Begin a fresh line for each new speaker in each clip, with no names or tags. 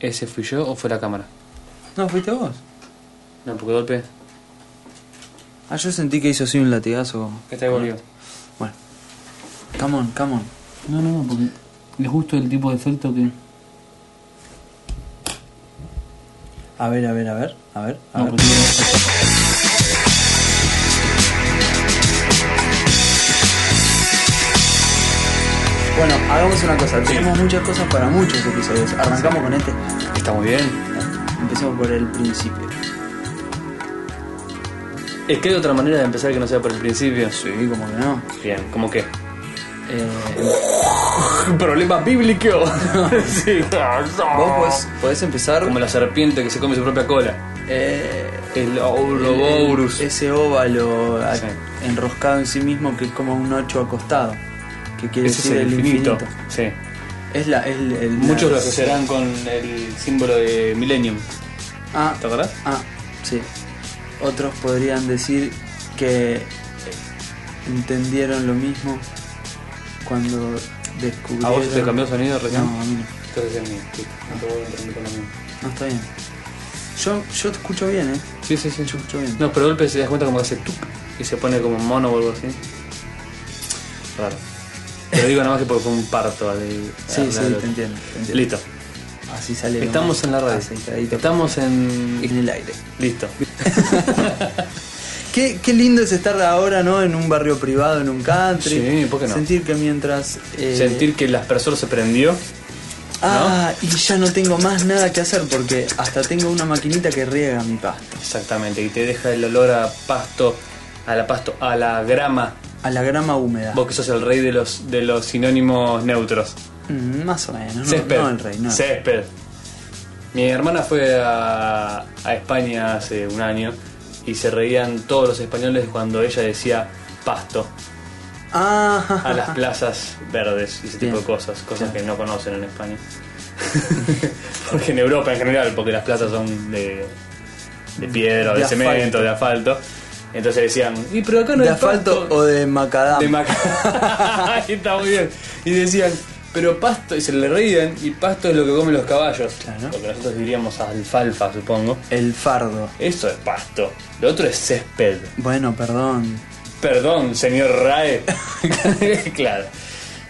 ¿Ese fui yo o fue la cámara?
No, fuiste vos.
No, porque golpe.
Ah, yo sentí que hizo así un latigazo.
Que está devolvido.
Bueno. Come on, come on.
No, no, no, porque es justo el tipo de efecto que.
A ver, a ver, a ver, a ver. A
No, pues,
ver.
porque
Bueno, hagamos una cosa. Tenemos muchas cosas para muchos episodios. Arrancamos con este.
está muy bien.
Empecemos por el principio.
Es que hay otra manera de empezar que no sea por el principio.
Sí, como que no.
Bien, ¿cómo qué?
Eh,
Problema bíblico. sí.
Vos podés, podés empezar
pues. Como la serpiente que se come su propia cola.
eh,
El
el-
Ouroboros.
ese óvalo a-
Sí.
enroscado en sí mismo que es como un ocho acostado. Que quiere
Ese es
decir
el infinito. Sí.
Es la, es el, el-
Muchos lo
la-
asociarán con el símbolo de Millennium.
Ah,
¿Te acordás?
ah, sí. Otros podrían decir que entendieron lo mismo cuando descubrieron.
¿A vos se te cambió el sonido
No,
recién?
a mí no.
Entonces es el mío. sí. No te voy a entender con lo mío.
No, está bien. Yo, yo te escucho bien, eh.
Sí, sí, sí.
Yo escucho bien.
No, pero de golpe se das cuenta como que hace tuc y se pone como mono o algo así. Raro. Te lo digo nada más que porque fue un parto. Así,
sí, sí,
Raro.
te entiendo, te entiendo. Ah,
Listo.
Así sale. lo
Estamos
más
en la radio.
aceitadito.
Estamos
En
en.
el aire.
Listo.
Qué, qué lindo es estar ahora, ¿no? En un barrio privado, en un country.
Sí, ¿por qué no?
Sentir que mientras. eh,
Sentir que el aspersor se prendió.
Ah, y ya no tengo más nada que hacer porque hasta tengo una maquinita que riega mi pasto.
Exactamente. Y te deja el olor a pasto. A la pasto. A la grama.
A la grama húmeda.
Vos que sos el rey de los, de los sinónimos neutros.
Mm, más o menos. No,
Césped.
no el rey, no.
Césped. Mi hermana fue a, a España hace un año y se reían todos los españoles cuando ella decía pasto
Ah, ja, ja,
a las
ja.
plazas verdes y ese tipo
Bien.
de cosas, cosas que no conocen en España. porque en Europa en general, porque las plazas son de, de piedra, de,
De
cemento,
asfalto.
de asfalto. Entonces decían, y pero acá no
¿De
hay
asfalto
pasto".
o de macadam?
de Mac- Ahí está muy bien. Y decían, pero pasto, y se le reían, y pasto es lo que comen los caballos.
Claro.
Lo que nosotros diríamos alfalfa, supongo.
El fardo.
Eso es pasto. Lo otro es césped.
Bueno, perdón.
Perdón, señor Rae. claro.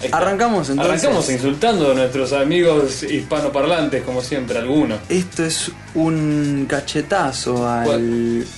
Ahí está.
Arrancamos, entonces.
Arrancamos insultando a nuestros amigos hispanoparlantes, como siempre, algunos.
Esto es un cachetazo al.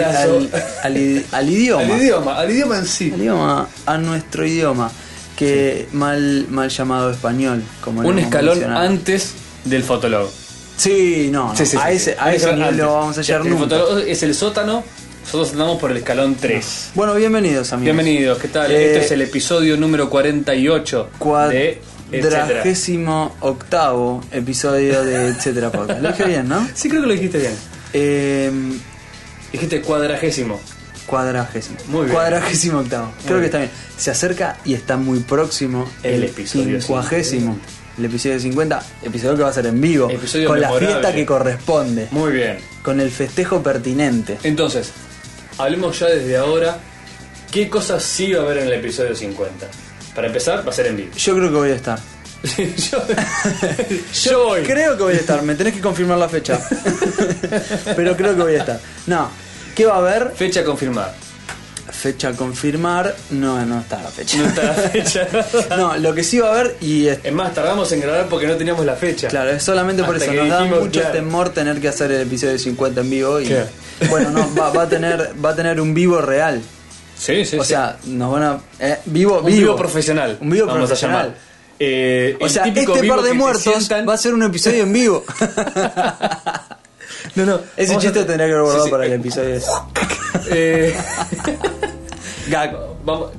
Al aso-
al- al i- al idioma.
Al idioma, al idioma en sí.
Al idioma, a nuestro idioma, que mal, mal llamado español, como lo
Un
hemos
escalón
mencionado.
antes del fotólogo.
Sí, no, no,
Sí, sí,
a
sí,
ese,
sí.
a
Un
ese
escalón
nivel
antes.
lo vamos a llegar
El
nunca.
fotólogo es el sótano, nosotros andamos por el escalón 3.
Bueno, bienvenidos amigos.
Bienvenidos, ¿qué tal?
Ah, Eh,
este es el episodio número 48 de etcétera.
Cuadragésimo octavo episodio de Etcétera Podcast. Lo dije bien, ¿no?
Sí, creo que lo dijiste bien.
Eh,
Dijiste cuadragésimo.
cuadragésimo.
Muy bien.
Cuadragésimo octavo. Creo que
bien.
está bien. Se acerca y está muy próximo
El
el,
episodio
quincuagésimo. El episodio 50, episodio que va a ser en vivo.
Episodio
con la
memorable.
fiesta que corresponde.
Muy bien.
Con el festejo pertinente.
Entonces, hablemos ya desde ahora qué cosas sí va a haber en el episodio 50. Para empezar, va a ser en vivo.
Yo creo que voy a estar.
Sí, yo, yo voy.
Creo que voy a estar, me tenés que confirmar la fecha. Pero creo que voy a estar. No, ¿qué va a haber?
Fecha confirmada.
Fecha a confirmar. No, no está la fecha.
No está la fecha.
No, lo que sí va a haber y es-
Es más, tardamos en grabar porque no teníamos la fecha.
Claro, es solamente por
Hasta
eso.
que
Nos da
dijimos,
mucho
claro.
temor tener que hacer el episodio 50 en vivo y.
Claro.
Bueno, no, va, va a tener, va a tener un vivo real.
Sí, sí,
O
sí.
sea, nos van a. eh, vivo,
Un vivo, profesional.
Un vivo
vamos
profesional.
a llamar. Eh,
O
el
sea,
típico
este
vivo
par
que
de
te
muertos
sientan-
va a ser un episodio en vivo.
No, no.
Ese
vamos a-
chiste tendría que haber guardado
Sí, sí.
para el episodio. ese.
Eh,
Gag.
vamos,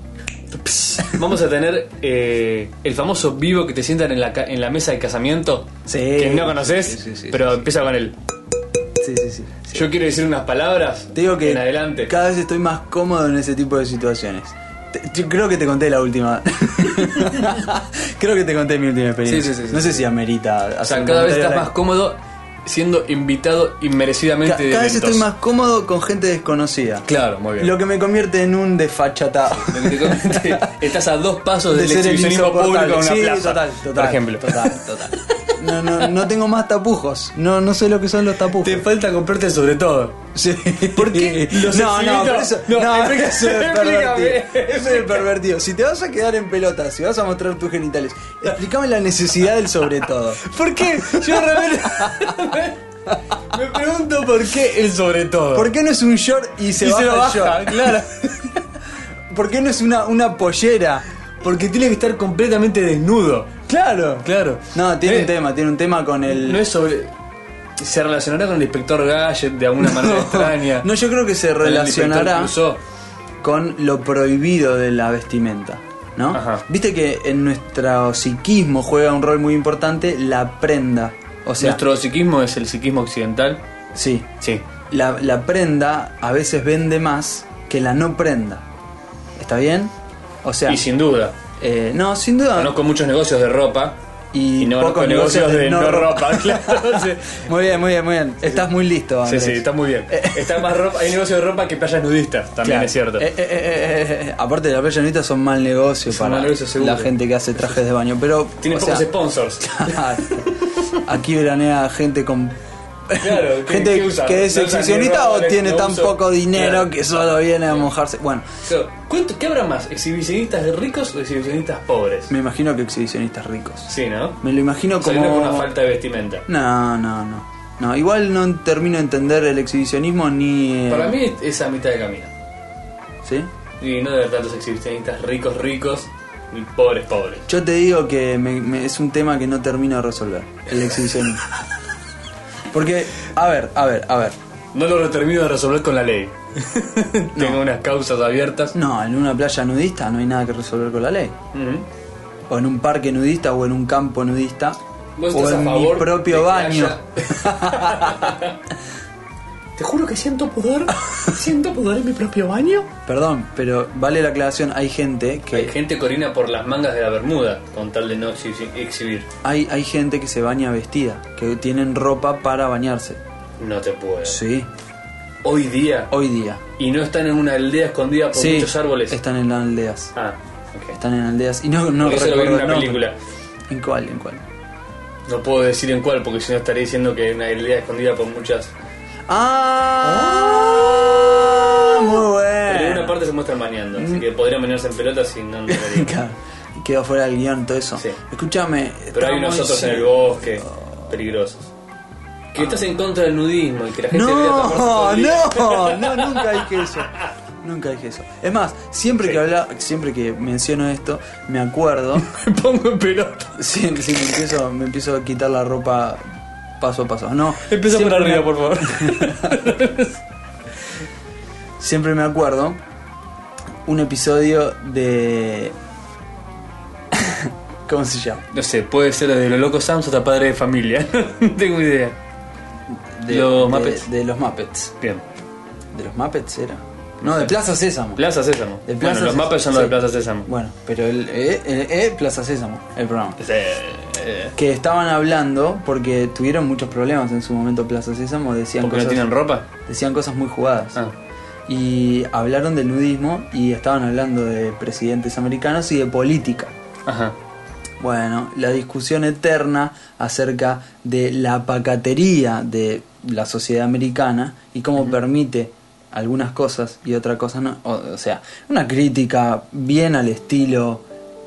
vamos a tener eh, el famoso vivo que te sientan en la, ca- en la mesa de casamiento.
Sí.
Que no conoces,
Sí, sí, sí,
pero empieza con el.
Sí, sí, sí.
Yo quiero decir unas palabras.
Te digo que
En adelante.
cada vez estoy más cómodo en ese tipo de situaciones. Te- yo creo que te conté la última. creo que te conté mi última experiencia.
Sí, sí, sí, sí,
no sé
sí.
si amerita.
o sea, cada vez estás más cómodo siendo invitado inmerecidamente de
Cada vez
eventos.
estoy más cómodo con gente desconocida.
Claro, muy bien.
Lo que me convierte en un desfachatado.
Lo que te comenté, estás a dos pasos
De
del
ser el
exhibicionismo público en
insoportable.
una
sí,
plaza.
total, total.
Por ejemplo.
Total, total. No, no, no tengo más tapujos. No, no sé lo que son los tapujos.
Te falta comprarte sobre todo.
Sí.
¿Por qué los
no, no,
exhibitos?
pero eso,
No,
no,
explica-
eso es
explícame.
pervertido. Eso es pervertido. Si te vas a quedar en pelota, si vas a mostrar tus genitales, explícame la necesidad del sobre todo.
¿Por qué? Yo realmente. Me pregunto por qué el sobre todo.
¿Por qué no es un short y se
Y
baja
se lo
el
baja,
short?
claro.
¿Por qué no es una, una pollera?
Porque tiene que estar completamente desnudo.
Claro.
Claro.
No, tiene
Eh,
un tema, tiene un tema con el.
No es sobre. Se relacionará con el inspector Gadget de alguna manera extraña.
No, yo creo que se
Con el inspector
relacionará
Clouseau.
con lo prohibido de la vestimenta, ¿no?
Ajá.
Viste que en nuestro psiquismo juega un rol muy importante la prenda. O sea,
Nuestro psiquismo es el psiquismo occidental.
sí,
Sí.
la, la prenda a veces vende más que la no prenda. ¿Está bien? O sea,
Y sin duda.
eh, no, sin duda.
Conozco muchos negocios de ropa.
Y
Y, no
pocos
conozco negocios de, no, ropa. Claro, sí.
Muy bien, muy bien, muy bien. Estás muy listo,
Sí,
Andrés.
sí, está muy Ah, bien. Eh, Está más ropa, hay negocios de ropa que playas nudistas, también
Claro.
es cierto.
Eh, eh, eh, eh, eh, Aparte, las pellanitas son mal negocio
Son
para
mal negocio, seguro.
la gente que hace trajes de baño. Pero.
Tiene
o
pocos
sea,
sponsors.
Aquí veranea gente con.
Claro, ¿qué-
gente
qué usa?
que es
No usa ni
exhibicionista
ropa,
o
no
tiene
usa-
tan poco dinero
Claro.
que solo viene a mojarse. Bueno,
Claro, ¿cuánto- ¿Qué habrá más? ¿Exhibicionistas ricos o exhibicionistas pobres?
me imagino que exhibicionistas ricos.
Sí, ¿no?
Me lo imagino como.
Saliendo con una falta de vestimenta.
No, no, no. No, igual no termino de entender el exhibicionismo ni. eh,
Para mí es a mitad de camino.
¿Sí?
Y no de tantos exhibicionistas ricos, ricos y pobres, pobres.
Yo te digo que me- me- es un tema que no termino de resolver, el exhibicionismo. Porque, a ver, a ver, a ver.
No lo termino de resolver con la ley. Tengo unas causas abiertas.
No, en una playa nudista no hay nada que resolver con la ley.
Ujú.
O en un parque nudista o en un campo nudista.
¿Vos
O
estás a
en mi
favor
propio
de que
baño.
Te juro que siento pudor. Siento pudor en mi propio baño.
Perdón, pero vale la aclaración, hay gente que
Hay gente que orina por las mangas de la bermuda con tal de no exhibi- exhibir.
hay, hay gente que se baña vestida, que tienen ropa para bañarse.
No te puedo.
Sí,
Hoy día.
hoy día.
Y no están en una aldea escondida por
sí,
muchos árboles.
Están en las aldeas.
Ah, ok.
Están en aldeas y no no
Porque eso lo vi en una
recuerdo el nombre.
película.
¿En cuál? ¿En cuál?
No puedo decir en cuál porque si no estaré diciendo que hay una aldea escondida por muchas.
Ah, muy
Pero en una
bueno.
parte se muestran bañando, así que podrían bañarse en pelotas y no no lo harían.
Mm. Claro, Quedó fuera del guión todo eso.
Sí.
Escúchame.
Pero
está
hay unos
muy
otros en el
cer-
bosque, peligrosos. Que estás en contra del nudismo y que la gente debería taparse todo
Ah. No,
el día.
no, no, nunca dije eso. Nunca dije eso. Es más, siempre que habla, siempre que menciono esto, me acuerdo.
Me pongo en pelota.
siempre, sí, me empiezo, me empiezo a quitar la ropa paso a paso. No.
Empieza por
siempre me-
arriba, por favor.
Siempre me acuerdo un episodio de. ¿Cómo se llama?
No sé, puede ser desde lo loco Sam's hasta padre de familia. no tengo idea.
De
Los
de-
Muppets.
De, los Muppets.
Bien.
¿De los Muppets era? No, de Plaza Sésamo.
Plaza Sésamo.
De
bueno, los
Sésamo.
mapas son los
Sí.
de Plaza Sésamo.
Bueno, pero el, eh, el- eh, Plaza Sésamo, el programa.
Eh, eh,
Que estaban hablando porque tuvieron muchos problemas en su momento Plaza Sésamo, decían,
¿Porque no
cosas,
tienen ropa?
decían cosas muy jugadas.
Ah.
Y hablaron del nudismo y estaban hablando de presidentes americanos y de política.
Ajá.
Bueno, la discusión eterna acerca de la pacatería de la sociedad americana y cómo permite algunas cosas y otras cosas no. O, o sea, una crítica bien al estilo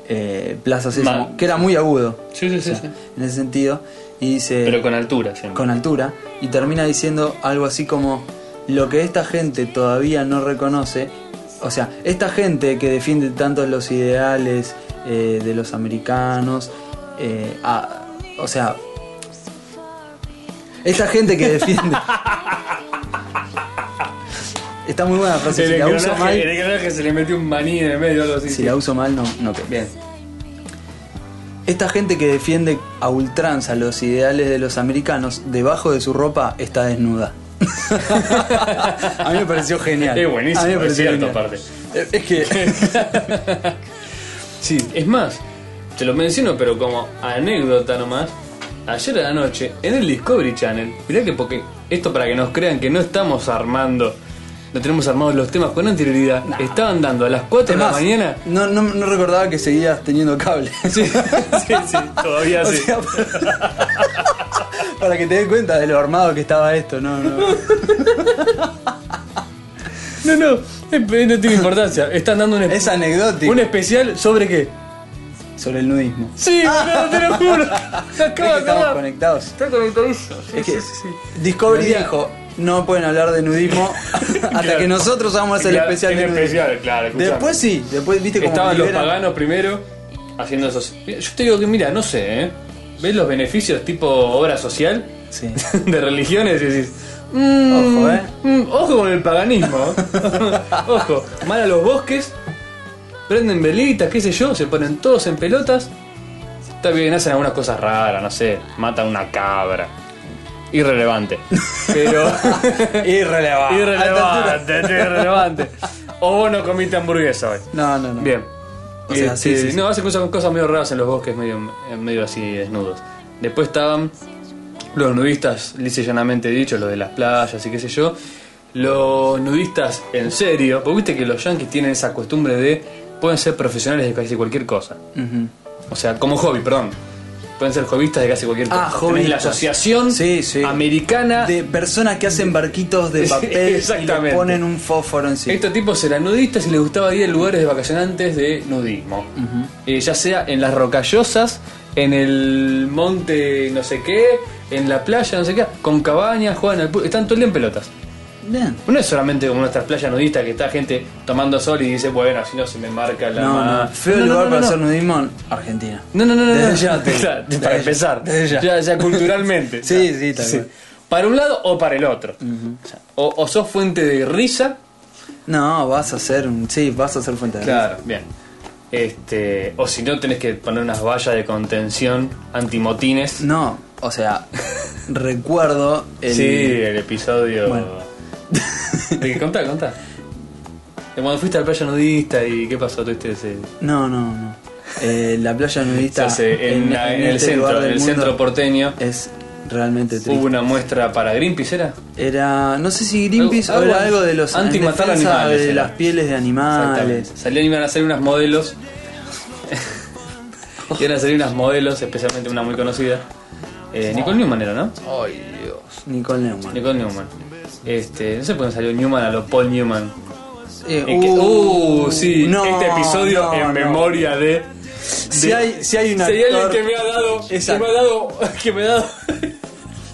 eh, Plaza Sésamo,
Ma-
que era muy agudo
Sí, sí, sí.
en ese sentido, y dice
Pero con altura siempre.
con altura y termina diciendo algo así como lo que esta gente todavía no reconoce, o sea, esta gente que defiende tanto los ideales eh, de los americanos, eh, ah, o sea, esta gente que defiende... Está muy buena la frase,
el,
si la uso
engranaje, el
mal,
engranaje se le metió un maní en el medio algo así.
si la uso mal no, no queda.
Bien.
Esta gente que defiende a ultranza los ideales de los americanos, debajo de su ropa está desnuda. a mí me pareció genial.
Es buenísimo,
A mí me
es
pareció
cierto,
genial.
aparte.
Eh, Es que.
Sí, es más, te lo menciono, pero como anécdota nomás. Ayer a la noche, en el Discovery Channel, mirá que porque esto para que nos crean que no estamos armando no tenemos armados los temas con anterioridad. Estaban dando a las 4 de la
Además,
mañana.
No, no, no recordaba que seguías teniendo cable.
Sí, sí, sí, todavía
O
sí.
sea, para que te des cuenta de lo armado que estaba esto, no, no.
No, no, eh, no tiene importancia. Están dando un, esp-
Es anecdótico.
un especial sobre qué.
Sobre el nudismo.
Sí, boludo, te lo juro. Se
¿Ves Ah. que
acaba,
estamos
acaba.
conectados.
Está conectadísimo. Sí,
Es que
sí, sí, sí.
Discovery
Pero ya-
dijo, no pueden hablar de nudismo hasta
Claro.
que nosotros vamos a hacer
Claro,
el especial
el
de nudismo.
especial, claro, escuchame.
Después sí, después viste cómo
Estaban los
liberan?
paganos primero haciendo esos. Mira, Yo te digo que, mira, no sé, ¿eh? ¿Ves los beneficios tipo obra social
Sí.
de religiones? Y decís, mm,
Ojo, ¿eh?
mm, ojo con el paganismo. ¿eh? ojo, van a los bosques, prenden velitas, qué sé yo, se ponen todos en pelotas. Está bien, hacen algunas cosas raras, no sé, matan una cabra. Irrelevante. Pero.
Ah, Irrelevante.
irrelevante, irrelevante. O vos no comiste hamburguesa hoy.
No, no, no.
Bien.
O sea,
Este,
sí, sí, sí.
No, hacen cosas, cosas medio raras en los bosques, medio, eh, medio así desnudos. Después estaban los nudistas, lisa y llanamente dicho, los de las playas y qué sé yo. Los nudistas en serio, porque viste que los yanquis tienen esa costumbre de. pueden ser profesionales de casi cualquier cosa.
Ujú.
O sea, como hobby, perdón. Pueden ser hobbyistas de casi cualquier cosa.
Ah,
Tenés la
hobbyistas.
asociación
Sí, sí.
americana
De personas que hacen barquitos de papel y le
Exactamente.
ponen un fósforo encima.
Estos tipos eran nudistas y les gustaba ir a lugares de vacacionantes de nudismo. Eh, ya sea en las rocallosas, en el monte no sé qué, en la playa no sé qué, con cabañas, juegan al pu- están todo el día en pelotas.
Bien.
No es solamente como nuestras playas nudistas que está gente tomando sol y dice, bueno, si no se me marca la
No,
ma-".
no. Feo
No, no,
lugar
no,
para
no.
hacer nudismo, Argentina.
No, no, no, no.
Desde
no.
ya te-
O sea,
desde
para
ya,
empezar.
desde ya.
ya culturalmente.
Sí,
O sea,
sí, tal cual.
Para un lado o para el otro. O sea, o, o sos fuente de risa
No, vas a hacer un. Sí, vas a hacer fuente de
Claro, bien. Este, o si no, tenés que poner unas vallas de contención antimotines.
No, o sea, recuerdo el.
Sí, el episodio.
Bueno.
¿De qué? Contá, contá. De cuando fuiste a la playa nudista y qué pasó, eh, tuviste ese.
No, no, no. Eh, la playa nudista
O sea, en, la- en el
este
centro,
lugar
en
del
el
mundo
centro Uh, porteño.
es realmente triste.
Hubo una muestra para Greenpeace, ¿era?
Era, no sé si Greenpeace
Algo-
o era
algo
algo de los en
anti-matar
defensa
animales
de
era.
las pieles de
Ah,
animales.
Salían y iban a salir unas modelos. iban a salir unas modelos, especialmente una muy conocida. Eh, Nicole Newman era, ¿no?
Ay, Dios. Nicole Neumann.
Nicole Newman. Este, no sé por qué salió Newman a lo Paul Newman.
Eh,
Eh, que- uh, sí,
no,
este episodio
no,
en
no.
memoria de.
Si
de-
hay, si hay un
si hay alguien
actor-
que me ha dado.
Exacto.
Que me ha dado. Que me ha dado.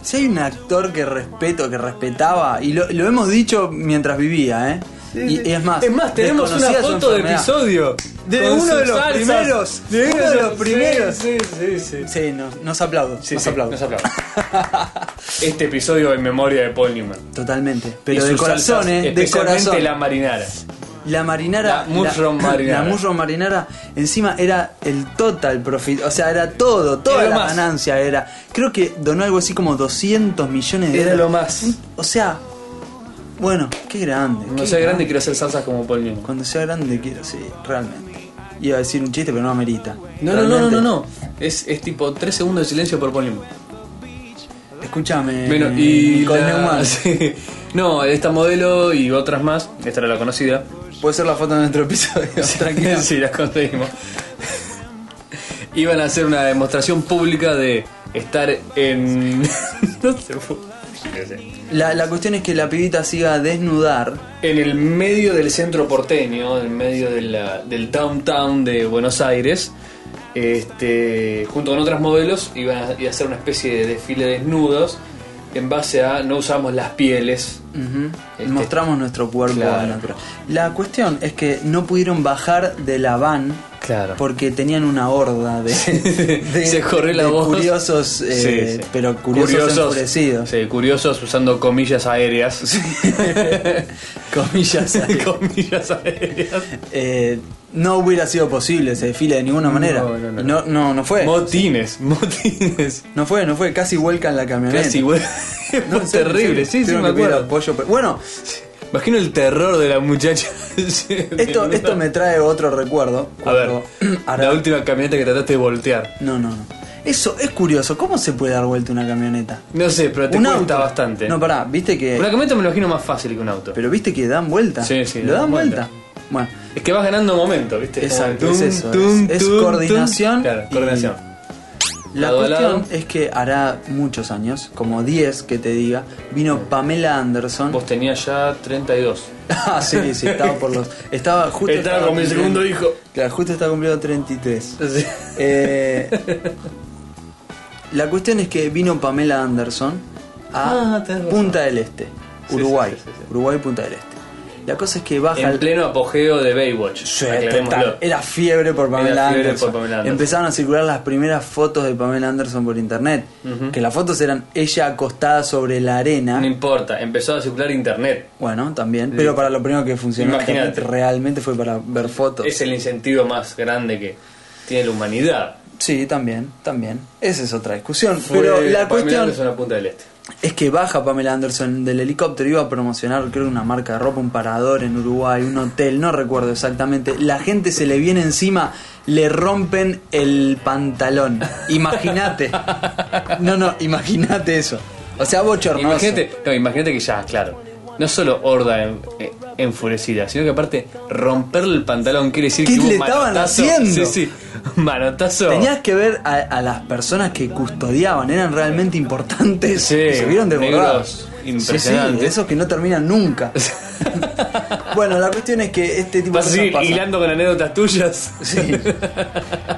Si hay un actor que respeto, que respetaba, y lo, lo hemos dicho mientras vivía, ¿eh? y, y es más,
Es más, tenemos una
desconocía su
foto de
enfermedad.
episodio.
De
con
uno de
sus
los primeros, de uno de los
Sí,
primeros.
Sí, sí, sí.
Sí, nos, nos aplaudo,
Sí,
nos
sí,
aplaudo.
nos aplaudo. Este episodio en memoria de Paul Newman.
Totalmente.
Y
Pero de
sus
corazón,
salsas,
¿eh? De
especialmente
corazón.
la marinara.
La marinara.
La mushroom marinara.
La mushroom marinara, encima era el total profit. O sea, era todo,
Era
toda
lo
la
más.
ganancia era. Creo que donó algo así como 200 millones de
Era
dólares.
lo más.
O sea, bueno, qué grande.
Cuando
qué
sea grande
grande.
quiero hacer salsas como Paul Newman.
Cuando sea grande quiero, sí, realmente. Iba a decir un chiste, pero no amerita.
No, no, no, no, no,
Realmente.
no. Es, es tipo 3 segundos de silencio por Paul Newman.
Escúchame.
Bueno, y.
Con
la-
Neumann.
sí. No, esta modelo y otras más. Esta era la conocida.
Puede ser la foto de nuestro episodio. Tranquilo.
sí, las conseguimos. Iban a hacer una demostración pública de estar en. no sé, fu- yo sé.
La, la cuestión es que la pibita se iba a desnudar.
En el medio del centro porteño, en medio de la- del downtown de Buenos Aires, este, junto con otras modelos, iban a, iba a hacer una especie de desfile desnudos en base a no usamos las pieles.
Ujú.
Este-
Mostramos nuestro cuerpo
Claro.
natural. La cuestión es que no pudieron bajar de la van
Claro.
porque tenían una horda de, de-
Se corrió la
de
voz.
curiosos, eh,
Sí, sí.
pero curiosos, enfurecidos.
Sí, curiosos usando comillas aéreas.
Comillas. ahí.
comillas aéreas.
Eh, no hubiera sido posible ese desfile de ninguna manera.
no, no.
Y no, no fue.
Motines, motines.
No fue, no fue. Casi vuelcan la camioneta.
Casi, güey.
No, en serio, en
terrible, sí,
serio.
sí,
Tuvieron
me
que pedir
acuerdo.
apoyo, pero- Bueno,
Imagino el terror de la muchacha.
esto, esto me trae otro recuerdo.
A ver,
cuando- ahora-
la última camioneta que trataste de voltear.
No, no, no. Eso es curioso. ¿Cómo se puede dar vuelta una camioneta?
No sé, pero te
un
cuesta
auto.
bastante.
No, pará, viste que.
Una camioneta me lo imagino más fácil que un auto.
Pero viste que dan vuelta.
Sí, sí,
Lo
dan
dan vuelta.
vuelta.
Bueno,
Es que vas ganando momento, ¿viste?
exacto,
Como
es
tum,
eso.
tum,
es, es
tum, tum.
coordinación.
Claro,
y-
coordinación.
La
Lado a
cuestión
lado.
es que hará muchos años, como 10 que te diga, vino Pamela Anderson.
Vos tenías ya 32.
ah, sí, sí, estaba por los. Estaba justo.
Estaba con mi
cumpliendo-
segundo hijo.
Claro, justo estaba cumpliendo 33.
Sí.
Eh, la cuestión es que vino Pamela Anderson a
Ah, tenés razón.
Punta del Este,
Sí,
Uruguay.
sí, sí, sí, sí.
Uruguay, Punta del Este. La cosa es que baja
En
el-
pleno apogeo de Baywatch.
Sí,
aclarémoslo.
total. Era fiebre por Pamela
Era fiebre
Anderson.
por Pamela Anderson.
Empezaron a circular las primeras fotos de Pamela Anderson por internet.
Ujú.
Que las fotos eran ella acostada sobre la arena.
No importa, empezó a circular internet.
Bueno, también. Pero para lo primero que funcionó
Imagínate.
internet realmente fue para ver fotos.
Es el incentivo más grande que tiene la humanidad.
Sí, también, también. Esa es otra discusión. pero
Fue
la
Pamela
cuestión
Anderson a Punta del Este.
es que baja Pamela Anderson del helicóptero. Iba a promocionar, creo, una marca de ropa, un parador en Uruguay, un hotel, no recuerdo exactamente. La gente se le viene encima, le rompen el pantalón. Imagínate. No, no, imagínate eso. O sea, bochornoso.
Imagínate, no, imagínate que ya, claro. No solo horda en- eh, enfurecida, sino que aparte romperle el pantalón quiere decir
¿Qué
que hubo
le
un
estaban
manotazo.
haciendo?
Sí, sí. un Manotazo.
Tenías que ver a, a las personas que custodiaban, eran realmente importantes.
Sí,
y se vieron desbordados.
negros impresionantes.
Sí, sí, esos que no terminan nunca. bueno, la cuestión es que este tipo
Vas a
de cosas
seguir
pasan.
hilando con anécdotas tuyas.
Sí.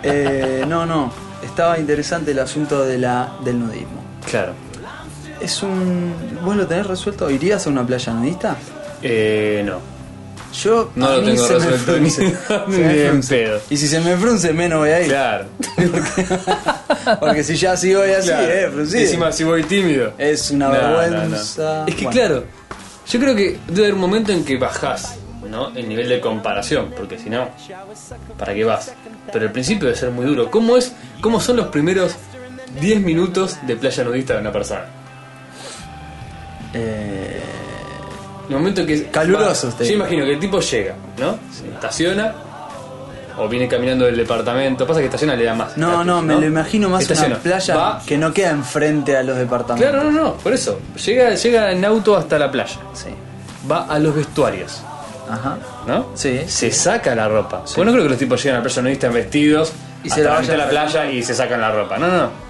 Eh, no, no. Estaba interesante el asunto de la, del nudismo.
Claro.
Es un. ¿Vos lo tenés resuelto? ¿Irías a una playa nudista?
Eh, no.
Yo
No
a
lo
mí
tengo
se me
resuelto ni-
frunce.
ni
Se me
en
frunce.
pedo.
Y si se me frunce, menos voy a ir.
Claro.
Porque si ya sigo voy así,
Claro.
eh, fruncido.
Encima si voy tímido.
Es una
No,
vergüenza.
no, no. Es que
Bueno.
claro, yo creo que debe haber un momento en que bajás, ¿no? El nivel de comparación, porque si no, ¿para qué vas? Pero el principio debe ser muy duro. ¿Cómo es? ¿Cómo son los primeros 10 minutos de playa nudista de una persona?
Eh,
El momento que
Calurosos,
va-
te
yo
digo.
imagino que el tipo llega, ¿no? Estaciona o viene caminando del departamento. Pasa que estaciona le da más.
no,
estatus,
no, me lo imagino más
Estaciona.
una playa
Va-
que no queda enfrente a los departamentos.
Claro, no, no, por eso. Llega, llega en auto hasta la playa.
Sí.
Va a los vestuarios.
Ajá.
¿No?
Sí,
Se saca la ropa. Pues no creo que los tipos lleguen a la playa nudista en vestidos
Y
y
se
se
la
la
vayan
a la playa y se sacan la ropa. No, no, no.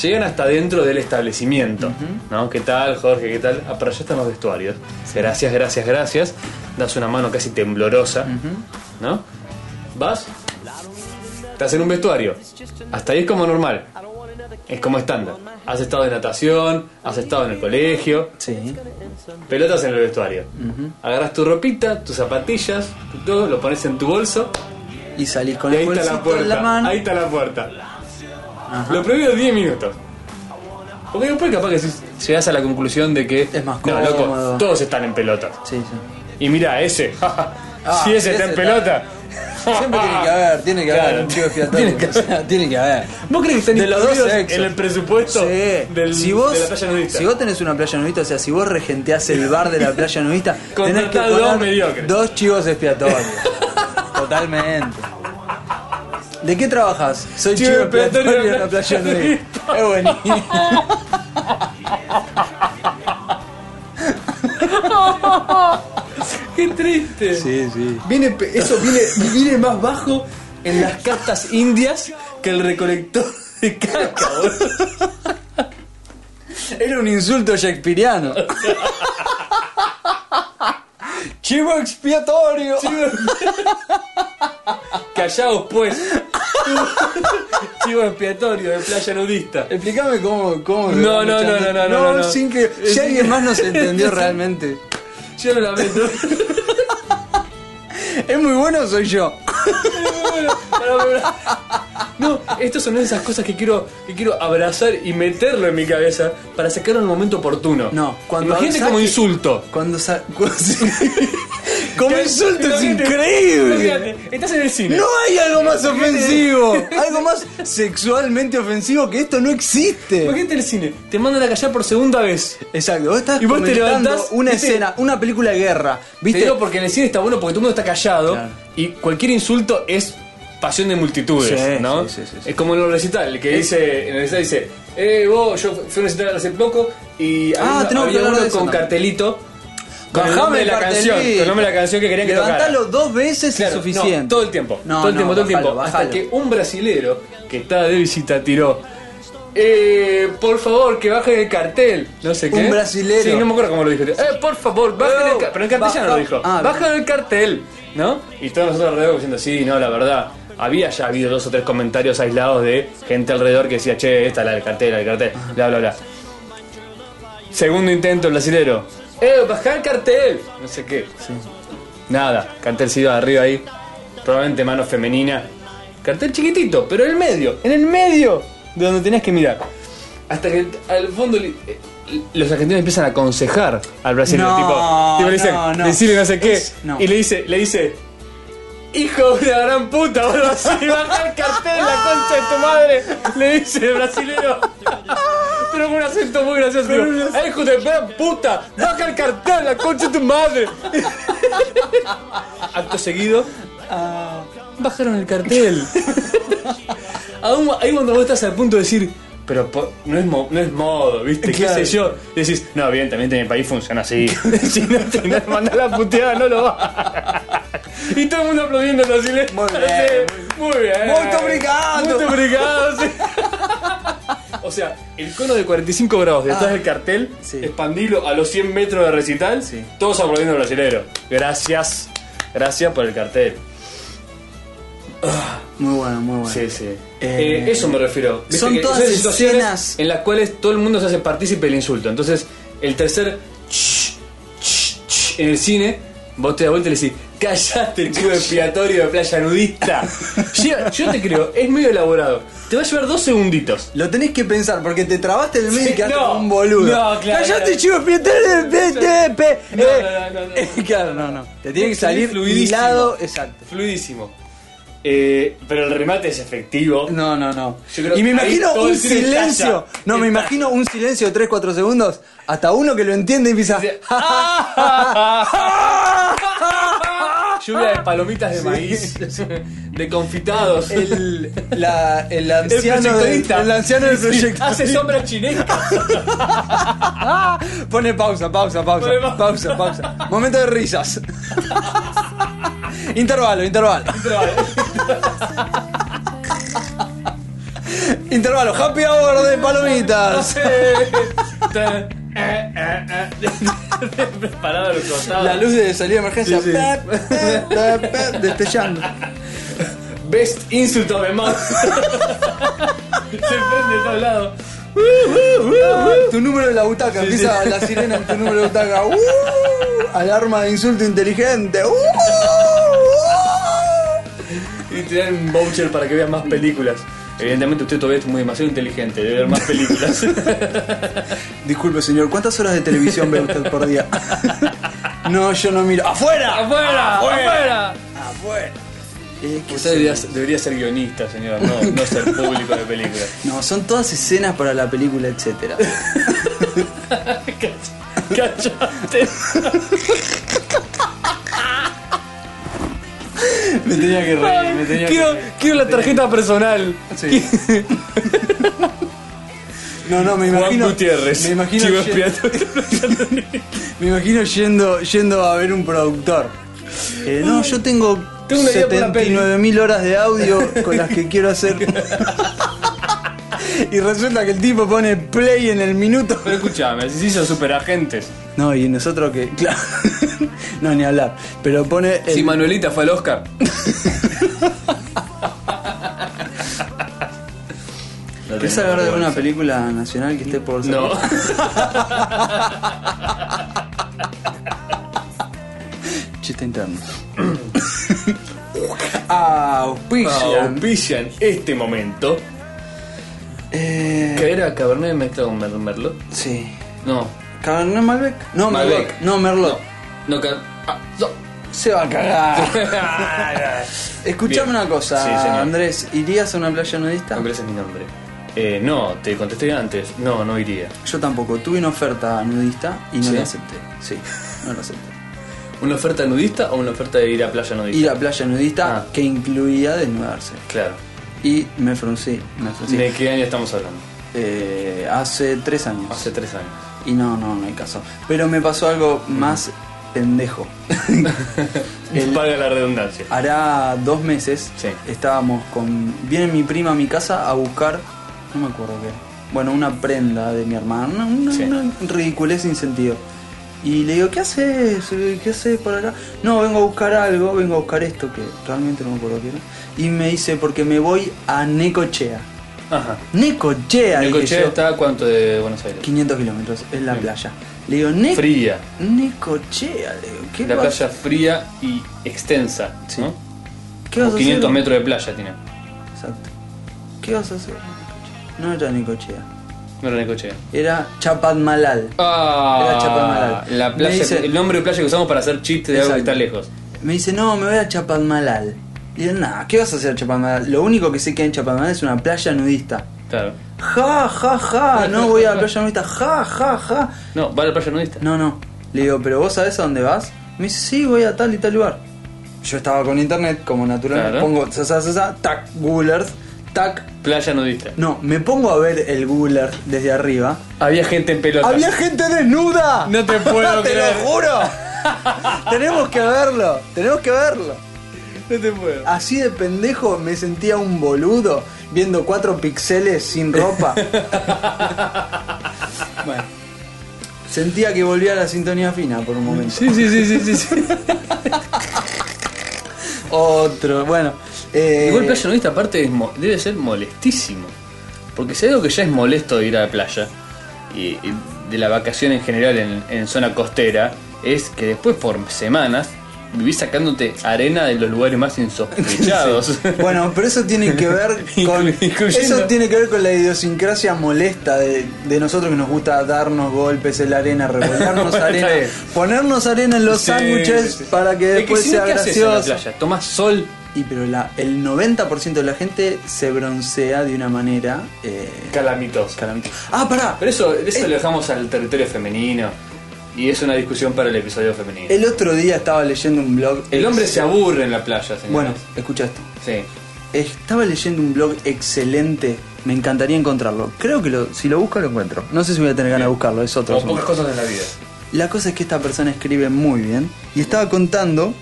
Llegan hasta dentro del establecimiento. ¿No? ¿Qué tal, Jorge? ¿Qué tal? Ah, para allá están los vestuarios. Gracias, gracias, gracias. Das una mano casi temblorosa. ¿No? Vas. Estás en un vestuario. Hasta ahí es como normal. Es como estándar. Has estado en natación, has estado en el colegio,
Sí.
Pelotas en el vestuario. Agarras tu ropita, tus zapatillas, tu todo, lo pones en tu bolso
Y salís con
y
el
ahí está
bolsito
la puerta.
en la mano.
Ahí está la puerta. Lo prohibido 10 minutos. Porque después capaz que si- llegas a la conclusión de que
Es más
no,
cómodo".
loco, todos están en pelotas.
Sí, sí.
Y mira, ese, si Ah, ese está
ese
en
está-
pelota.
Siempre tiene que haber, tiene que haber
Claro.
un chivo expiatorio.
Tiene que
O sea, tiene que haber.
¿Vos crees que están
De los dos
incluidos
sexos.
en el presupuesto
Sí.
del,
si vos,
de la playa nudista?
Si vos tenés una playa nudista, o sea, si vos regenteás el bar de la playa nudista, tenés que
Contratá dos
poner
mediocres.
dos chivos expiatorios. Totalmente. ¿De qué trabajas? Soy chivo,
Chivo
expiatorio
expiatorio
de la playa nudista. Es buenísimo.
¡Qué triste!
Sí, sí.
Viene, pe- eso viene, viene más bajo en las cartas indias que el recolector de caca, boludo.
Era un insulto shakespeariano. chivo expiatorio.
Callaos pues. Chivo expiatorio de playa nudista.
Explícame cómo, cómo
No, no, no, no, no, no, no.
sin que si alguien más nos entendió realmente.
Yo lo lamento.
Es muy bueno, soy yo.
Bueno, pará, pará. No, estas son esas cosas que quiero, que quiero abrazar y meterlo en mi cabeza para sacarlo en el momento oportuno.
No, cuando
Imagínate
saque-
como insulto.
Cuando sa cu- como
Que-
insulto es
imagínate-
increíble.
imagínate, Estás en el cine.
No hay algo más ofensivo, algo más sexualmente ofensivo que esto no existe.
Imagínate el cine, te mandan a callar por segunda vez.
Exacto, vos estás
Y vos te
comentando
levantás,
una
¿viste?
escena, una película de guerra,
Te
¿viste?
digo porque en el cine está bueno porque todo el mundo está callado
Claro.
y cualquier insulto es pasión de multitudes,
Sí,
¿no?
sí, sí, sí, sí.
Es como en los recital, que dice, en el recital dice, eh, vos, yo fui a un recital hace poco y
Ah,
había-
tenemos que
había
hablar
uno
de eso
con
también.
cartelito, con el nombre de la canción, con el nombre de la canción que querían que tocara.
Levantalo dos veces
Claro,
es suficiente.
no, todo el tiempo.
No,
todo el
no,
tiempo, todo el
bájalo,
tiempo. Hasta
bájalo.
que un brasilero que estaba de visita tiró. Eh, por favor, que bajen el cartel. No sé qué.
Un brasilero.
Sí, no me acuerdo cómo lo dijo. Eh, por favor, bajen el cartel. Pero en castellano
baja-
lo dijo.
ah,
bajen el cartel. ¿No? Y todos nosotros alrededor diciendo, sí, no, la verdad. Había ya habido dos o tres comentarios aislados de gente alrededor que decía, che, esta la del cartel, la del cartel, bla, bla, bla. Segundo intento, el brasilero. ¡Eh, bajá el cartel! No sé qué. Nada, cartel se iba arriba ahí. Probablemente mano femenina. Cartel chiquitito, pero en el medio, en el medio de donde tenías que mirar. Hasta que al fondo li- eh, los argentinos empiezan a aconsejar al brasileño.
No,
tipo, tipo, le dicen,
no, no.
decirle no sé qué.
Es- no.
Y le dice, le dice, hijo de la gran puta, o algo así, baja el cartel, la concha de tu madre, le dice el brasilero. Pero con un acento muy gracioso, tipo, "Eh, hijo de gran puta, baja el cartel, la concha de tu madre. Acto seguido, Ah, bajaron el cartel. Aún- ahí cuando vos estás al punto de decir, pero po- no, es mo- no es modo, ¿viste?
Claro.
¿Qué sé yo? Decís, no, evidentemente en mi país funciona así. si no te no, mandás la puteada, no lo va. y todo el mundo aplaudiendo así. Muy
Muy bien,
muy bien.
Muito obrigado.
Muito obrigado, sí. O sea, el cono de 45 grados detrás
Ah.
del cartel,
Sí.
expandirlo a los 100 metros de recital,
Sí.
todos aplaudiendo al brasilero. Gracias, gracias por el cartel.
Muy bueno, muy bueno.
Sí, sí.
Eh,
Eh, eso me refiero. Viste
son
que
todas
esas situaciones
escenas-
en las cuales todo el mundo se hace partícipe del insulto. Entonces, el tercer ch, ch, ch en el cine, vos te das vuelta y le decís, callaste el club expiatorio de playa nudista. Lleva- yo te creo, es medio elaborado. Te va a llevar dos segunditos.
Lo tenés que pensar porque te trabaste el medio
Sí,
y quedaste
no.
como un boludo.
No, claro,
Callate,
claro.
chivo, fíjate, eh, pe- pe- pe-
No,
eh.
no, no, no, no.
Claro, no, no. Te tiene que
Sí,
salir
fluidísimo.
hilado, exacto.
Fluidísimo. Eh, pero el remate es efectivo.
No, no, no.
Yo creo
Y me
que ahí
imagino
todo
un
el cine
silencio.
estalla.
No, me imagino un silencio de 3, 4 segundos. Hasta uno que lo entiende y empieza.
Dice, "Ah". Lluvia de palomitas de maíz, de confitados.
El, la- el
El
anciano del,
proyectorista.
el anciano del
Sí,
proyecto.
Hace sombras chinescas.
Pone pausa, pausa, pausa,
Pone pa-
pausa, pausa. Momento de risas. intervalo, intervalo. Intervalo, happy hour de palomitas.
Preparado a los costados.
La luz de salida de emergencia.
Sí, sí.
Pep, pep, pep, destellando.
Best insult of the month. Se prende de todos lados.
Tu número de la butaca, empieza la sirena en tu número de butaca. Uh, alarma de insulto inteligente. Uh, uh.
Y te dan un voucher para que veas más películas. Evidentemente usted todavía es muy demasiado inteligente de ver más películas.
Disculpe, señor, ¿cuántas horas de televisión ve usted por día? no, yo no miro. ¡Afuera!
¡Afuera! ¡Afuera!
¡Afuera! Eh, ¿qué
Ah, Usted
son?
debería, debería ser guionista, señora, no, no ser público de películas.
No, son todas escenas para la película, etcétera.
Cach- Cachate.
me tenía que reír, me tenía
Quiero, quiero la tarjeta personal.
Sí. No, no, me
Juan
imagino.
Gutiérrez.
Me imagino,
chivo
ye-
expiatorio.
me imagino yendo, yendo a ver un productor. Eh, no, yo tengo,
Tengo una idea para una peli.
79.000 horas de audio con las que quiero hacer. y resulta que el tipo pone play en el minuto.
Pero escúchame, si son superagentes.
No, y nosotros que. Claro. no, ni hablar. Pero pone. el-
Si Manuelita fue al Oscar.
¿Querés hablar de una película nacional que esté por
No.
salir? Chiste interno. Auspician.
Auspician este momento.
Eh,
Que era Cabernet mezclado con Mer- Merlot.
sí.
No.
¿Cabernet Malbec? No,
Malbec.
Merlot. No, Merlot.
No, ca- ah, no.
Se va a cagar.
Ah.
Escuchame
Bien.
una cosa,
Sí, señor.
Andrés. ¿Irías a una playa nudista?
No, pero ese es mi nombre. Eh, no, te contesté antes. No, no iría.
Yo tampoco. Tuve una oferta nudista y no
Sí.
la acepté. Sí, no la acepté.
¿Una oferta nudista o una oferta de ir a playa nudista?
Ir a playa nudista
Ah.
que incluía desnudarse.
Claro.
Y me fruncí, me fruncí.
¿De qué año estamos hablando?
Eh, hace tres años.
Hace tres años.
Y no, no, no hay caso. Pero me pasó algo más pendejo. El-
Paga la redundancia.
Hará dos meses
Sí.
estábamos con. Viene mi prima a mi casa a buscar. No me acuerdo qué. Bueno, una prenda de mi hermana. Una, una-
Sí.
una ridiculez sin sentido. Y le digo, ¿qué haces? ¿Qué haces por acá? No, vengo a buscar algo, vengo a buscar esto que realmente no me acuerdo qué era. Y me dice, porque me voy a Necochea.
Ajá.
Necochea,
¿El
dije
coche
yo.
está a cuánto de Buenos Aires?
500 kilómetros, es la
Bien.
playa. Le digo, "Ne-
Fría.
Necochea, le digo, ¿qué
La
vas-
playa fría y extensa,
Sí.
¿no?
¿Qué vas
O
a
500
hacer?
metros de playa tiene.
Exacto. ¿Qué vas a hacer? No era Necochea.
No era el coche.
Era Chapadmalal.
Ah,
Era Chapadmalal.
La
Me
playa,
dice-
el nombre de playa que usamos para hacer chistes de algo que
Exacto.
está lejos.
Me dice, no, me voy a Chapadmalal. Y yo, nah, ¿qué vas a hacer a Chapadmalal? Lo único que sé que hay en Chapadmalal es una playa nudista.
Claro.
Ja, ja, ja, no voy a la playa nudista. Ja, ja, ja.
No, va a la playa nudista.
No, no. Le digo, ¿pero vos sabés a dónde vas? Me dice, sí, voy a tal y tal lugar. Yo estaba con internet, como natural.
Claro.
Pongo, sa, sa, sa, sa, tac, Google Earth, tac.
Playa nudista.
No, me pongo a ver el Google Earth desde arriba.
Había gente en pelotas.
¡Había gente desnuda!
No te puedo
¡Te
creer.
lo juro! tenemos que verlo, tenemos que verlo.
No te puedo.
Así de pendejo me sentía un boludo viendo cuatro pixeles sin ropa. bueno, sentía que volvía a la sintonía fina por un momento.
Sí, sí, sí, sí, sí. sí.
Otro, bueno. eh,
Igual playa nudista aparte es mo- debe ser molestísimo. Porque si hay algo que ya es molesto de ir a la playa, y, y de la vacación en general en, en zona costera, es que después por semanas vivís sacándote arena de los lugares más insospechados.
Bueno, pero eso tiene que ver con
Inclu- incluyendo-
eso tiene que ver con la idiosincrasia molesta de, de nosotros que nos gusta darnos golpes en la arena, revolcarnos
Bueno,
arena,
está bien.
ponernos arena en los
Sí,
sándwiches
sí, sí.
para que
Es
después
si no,
sea
¿qué haces en la
gracioso.
playa? Tomás sol.
Y pero la, el 90% de la gente se broncea de una manera eh,
Calamitos.
calamitosa. Ah, pará.
Pero eso, eso lo dejamos al territorio femenino. Y es una discusión para el episodio femenino. El,
El otro día estaba leyendo un blog.
hombre se aburre en la playa, señores.
Bueno, escucha esto.
Sí.
Estaba leyendo un blog excelente. Me encantaría encontrarlo. Creo que lo, si lo busco lo encuentro. No sé si voy a tener ganas de buscarlo, es otro.
Como
asunto.
pocas cosas en la vida.
La cosa es que esta persona escribe muy bien y estaba contando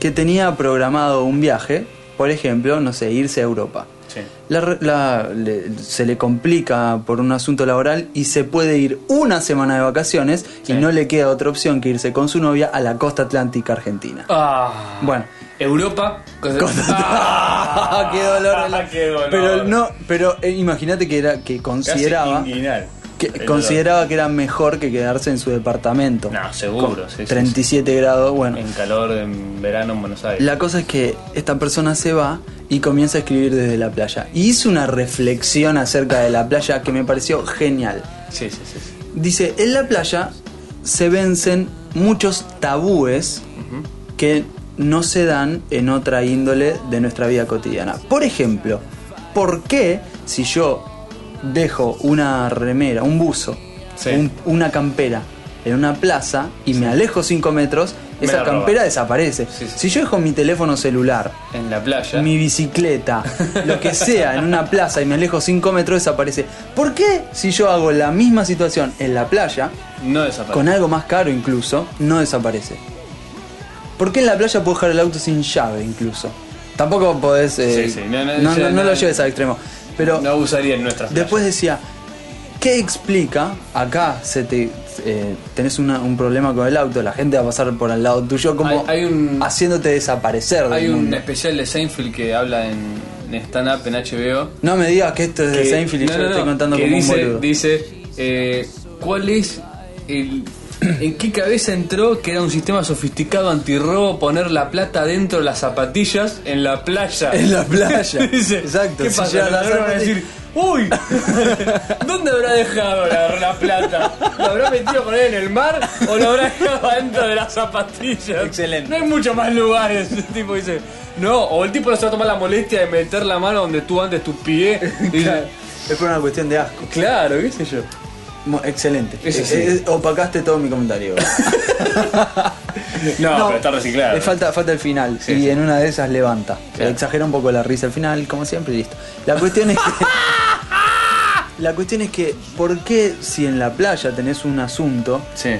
que tenía programado un viaje, por ejemplo, no sé, irse a Europa.
Sí.
La re- la- le- se le complica por un asunto laboral y se puede ir una semana de vacaciones
Sí.
y no le queda otra opción que irse con su novia a la costa atlántica argentina.
Ah.
Bueno,
Europa. cosa-
Ah, qué dolor. en la-
Qué dolor.
Pero no, pero eh, imagínate que era que
Casi
consideraba
inguinal.
que
El dolor.
consideraba que era mejor que quedarse en su departamento.
No, seguro, sí, sí,
37 grados, bueno.
En calor, en verano en Buenos Aires.
La cosa es que esta persona se va y comienza a escribir desde la playa. Y hizo una reflexión acerca de la playa que me pareció genial.
Sí, sí, sí. sí.
Dice, en la playa se vencen muchos tabúes
Ujú.
que no se dan en otra índole de nuestra vida cotidiana. Por ejemplo, ¿por qué si yo dejo una remera, un buzo,
Sí.
un- una campera en una plaza y me alejo 5 metros,
Me
esa
la roban.
campera desaparece?
Sí, sí.
Si yo dejo mi teléfono celular,
En la playa.
mi bicicleta, lo que sea, en una plaza y me alejo 5 metros, desaparece. ¿Por qué si yo hago la misma situación en la playa,
No desaparece.
con algo más caro incluso, no desaparece. ¿Por qué en la playa puedo dejar el auto sin llave incluso? Tampoco podés... eh,
Sí, sí, no, no,
no-
ya,
no- no
no,
lo lleves al extremo. Pero
No usaría en nuestras playas.
después decía, ¿qué explica? Acá se te, eh, tenés una- un problema con el auto, la gente va a pasar por al lado tuyo como
Hay- hay un-
haciéndote desaparecer. del
Hay un
mundo.
especial de Seinfeld que habla en, en stand-up en HBO.
No me digas que esto es de
que-
Seinfeld y
no,
yo
no,
lo estoy
no,
contando
que
como
dice,
un boludo.
Dice, eh, ¿cuál es el... ¿En qué cabeza entró que era un sistema sofisticado antirrobo poner la plata dentro de las zapatillas en la playa?
En la playa.
Dice,
Exacto,
¿Qué
si
pasa?
ya
Los
la
ladrones van a
zapatilla-
decir, ¡Uy! ¿Dónde habrá dejado la, la plata? ¿Lo habrá metido con él en el mar o lo habrá dejado adentro de las zapatillas?
Excelente.
No hay muchos más lugares. El tipo dice, no, o el tipo no se va a tomar la molestia de meter la mano donde tú andes tu pie. Dice,
Es por una cuestión de asco.
Claro, qué sé yo.
Mo- Excelente.
Eso sí.
Eh, eh, opacaste todo mi comentario.
No, pero está reciclado.
Le falta, falta el final.
Sí,
y
sí.
en una de esas levanta.
Claro.
Exagera un poco la risa al final, como siempre, y listo. La cuestión es que. la cuestión es que, ¿por qué si en la playa tenés un asunto
Sí.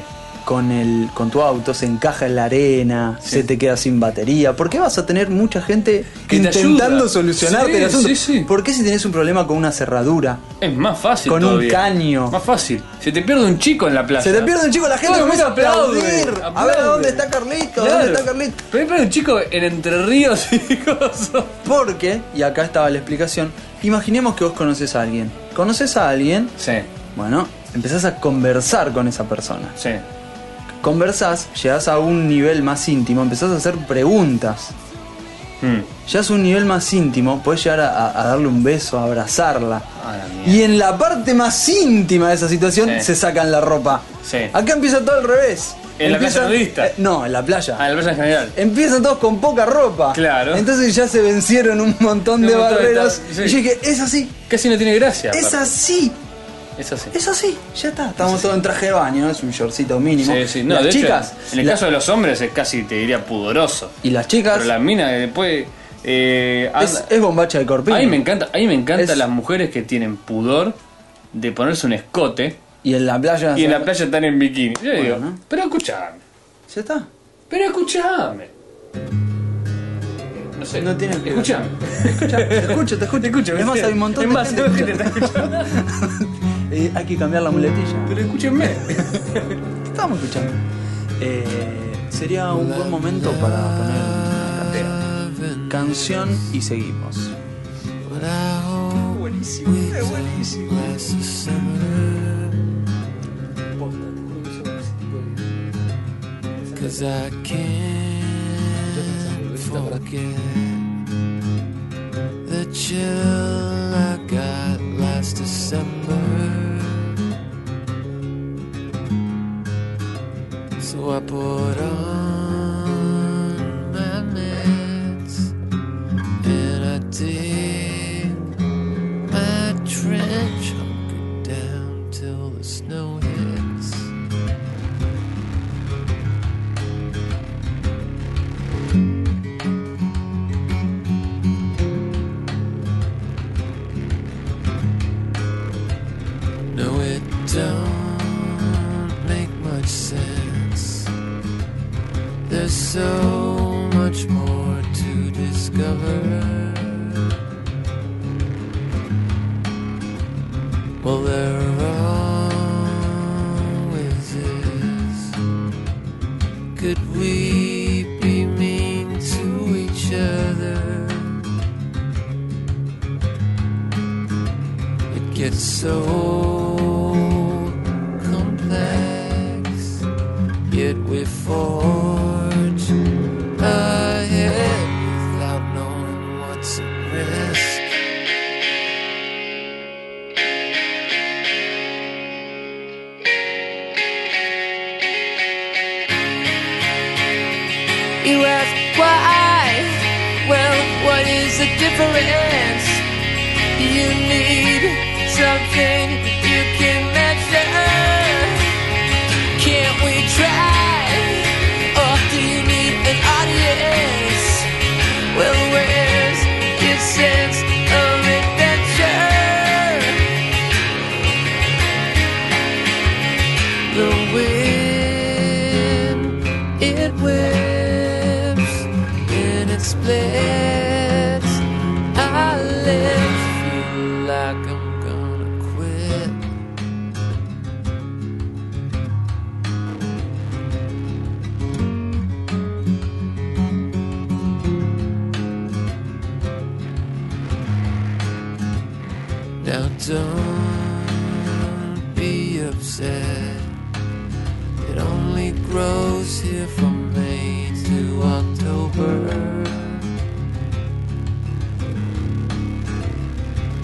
con, el, con tu auto, se encaja en la arena,
Sí.
se te queda sin batería? ¿Por qué vas a tener mucha gente
Que te
intentando
ayuda.
solucionarte
Sí,
el asunto?
sí, sí.
¿Por qué si tenés un problema con una cerradura?
Es más fácil.
Con un
todavía.
caño.
Más fácil. Se te pierde un chico en la plaza.
Se te pierde el chico, la gente
Todo el
comienza a
mundo aplaude,
aplaudir. A ver,
aplaude.
¿dónde está Carlito?
Claro.
¿Dónde está Carlito?
Pero hay un chico en Entre Ríos y cosas.
Porque, y acá estaba la explicación, imaginemos que vos conoces a alguien. Conoces a alguien,
Sí,
bueno, empezás a conversar con esa persona.
sí.
Conversás, llegás a un nivel más íntimo, empezás a hacer preguntas.
Mm.
Llegás a un nivel más íntimo, podés llegar a, a- a darle un beso, a abrazarla.
A Ah, la mierda.
Y en la parte más íntima de esa situación
Sí.
se sacan la ropa.
Sí.
Acá empieza todo al revés.
En la playa
Empiezan-
nudista.
eh, no, en la playa.
Ah, en la plaza en general.
Empiezan todos con poca ropa.
Claro.
Entonces ya se vencieron un montón
Un
de
montón de
barreras.
tab- sí.
Y yo dije, es así,
Casi no tiene gracia.
es
aparte.
así,
Es así.
es así, ya está. Estamos todos en traje de baño, es un shortcito mínimo.
Sí, sí. No,
las
de hecho,
chicas.
en el
la-
caso de los hombres es casi, te diría, pudoroso.
Y las chicas.
Pero la mina que después. Eh, anda-
es, es bombacha de corpín.
a mí me encanta, a mí me encanta
Es-
las mujeres que tienen pudor de ponerse un escote
Y en la playa.
y en la playa están en bikini. Yo digo,
Ah, ¿no?
pero escuchame,
Ya está.
pero escuchame. No sé.
No tiene-
Escuchame.
Ya, Te escucho, te escucho.
Te escucho,
Es más, hay un montón
Es
de
más,
gente
hay
que
gente que te está escuchando.
escucha. Eh, hay que cambiar la muletilla.
Pero escúchenme.
Te Estamos escuchando. Eh, sería un buen momento para poner la cartera. canción y seguimos. Buenísimo, es buenísimo.
Cause I can't forget the chill I got last December. So I put on my mitts and I dig my trench hunkered down till the snow hits. No, it don't make much sense. There's so much more to discover. Well, there always is. Could we be mean to each other? It gets so complex, yet we forge ahead without knowing what's at risk. You ask why? Well, what is the difference? You need something you can measure. Can't we try? Or do you need an audience? Well, where's your sense of adventure? The wind, it whips and it splits. I live, feel like I'm gonna quit. Now don't be upset. It only grows here from May to October.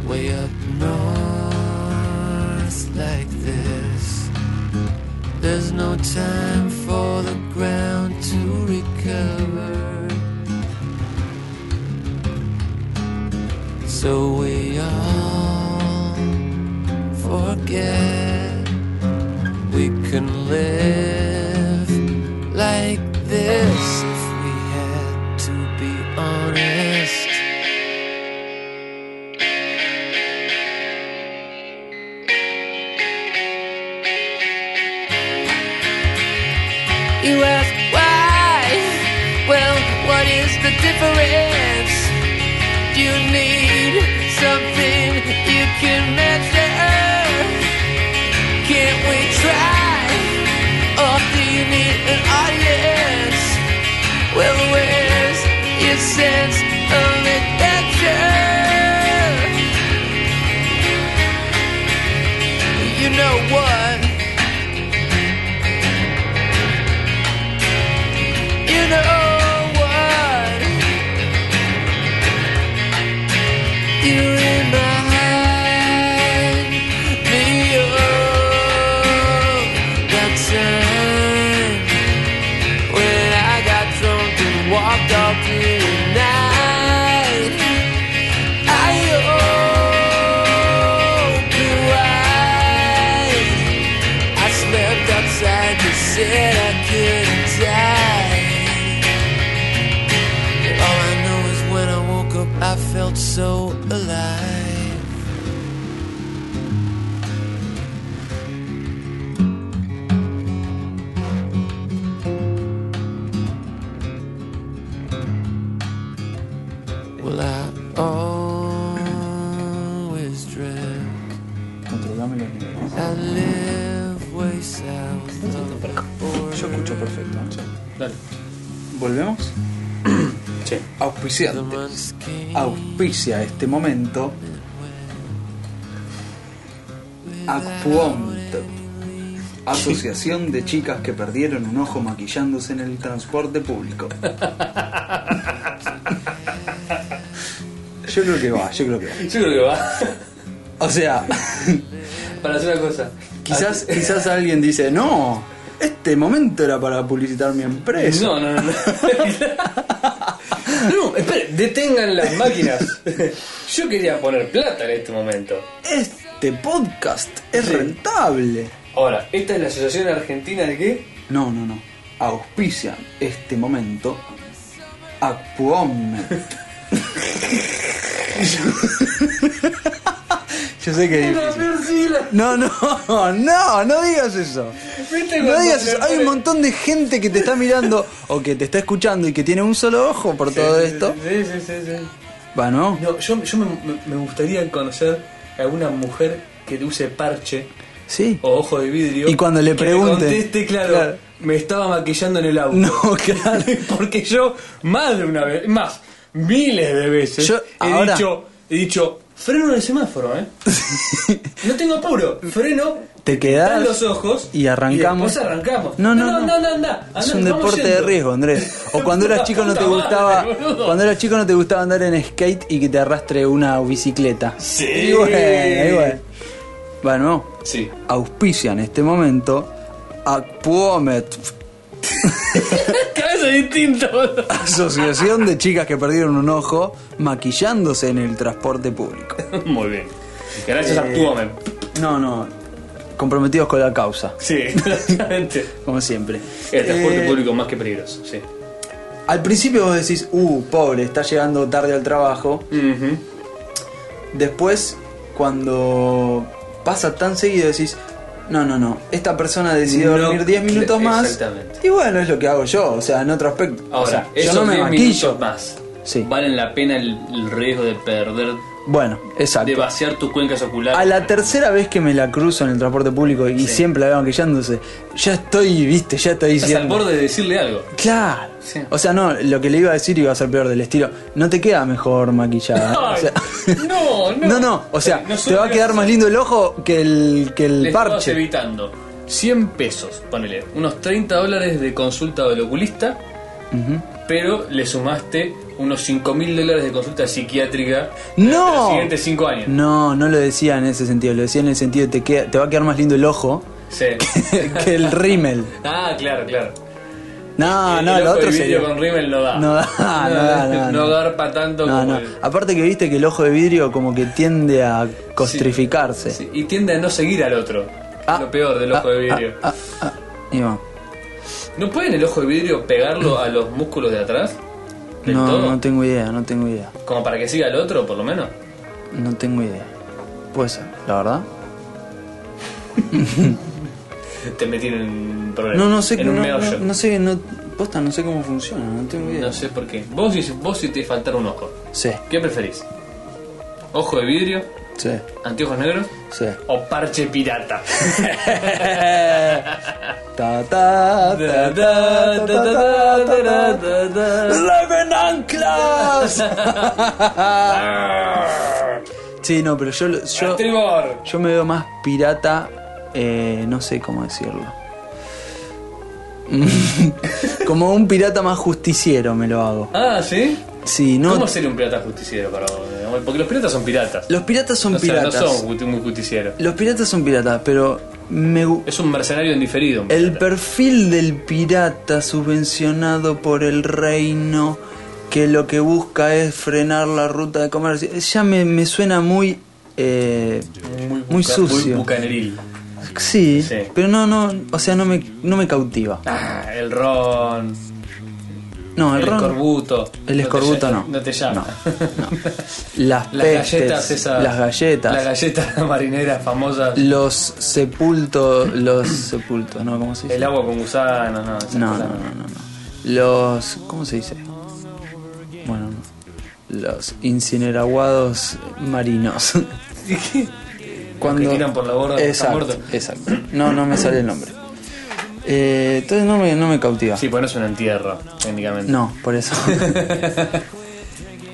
way up north like this. There's no time for the ground to recover. So we all forget can live like this if we had to be honest. You ask why? Well, what is the difference? You need something you can measure. Can't we try? Or do you need an audience? Well, where's your sense of adventure? You know what? You know what? You're in behind me oh, all the time. When I got drunk and walked off through the night, I oh, opened wide. I slept outside. You said I couldn't die. All I know is when I woke up, I felt so alive. Well, I always dreamt
Controlame los niveles.
I live way south of the border.
Yo escucho perfecto. ¿eh?
Dale.
¿Volvemos?
Sí.
The
Auspiciante.
months came
Auspicia este momento. Actuont. Asociación de chicas que perdieron un ojo maquillándose en el transporte público. Yo creo que va, yo creo que va.
Yo creo que va.
O sea,
Para hacer una cosa.
quizás, quizás alguien dice, no, este momento era para publicitar mi empresa.
No, no, no. No, no espere, detengan las máquinas. Yo quería poner plata en este momento.
Este podcast es
Sí.
rentable.
Ahora, ¿esta es la Asociación Argentina de qué?
No, no, no. Auspicia este momento Actuom. Yo sé que es difícil.
persila!
No, no, no, no digas eso.
¿Viste
No
cuando
digas
le
eso. Hay un
pone-
montón de gente que te está mirando o que te está escuchando y que tiene un solo ojo por
Sí,
todo
sí,
esto.
Sí, sí, sí. sí.
Bueno,
No, yo, yo me, me- me gustaría conocer alguna mujer que use parche
sí.
o ojo de vidrio.
Y cuando le
que me
pregunten.
conteste, claro,
Claro.
me estaba maquillando en el auto.
No, claro.
Porque yo, más de una vez, más, miles de veces,
Yo,
he,
ahora-
dicho, he dicho, freno en el semáforo, ¿eh? No tengo apuro, freno.
Te quedás
dan los ojos
y arrancamos.
después arrancamos.
No, no, no.
anda, anda, anda,
Es
anda,
un
vamos
deporte de
yendo.
riesgo, Andrés. O cuando eras
La
chico no te
puta
gustaba,
madre, boludo.
cuando eras chico no te gustaba andar en skate y que te arrastre una bicicleta.
Sí.
Y bueno, y bueno. Bueno,
Sí.
auspicia en este momento Aquomet,
Cabeza distinto.
asociación de chicas que perdieron un ojo maquillándose en el transporte público.
Muy bien. Gracias a
Eh,
tu hombre.
No, no. Comprometidos con la causa,
Sí, exactamente.
como siempre.
El transporte
Eh,
público más que peligroso, sí.
Al principio vos decís, uh, pobre, está llegando tarde al trabajo.
Ujú.
Después, cuando pasa tan seguido, decís, no, no, no, esta persona decidió
No,
dormir 10 minutos más.
exactamente.
Y bueno, es lo que hago yo, o sea, en otro aspecto. O
Ahora,
sea,
esos
yo no me
10
maquillo.
minutos más
Sí.
valen la pena el, el riesgo de perder,
Bueno, exacto.
de vaciar tus cuencas oculares.
A la tercera vez que me la cruzo en el transporte público y
Sí.
siempre la veo maquillándose, ya estoy, viste, ya estoy
Estás al
diciendo.
borde de decirle algo.
Claro.
Sí.
O sea, no, lo que le iba a decir iba a ser peor del estilo. No te queda mejor maquillada. o sea-
Ay, no, no.
No, no, o sea,
Eh, nosotros
te va a quedar más lindo el ojo que el, que
le
el
estabas
parche.
evitando 100 pesos, ponele, unos 30 dólares de consulta del oculista,
Ujú.
pero le sumaste unos 5 mil dólares de consulta psiquiátrica en los
¡No!
siguientes 5 años.
No, no lo decía en ese sentido, lo decía en el sentido de te, queda- te va a quedar más lindo el ojo
Sí.
que el rímel.
ah, claro, claro. Eh, El
No, Ah, no,
ojo
lo
de
otro
vidrio
sería.
con rímel no da.
No da, no da, no da, no.
garpa tanto
No,
como
no.
el-
Aparte que viste que el ojo de vidrio como que tiende a costrificarse.
Sí, y tiende a no seguir al otro. que es
Ah,
lo peor del
ah,
ojo de vidrio.
ah, ah, ah, Y va.
¿No pueden el ojo de vidrio pegarlo a los músculos de atrás? ¿Del
No,
todo?
no tengo idea, no tengo idea.
Como para que siga el otro, por lo menos.
No tengo idea. Puede ser, la verdad.
Te metí en un problema.
No, no sé,
En
no,
un
no,
meollo.
no sé, no, posta, no sé cómo funciona, no tengo idea.
No sé por qué. Vos si, vos si te faltara un ojo,
Sí,
¿qué preferís? ¿Ojo de vidrio?
sí,
¿Anteojos negros?
sí.
¿O parche pirata?
Ta, ta, ta, ta, ta, ta, ta, ta, ta, ta. ¡Eleven Anclas! Sí, no, pero yo, yo,
¡Tribor!
yo me veo más pirata, eh, no sé cómo decirlo. Como un pirata más justiciero me lo hago.
Ah, ¿sí?
Sí, no.
¿Cómo sería un pirata justiciero para vos? Amor? Porque los piratas son piratas.
Los piratas son
o sea,
piratas.
no son ju- muy justicieros.
Los piratas son piratas, pero me gu-
Es un mercenario indiferido. un
el
pirata.
perfil del pirata subvencionado por el reino que lo que busca es frenar la ruta de comercio. Ya me, me suena muy eh, muy,
Muy
sucio.
bucaneril.
sí,
Sí.
pero no no, o sea, no me no me cautiva.
Ah, el ron.
No, el, ron-
escorbuto.
El
No te
escorbuto
ll-
no.
No te llama.
no. Las,
Las
pestes,
galletas esas.
las galletas.
Las galletas marineras famosas.
los sepultos, los sepultos, ¿no? ¿Cómo se dice?
El agua con gusanos, no. esas
No, no,
cosas
no, no, no. Los. ¿Cómo se dice? Bueno, no. Los incineraguados marinos.
¿Y qué? que tiran por la borda cuando están
exacto,
muertos.
exacto. No, no me sale el nombre. Eh, entonces no me, no me cautiva.
Sí, pues no es un entierro, técnicamente.
No, por eso.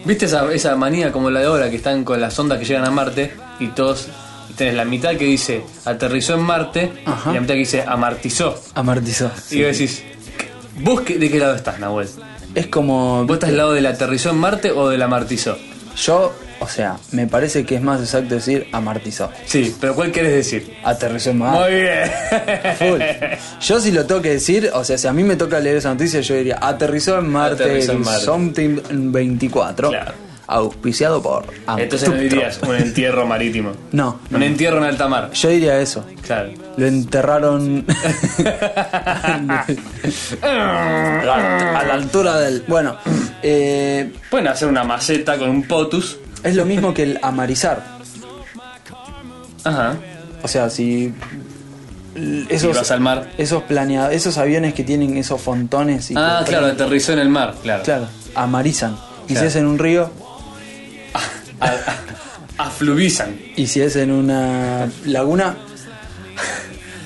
¿Viste esa, esa manía como la de ahora que están con las ondas que llegan a Marte y todos y tenés la mitad que dice aterrizó en Marte
Ajá.
y la mitad que dice amartizó?
Amartizó.
Y vos decís, ¿vos qué- de qué lado estás, Nahuel?
Es como.
¿Vos estás del lado del aterrizó en Marte o del amartizó?
Yo, o sea, me parece que es más exacto decir amartizó.
Sí, pero ¿cuál querés decir?
Aterrizó más.
Muy bien.
Ah. Full. Yo si lo tengo que decir, o sea, si a mí me toca leer esa noticia, yo diría, aterrizó en Marte,
Aterrizó en
el
Marte.
Something 24,
Claro.
auspiciado por...
Entonces no
Amstutro.
dirías un entierro marítimo.
No, no,
Un entierro en alta mar.
Yo diría eso.
Claro.
Lo enterraron a la- a la altura del... Bueno, eh,
Pueden hacer una maceta con un potus.
es lo mismo que el amarizar.
Ajá.
O sea, si...
Y vas
Esos,
al mar.
esos planeados, esos aviones que tienen esos fontones y que
Ah, claro,
prenden-
aterrizó en el mar, claro.
claro, amarizan. Y si
Claro.
es en un río,
Afluvizan,
Y si es en una laguna.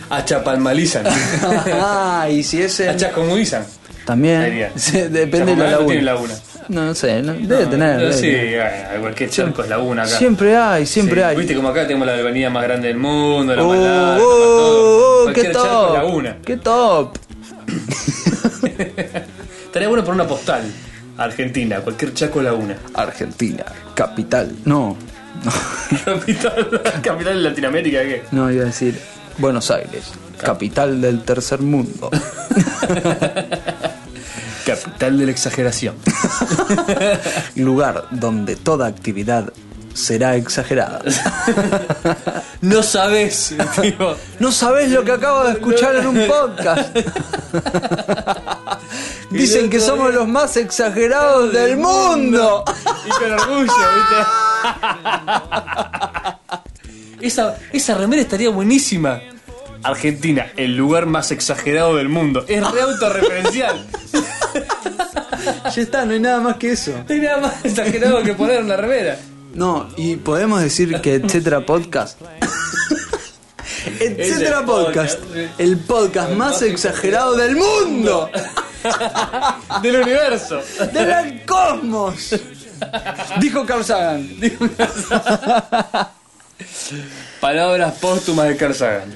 achapalmalizan,
Ah, y si es en.
achacomudizan.
También.
Diría.
Sí, depende de la
Chaco Mudizan no tiene
laguna.
laguna.
No, no sé, no- debe
No,
tener.
no,
debe
sí,
tener.
bueno, cualquier charco es laguna acá.
Siempre hay, siempre
Sí,
hay.
Viste como acá tenemos la avenida más grande del mundo, la
Oh,
más larga,
oh,
más todo.
oh, qué
Cualquier charco es laguna.
top. Qué top.
Estaría bueno por una postal. Argentina, cualquier chaco es laguna.
Argentina, capital. No. no.
Capital, capital de Latinoamérica, ¿qué?
No, iba a decir Buenos Aires, capital del tercer mundo.
Capital de la exageración.
Lugar donde toda actividad será exagerada.
No sabes, tío.
No sabés lo que acabo de escuchar en un podcast. Dicen que somos los más exagerados del mundo.
Y con orgullo, ¿viste? Esa, esa remera estaría buenísima. Argentina, el lugar más exagerado del mundo. Es re autorreferencial.
Ya está, no hay nada más que eso.
No hay nada más exagerado que poner una remera.
No, y podemos decir que etcétera podcast. etcétera podcast. El podcast más exagerado del mundo.
Del universo.
Del cosmos. Dijo Carl Sagan.
Palabras póstumas de Carl Sagan.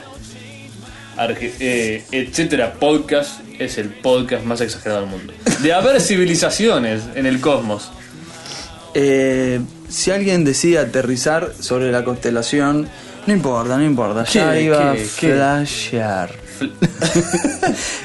Arge- eh, etcétera podcast es el podcast más exagerado del mundo. De haber civilizaciones en el cosmos.
Eh, si alguien decide aterrizar sobre la constelación, no importa, no importa. Ya
¿Qué?
iba
¿Qué?
a
¿Qué?
flashear.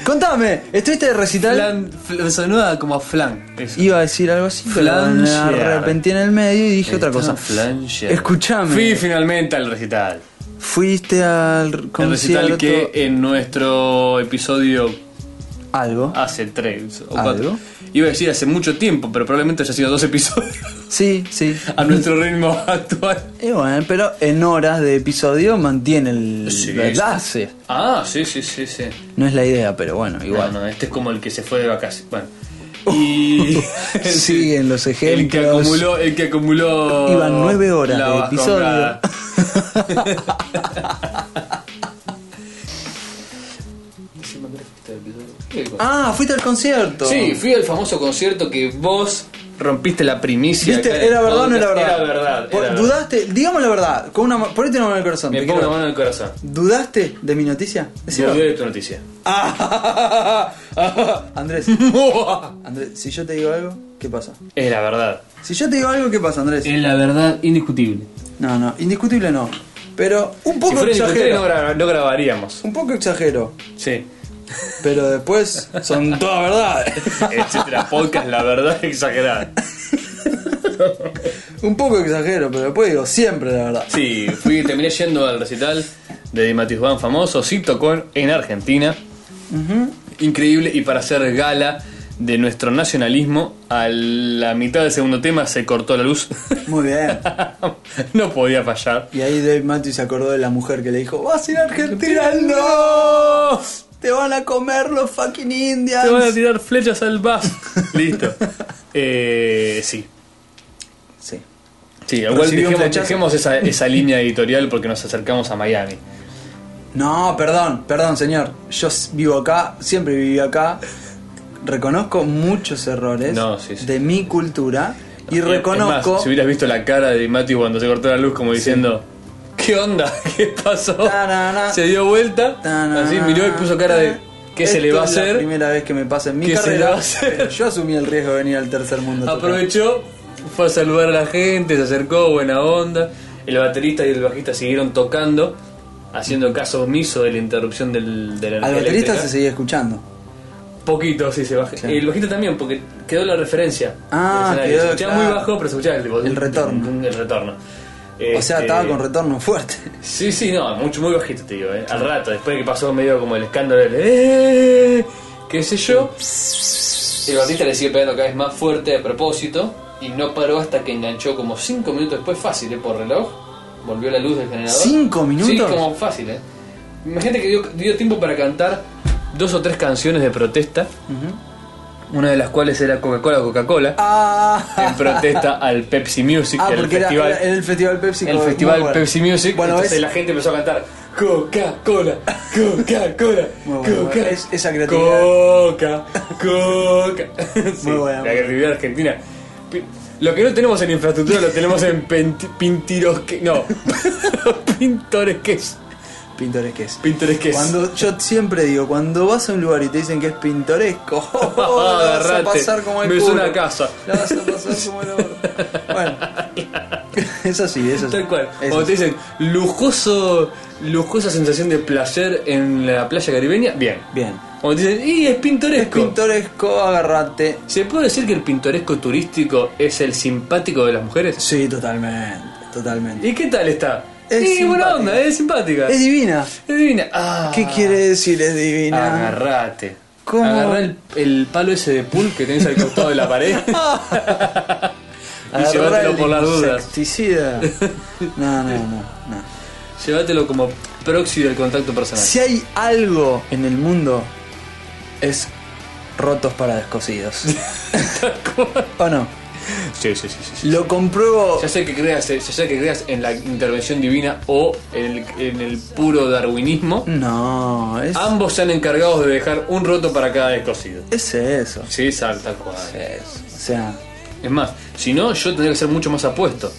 Contame, ¿estuviste de recital?
Flan, fl- sonaba como a flan. eso.
Iba a decir algo así, pero me
Flashear.
arrepentí en el medio y dije otra
Está
cosa.
flasheando.
Escuchame.
Fui finalmente al recital.
Fuiste al
El
concierto.
recital que en nuestro episodio
Algo.
hace tres o
¿Algo?
cuatro. Iba a decir hace mucho tiempo, pero probablemente haya sido dos episodios
Sí, sí.
a nuestro ritmo actual.
Y bueno, pero en horas de episodio mantiene el
Sí.
el enlace.
Ah, sí, sí, sí, sí.
No es la idea, pero bueno, igual.
No, no, este es como el que se fue de vacaciones. Bueno. Y
Siguen los
el que
ejemplos.
acumuló, el que acumuló
Iban nueve horas
la
de
vascongada.
Ah, fuiste al concierto.
Sí, fui al famoso concierto que vos rompiste la primicia. acá en
¿Viste?
el
¿Era verdad o no era
podcast.
verdad?
Era verdad.
Por-
era verdad.
¿Dudaste? Digamos la verdad. Con una, ma- ponete una mano en el corazón.
Me
te
pongo
quiero-
la mano en el corazón.
¿Dudaste de mi noticia? Decilo.
Volví de tu noticia.
Ah, Andrés, Andrés, si yo te digo algo, ¿qué pasa?
Es la verdad.
Si yo te digo algo, ¿qué pasa, Andrés?
Es la verdad indiscutible.
No, no, indiscutible no. Pero un
Si
poco
fuera indiscutible no,
exagero.
gra- no grabaríamos.
Un poco exagero.
Sí.
Pero después son todas verdades.
Etcétera, podcast, la verdad exagerada.
Un poco exagero, pero después digo siempre la verdad.
Sí, fui, terminé yendo al recital de Di Matiz Van famoso, sí tocó en Argentina. Increíble, y para hacer gala de nuestro nacionalismo, a la mitad del segundo tema se cortó la luz.
Muy bien.
no podía fallar.
Y ahí Dave Matthews se acordó de la mujer que le dijo, vas a ir a Argentina, no.
¡No!
Te van a comer los fucking indians.
Te van a tirar flechas al bus. Listo. Eh, sí.
Sí.
Sí, igual
Recibió un
dejemos,
flechazo.
dejemos esa, esa línea editorial porque nos acercamos a Miami.
No, perdón, perdón, señor. Yo s- vivo acá, siempre viví acá. Reconozco muchos errores
No, sí, sí.
de mi cultura y
Es más,
reconozco.
si hubieras visto la cara de Matthew cuando se cortó la luz, como diciendo: ¿Qué onda? ¿Qué pasó?
Ta, na, na.
Se dio vuelta,
Ta, na,
así
na,
miró y
na,
puso cara de: ¿Qué se
Esto
le va a
es la
hacer?
primera vez que me pasa en mi
¿Qué se le
carrera.
va a hacer?
pero Yo asumí el riesgo de venir al tercer mundo. a tocar.
Aprovechó, fue a saludar a la gente, se acercó, buena onda. El baterista y el bajista siguieron tocando, haciendo caso omiso de la interrupción del, de la
Al
energía
baterista
eléctrica.
se seguía escuchando.
Poquito, sí, se baja. El bajito también, porque quedó la referencia.
Ah,
del escenario.
quedó,
se escuchaba
claro.
muy bajo, pero se escuchaba el,
El retorno.
El retorno.
O sea,
Este,
estaba con retorno fuerte.
Sí, sí, no, mucho, muy bajito, te digo, eh. Al rato, después de que pasó medio como el escándalo del. "Eh", ¿Qué sé yo? El batista le sigue pegando cada vez más fuerte a propósito y no paró hasta que enganchó como 5 minutos después, fácil, eh, por reloj. Volvió la luz del generador.
¿Cinco minutos?
Sí, como fácil, eh. Imagínate que dio, dio tiempo para cantar dos o tres canciones de protesta, una de las cuales era Coca-Cola, Coca-Cola,
Ah,
en protesta al Pepsi Music,
ah
el
porque era,
festival
era- era el festival Pepsi.
el
muy
festival
bueno.
Pepsi Music.
Bueno,
entonces
ves,
la gente empezó a cantar Coca-Cola, Coca-Cola,
Muy bueno,
Coca.
es- esa creatividad.
Coca, Coca. Sí,
Muy bueno.
La creatividad argentina. Pi- Lo que no tenemos en infraestructura lo tenemos en penti- pintiros que no. Pintores que es.
pintoresques.
Pintores que es.
Cuando yo siempre digo, cuando vas a un lugar y te dicen que es pintoresco, la vas a
Agarrate.
pasar como el
Me
culo.
suena a casa.
La vas a pasar como el orto. Bueno, eso sí, eso sí.
Tal cual.
Eso
Cuando te
sí.
dicen lujoso, lujosa sensación de placer en la playa caribeña, bien.
Bien.
Cuando te dicen, y es
Es
pintoresco.
pintoresco, agarrate.
¿Se puede decir que el pintoresco turístico es el simpático de las mujeres?
Sí, totalmente, totalmente.
¿Y qué tal está?
Es
sí, buena
simpática.
onda, es simpática.
Es divina.
Es divina. Ah,
¿Qué quiere decir es divina?
Agarrate.
¿Cómo?
Agarrá el, el palo ese de pool que tenés al costado de la pared. y
Agarrá
llévatelo
el
por las dudas.
insecticida. No, no, no, no.
Llévatelo como proxy del contacto personal.
Si hay algo en el mundo, es rotos para descosidos. ¿O no?
Sí, sí, sí, sí, sí.
Lo compruebo.
Ya sé que creas, eh, ya sé que creas en la intervención divina o en el, en el puro darwinismo.
No, es,
Ambos se han encargado de dejar un roto para cada descosido.
es eso.
Sí, salta cual.
Es- o sea,
Es más, si no, yo tendría que ser mucho más apuesto.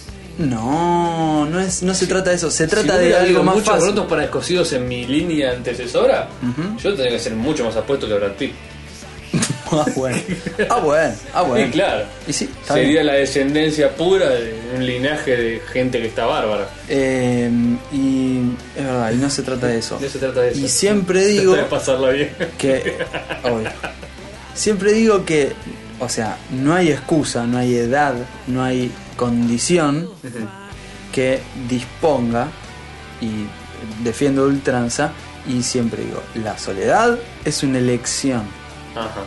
no, no, es, no se trata de eso. Se trata
si
de
hubiera
algo
habido
más
muchos
fácil.
rotos para descosidos en mi línea antecesora, yo tendría que ser mucho más apuesto que Brad Pitt.
Ah, bueno. Ah, bueno. Ah, bueno.
Sí, claro.
Y sí, está bien.
Sería la descendencia pura de un linaje de gente que está bárbara.
Eh, y es verdad, y no se trata de eso.
No se trata de eso.
Y siempre digo
Para pasarla bien.
que. obvio. Siempre digo que, o sea, no hay excusa, no hay edad, no hay condición que disponga y defiendo de ultranza y siempre digo, la soledad es una elección.
Ajá.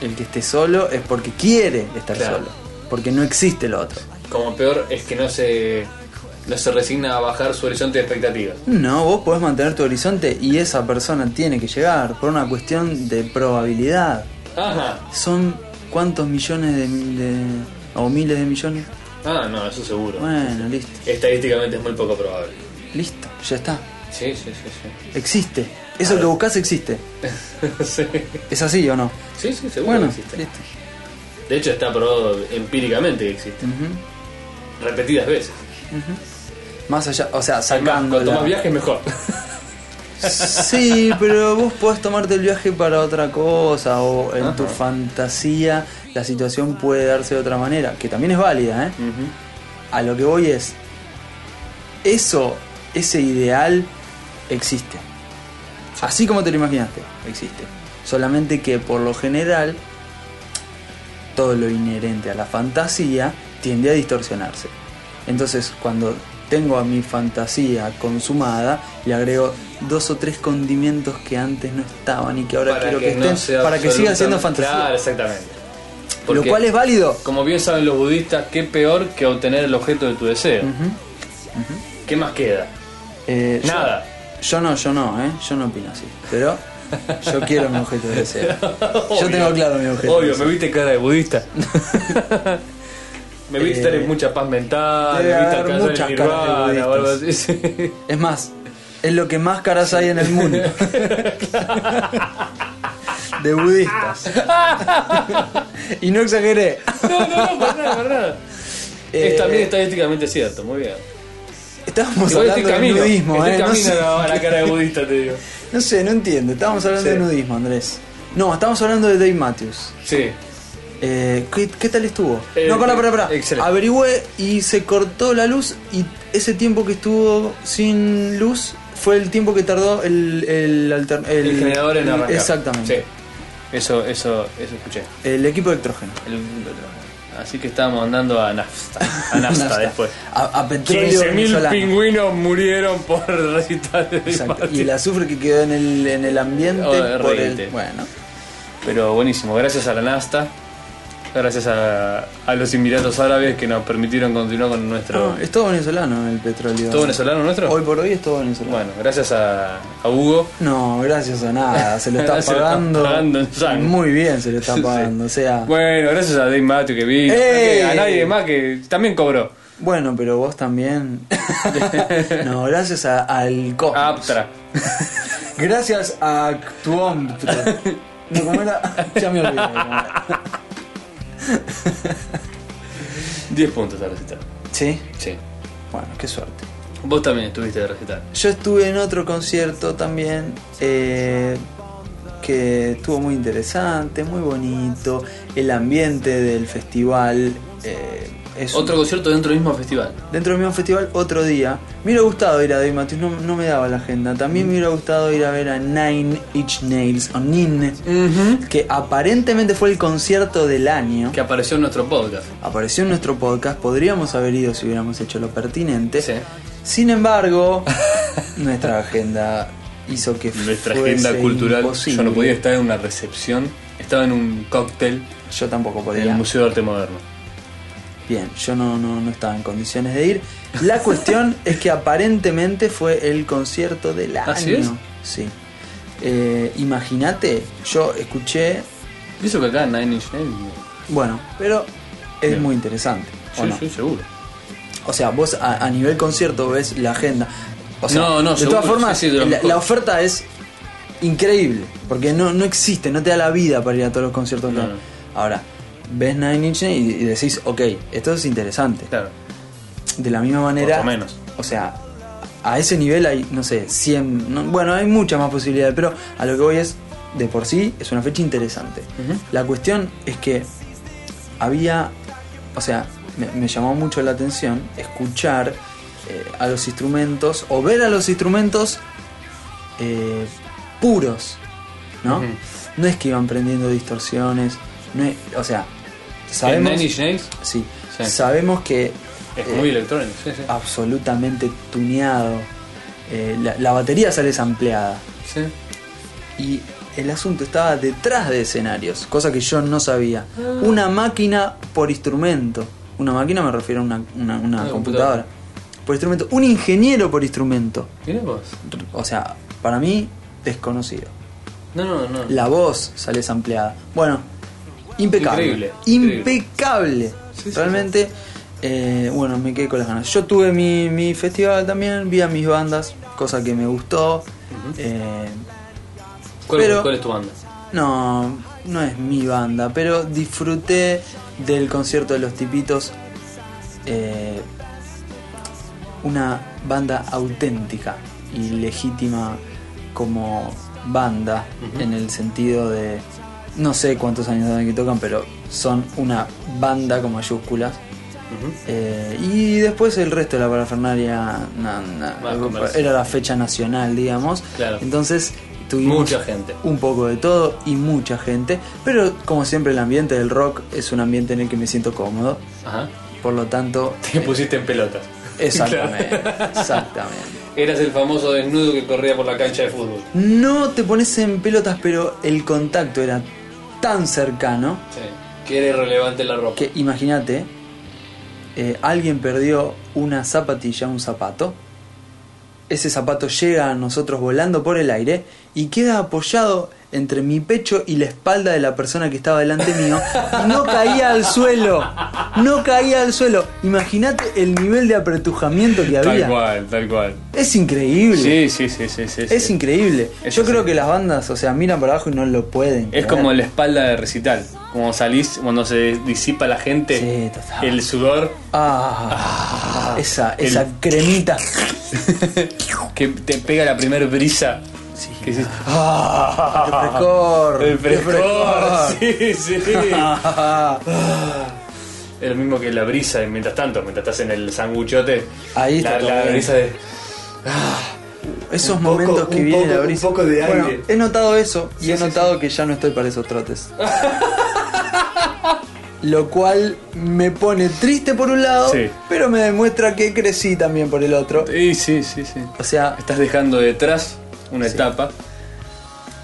El que esté solo es porque quiere estar
Claro.
solo, porque no existe lo otro.
Como peor es que no se, no se resigna a bajar su horizonte de expectativas.
No, vos podés mantener tu horizonte y esa persona tiene que llegar por una cuestión de probabilidad.
Ajá.
Son cuántos millones de, de- o miles de millones.
Ah, no, eso seguro.
Bueno, listo,
Estadísticamente es muy poco probable.
listo, ya está.
Sí, sí, sí,
Existe. Eso que buscas existe.
sí. sí.
¿Es así o no?
Sí, sí, seguro
Bueno,
que existe.
listo.
De hecho está probado empíricamente que existe.
Ujú,
Repetidas veces.
Más allá, o sea,
Además,
sacando.
cuanto más viajes mejor.
Sí, pero vos podés tomarte el viaje para otra cosa o en tu fantasía la situación puede darse de otra manera, que también es válida, ¿eh? A lo que voy es, eso, ese ideal existe. Así como te lo imaginaste, existe. Solamente que por lo general, todo lo inherente a la fantasía tiende a distorsionarse. Entonces, cuando tengo a mi fantasía consumada, le agrego dos o tres condimentos que antes no estaban y que ahora quiero que,
no
estén
sea
para que siga siendo
absolutamente-
fantasía.
Claro, exactamente.
lo
Porque,
cual es válido.
Como bien saben los budistas, qué peor que obtener el objeto de tu deseo. ¿Qué más queda?
Eh, yo-
Nada.
Yo no, yo no, ¿eh? Yo no opino así. Pero yo quiero mi objeto de deseo. Yo tengo claro mi objeto. de
Obvio, me
deseo.
viste cara de budista. me viste
Eh,
estar en mucha paz mental,
debe
me viste
haber
alcanzar el
muchas
nirvana
caras de
o algo así. sí.
Es más, es lo que más caras hay en el mundo. de budistas. y no exageré.
No, no, no, para nada, para nada.
Eh,
es también estadísticamente cierto, muy bien.
Estábamos
Igual estoy
hablando
camino,
de nudismo,
estoy
¿eh?
camino
no, sé,
a la cara de budista, te digo.
no sé, no entiendo. Estábamos hablando
Sí.
de nudismo, Andrés. No, estábamos hablando de Dave Matthews.
Sí.
Eh, ¿qué, qué tal estuvo?
Eh,
no, pará, pará, pará.
excelente.
Averigüé y se cortó la luz y ese tiempo que estuvo sin luz fue el tiempo que tardó el, el, alter-
El, generador en arrancar.
Exactamente.
Sí. Eso, eso, eso escuché.
El equipo de electrógeno.
El- así que estábamos andando a nafta. A nafta después.
A, a petróleo
15.000
venezolano.
pingüinos murieron por recitales de
Exacto.
Martin.
Y el azufre que quedó en el, en el ambiente
Oh,
por
reíte.
el- Bueno.
Pero buenísimo, gracias a la Nasta, gracias a, a los Emiratos Árabes que nos permitieron continuar con nuestro...
No, Oh, es todo venezolano el petróleo.
¿Todo venezolano nuestro?
Ah. Hoy por hoy es todo venezolano.
Bueno, gracias a, a Hugo.
No, gracias a nada, se lo está
Se lo está
pagando.
pagando en sangre.
Muy bien se lo está pagando, o sea.
Bueno, gracias a Dave Matthew que vino.
¡Ey!
A nadie más que también cobró.
Bueno, pero vos también. no, gracias a- al cosmos.
A Aptra.
Gracias a Actuomptro. No, ¿cómo era? ya me olvidé. cómo era.
10 puntos de recital.
Sí,
Sí.
bueno, qué suerte.
Vos también estuviste de recital.
Yo estuve en otro concierto también eh, que estuvo muy interesante, muy bonito. El ambiente del festival eh, es un-
Otro concierto dentro del mismo festival.
dentro del mismo festival otro día. Me hubiera gustado ir a Dave Matthews, no, no me daba la agenda. También me hubiera gustado ir a ver a Nine Inch Nails o Nine, que aparentemente fue el concierto del año.
Que apareció en nuestro podcast.
Apareció en nuestro podcast, podríamos haber ido si hubiéramos hecho lo pertinente.
Sí.
Sin embargo, nuestra agenda hizo que
Nuestra
fuese
agenda cultural. Yo
imposible.
no podía estar en una recepción. Estaba en un cóctel
Yo tampoco
en el
podía.
Museo de Arte Moderno.
Bien, yo no, no, no estaba en condiciones de ir. La cuestión es que aparentemente fue el concierto del año.
¿Así ¿Ah, es?
Sí. Eh, Imagínate, yo escuché.
Y eso que acá Nine Inch Nails.
Bueno, pero es
Bien.
muy interesante. ¿o
Sí,
no?
sí, seguro.
O sea, vos a, a nivel concierto ves la agenda. O sea,
No, no,
de
seguro,
todas formas,
sí, sí, de lo
la,
mejor.
la oferta es increíble. Porque no, no existe, no te da la vida para ir a todos los conciertos.
No,
que- Ahora, ves Nine Inch Nails y, y decís, ok, esto es interesante.
Claro.
De la misma manera.
Por lo menos.
O sea, a ese nivel hay, no sé, 100. no- bueno, hay muchas más posibilidades, pero a lo que voy es, de por sí, es una fecha interesante.
Ujú.
La cuestión es que había. O sea, me, me llamó mucho la atención escuchar eh, a los instrumentos o ver a los instrumentos eh, puros, ¿no?
Ujú.
No es que iban prendiendo distorsiones, no es- o sea,
¿En
sabemos.
Nine Inch Nails?
Sí,
Sí.
sabemos que
Es
eh, Ah.
muy electrónico, sí, sí.
absolutamente tuneado. eh, la, la batería sale sampleada.
Sí.
Y el asunto estaba detrás de escenarios, cosa que yo no sabía. Una máquina por instrumento. Una máquina me refiero a una, una- una
Una computadora.
computadora. Por instrumento. Un ingeniero por instrumento.
Mirá vos.
O sea, para mí, desconocido.
No, no, no.
La voz sale ampliada. Bueno, impecable.
Increíble, increíble.
Impecable.
Sí, sí,
Realmente, eh, bueno, me quedé con las ganas. Yo tuve mi, mi festival también, vi a mis bandas, cosa que me gustó. Eh,
¿Cuál,
pero-
cuál es tu banda?
no, no es mi banda, pero disfruté del concierto de los tipitos. eh, una banda auténtica y legítima como banda, en el sentido de. No sé cuántos años saben que tocan, pero son una banda con mayúsculas. Eh, y después el resto de la parafernalia na- na-
Más comercial.
era la fecha nacional, digamos.
Claro.
Entonces tuvimos
Mucha gente.
un poco de todo y mucha gente, pero como siempre el ambiente del rock es un ambiente en el que me siento cómodo,
Ajá.
por lo tanto,
Te pusiste en pelotas.
exactamente,
Claro.
exactamente.
Eras el famoso desnudo que corría por la cancha de fútbol.
No te pones en pelotas, pero el contacto era tan cercano
Sí. Que era irrelevante la ropa.
que imagínate, eh, alguien perdió una zapatilla, un zapato, ese zapato llega a nosotros volando por el aire y queda apoyado entre mi pecho y la espalda de la persona que estaba delante mío y no caía al suelo, no caía al suelo. Imagínate el nivel de apretujamiento que había.
cual, tal cual.
Es increíble.
sí, sí, sí, sí.
Es
sí.
increíble.
Eso
Yo creo
sí.
que las bandas, o sea, miran para abajo y no lo pueden.
Es
creer.
como la espalda de recital. Como salís, cuando se disipa la gente,
Sí, total.
el sudor
Ah, esa,
el-
esa cremita.
que te pega la primer brisa.
Sí. Ah,
Que
El
dices,
frescor.
el frescor.
frescor.
Sí, sí. Es lo mismo que la brisa, y mientras tanto, mientras estás en el sanguchote,
Ahí está
la,
todo
la
bien.
brisa de.
Esos
Un poco-
momentos que
un
viene
poco-
la brisa.
un poco de
Bueno,
aire.
he notado eso y
Sí,
he
sí,
notado que ya no estoy para esos trotes. Lo cual me pone triste por un lado,
Sí.
pero me demuestra que crecí también por el otro.
Sí, sí, sí, sí.
O sea,
Estás dejando detrás una etapa.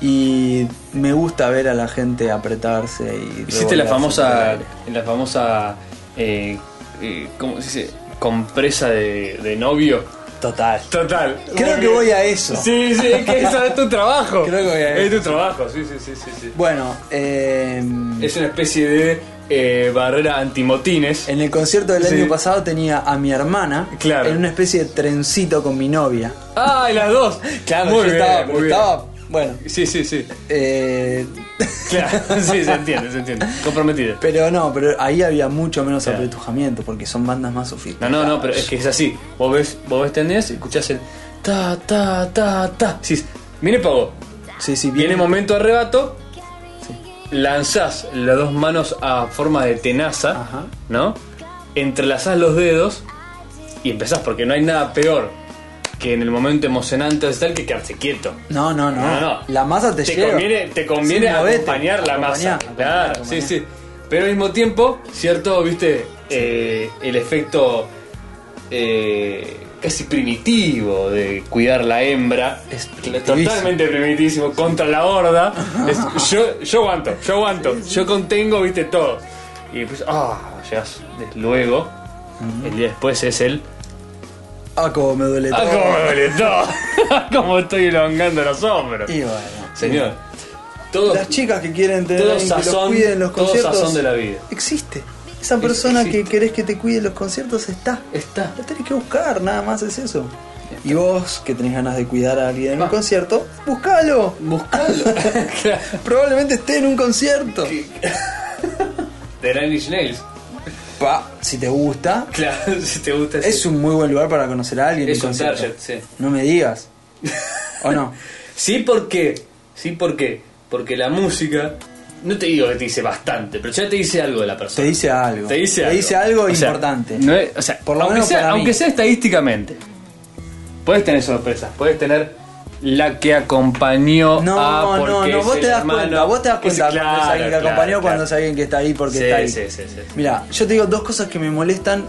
y me gusta ver a la gente apretarse y
Hiciste
revolearse por
la
el
famosa.
aire.
La famosa. eh, eh, ¿Cómo se dice? Compresa de, de novio.
total.
Total.
Creo
Muy
que
bien.
voy a eso.
Sí, sí, es que eso es tu trabajo.
Creo que voy a
Es tu trabajo, sí, sí, sí, sí. sí.
Bueno, em,
Es una especie de eh, barrera antimotines.
En el concierto del
Sí.
año pasado tenía a mi hermana
Claro.
en una especie de trencito con mi novia.
¡Ah, y las dos!
yo
muy bien,
estaba,
muy
pero
bien.
estaba- bueno.
Sí, sí, sí.
eh,
Claro, sí, se entiende, se entiende. Comprometida.
pero no, pero ahí había mucho menos
Claro.
apretujamiento porque son bandas más
No,
sofisticadas.
no, no, pero es que es así. Vos ves, vos ves tenés y escuchás el ta, ta, ta, ta. Sí, mire, pago.
Sí, sí,
Viene
viene.
momento de arrebato. Lanzás las dos manos a forma de tenaza,
Ajá.
¿no? Entrelazás los dedos y empezás, porque no hay nada peor que en el momento emocionante de estar que quedarse quieto.
No, no, no.
No, no.
La masa te,
Te
llega.
conviene, te conviene
Sí, movete,
acompañar la masa.
acompañá,
claro,
acompañá,
sí,
acompañá.
sí. Pero al mismo tiempo, cierto, viste, Eh, el efecto eh, casi primitivo de cuidar la hembra.
Es primitivísimo.
totalmente primitivísimo contra la horda. Es, yo, yo aguanto, yo aguanto, yo contengo, viste, todo. Y pues, ah, llegas luego. El día después es el.
Ah, como me duele todo.
¡Ah, cómo me duele todo! ¡Cómo estoy elongando los hombros!
Y bueno.
Señor, todo,
Las chicas que quieren tener
todo
alguien que los
sazón-
cuide en los
todo
conciertos.
sazón de la vida.
Existe. Esa persona que
existe.
querés que te cuide en los conciertos está.
Está.
La tenés que buscar, nada más es eso. Y vos, que tenés ganas de cuidar a alguien en un concierto, buscalo.
Buscalo.
Probablemente esté en un concierto.
De Nine Nails.
Pa, si te gusta.
Claro, si te gusta ese-
Es un muy buen lugar para conocer a alguien.
Es
en
un
concierto.
target, sí.
No me digas. ¿O no?
Sí, ¿por qué? Sí, ¿por qué? Porque la música, no te digo que te dice bastante, pero ya te dice algo de la
Te
persona.
dice algo.
Te dice algo. O sea,
importante.
no es- o sea,
Por lo
aunque,
menos
sea,
para mí.
aunque sea estadísticamente, puedes tener sorpresas, puedes tener la que acompañó
No,
a
no,
Ah, porque
no,
es
vos
el
te das
hermano.
cuenta, vos te das
Es-
cuenta cuando es
claro,
alguien que
claro,
acompañó,
claro.
cuando es alguien que está ahí porque
Sí,
está ahí.
sí, sí, sí.
Mira, yo te digo dos cosas que me molestan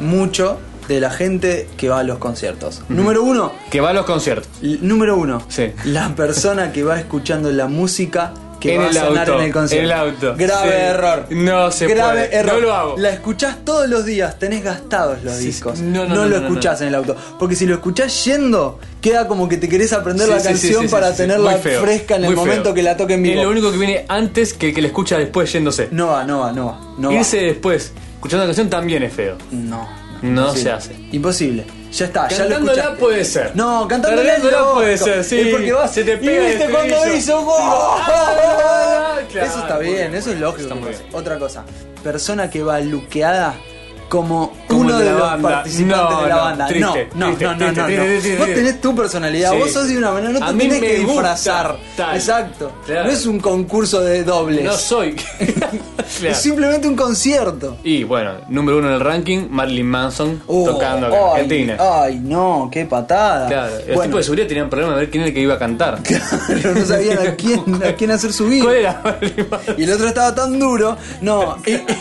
mucho de la gente que va a los conciertos. Número uno,
Que va a los conciertos.
l- número uno,
Sí.
la persona que va escuchando la música que
en
va a
el
sonar
auto.
en el concierto.
el auto.
Grave
Sí.
error.
No se
Grave
puede.
error.
No lo hago.
La escuchás todos los días, tenés gastados los
Sí,
discos.
sí. No, no, no,
lo
no, no,
escuchás en el auto. Porque si lo escuchás yendo, queda como que te querés aprender
Sí,
la
sí, sí,
canción
sí, sí,
para
sí, sí.
tenerla
Muy feo.
fresca en el
Muy feo.
momento que la toquen vivo.
Es lo único que viene antes que el que la escucha después yéndose.
No va, no va, no va. No va.
Irse después escuchando la canción también es feo.
No.
No
imposible.
se hace.
Imposible. Ya está, ya lo
Cantándola
escuchaste.
puede ser.
No, cantándola
Cantándola
no.
puede ser, sí.
Es porque vas.
Se te pega
y
el
viste cuando
estribillo.
hizo.
Sí,
¡oh!
Ah, claro,
eso está
muy
bien,
bien,
eso es
muy
lógico.
bien, está
que
muy
pase. Otra cosa. Persona que va luqueada como,
Como
uno de,
el de la
los
banda.
participantes
No,
de la
no,
banda.
triste,
no, no,
triste,
no, no,
triste,
no,
triste,
no.
triste,
Vos
triste.
tenés tu personalidad,
Sí.
vos sos de una manera, no
A
te
mí
tenés
me
que
gusta,
disfrazar.
tal.
Exacto.
Claro.
No es un concurso de dobles.
No soy. Claro.
Es simplemente un concierto.
Y bueno, número uno en el ranking, Marilyn Manson
Oh,
tocando acá
ay,
en Argentina.
Ay, no, qué patada.
Claro, los tipos de seguridad tenían problema de ver quién era el que iba a cantar.
Claro, no sabían a quién, a quién hacer subir.
¿Cuál era Marilyn Manson?
Y el otro estaba tan duro. No, eh, eh,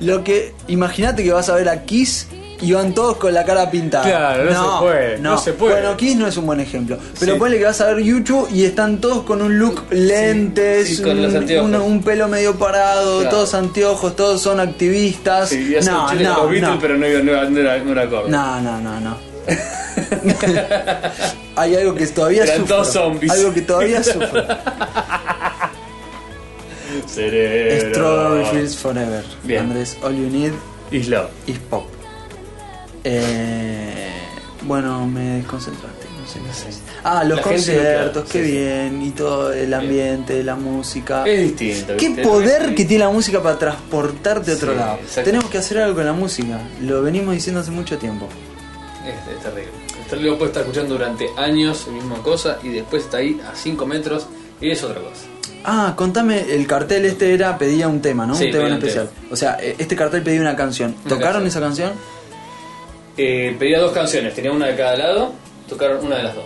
lo que. Imagínate que vas a ver a Kiss y van todos con la cara pintada.
Claro, no se puede, no se puede.
Bueno, Kiss no es un buen ejemplo. Pero
Sí.
ponle que vas a ver YouTube y están todos con un look lentes,
sí, con
un,
los anteojos.
un- un pelo medio parado,
Claro.
todos anteojos, todos son activistas.
Sí, iba a ser
no,
Chile con
no,
los Beatles,
no.
pero no, iba- no, era- no era, no era acorde.
No, no, no, no. Hay algo que todavía
Eran
sufro.
todos zombies.
Algo que todavía sufro.
Cerebro.
Strawberry Fields Forever.
Bien.
Andrés, all you need
Is Love.
is pop. Eh, bueno, me desconcentraste. No sé, no sé. Ah, los
La gente no
conciertos,
queda,
qué
sí, sí.
bien. Y todo el ambiente, la música.
Es distinto.
Qué
¿viste?
poder que tiene la música para transportarte a otro
Sí,
lado.
exacto.
Tenemos que hacer algo con la música. Lo venimos diciendo hace mucho tiempo.
Es, es terrible. Es terrible, vos puedes estar escuchando durante años la misma cosa y después está ahí a 5 metros y es otra cosa.
Ah, contame, el cartel este era pedía un tema, ¿no?
Sí,
un tema
pedía
en
un
especial. O sea, eh, este cartel pedía una canción. ¿Tocaron
canción.
esa canción?
Eh, pedía dos canciones, tenía una de cada lado, tocaron una de las dos.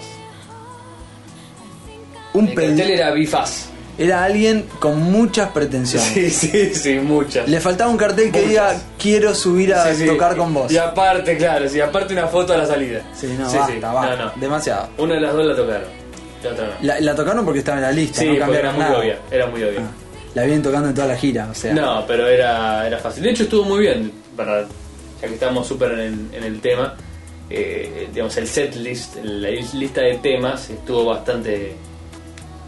Un
El
pedi-
cartel era bifaz.
era alguien con muchas pretensiones.
Sí, sí, sí, muchas.
Le faltaba un cartel que
Muchas.
diga quiero subir a
Sí, sí.
tocar con vos.
Y aparte, claro, sí, aparte una foto a la salida.
Sí, no,
sí,
basta,
sí.
basta.
No, no.
Demasiado.
Una de las dos la tocaron, la otra no.
La, la tocaron porque estaba en la lista,
sí,
no
porque
cambiaron
era muy
nada.
obvia, era muy obvia.
Ah, La vienen tocando en toda la gira, o sea.
No, pero era, era fácil. De hecho, estuvo muy bien, para, ya que estamos súper en, en el tema. eh, digamos, el set list, la is- lista de temas, estuvo bastante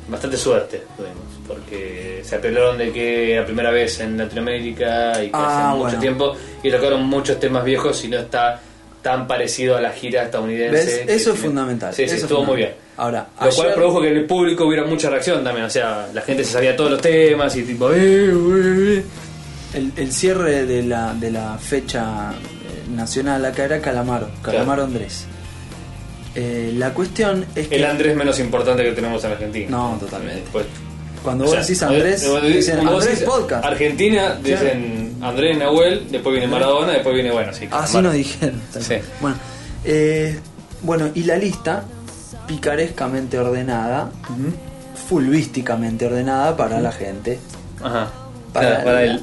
bastante suerte, tuvimos, porque se apelaron de que la primera vez en Latinoamérica y que
Ah,
hace
bueno.
mucho tiempo, y tocaron muchos temas viejos y no está tan parecido a la gira estadounidense.
¿Ves?
que
Eso es
tiene-
fundamental.
Sí, sí,
eso es
estuvo muy bien.
fundamental. Ahora,
Lo cual
ayer-
produjo que en el público hubiera mucha reacción también, o sea, la gente se sabía todos los temas y tipo... "Eh, eh, eh".
El, el cierre de la, de la fecha eh, nacional acá era Calamaro, Calamaro Andrés. Eh, la cuestión es que
El Andrés menos importante que tenemos en Argentina.
No, totalmente.
Pues,
cuando
o
vos
sea,
decís Andrés,
cuando decís-
dicen
cuando vos
Andrés
decís
Podcast.
Argentina, dicen Andrés Nahuel, después viene Maradona, después viene bueno. Sí,
Ah, Así
Maradona.
nos dijeron. tal
Sí.
cual. Bueno, eh, bueno, y la lista, picarescamente ordenada, fulvísticamente ordenada para la gente.
Ajá.
Para,
Para, para él.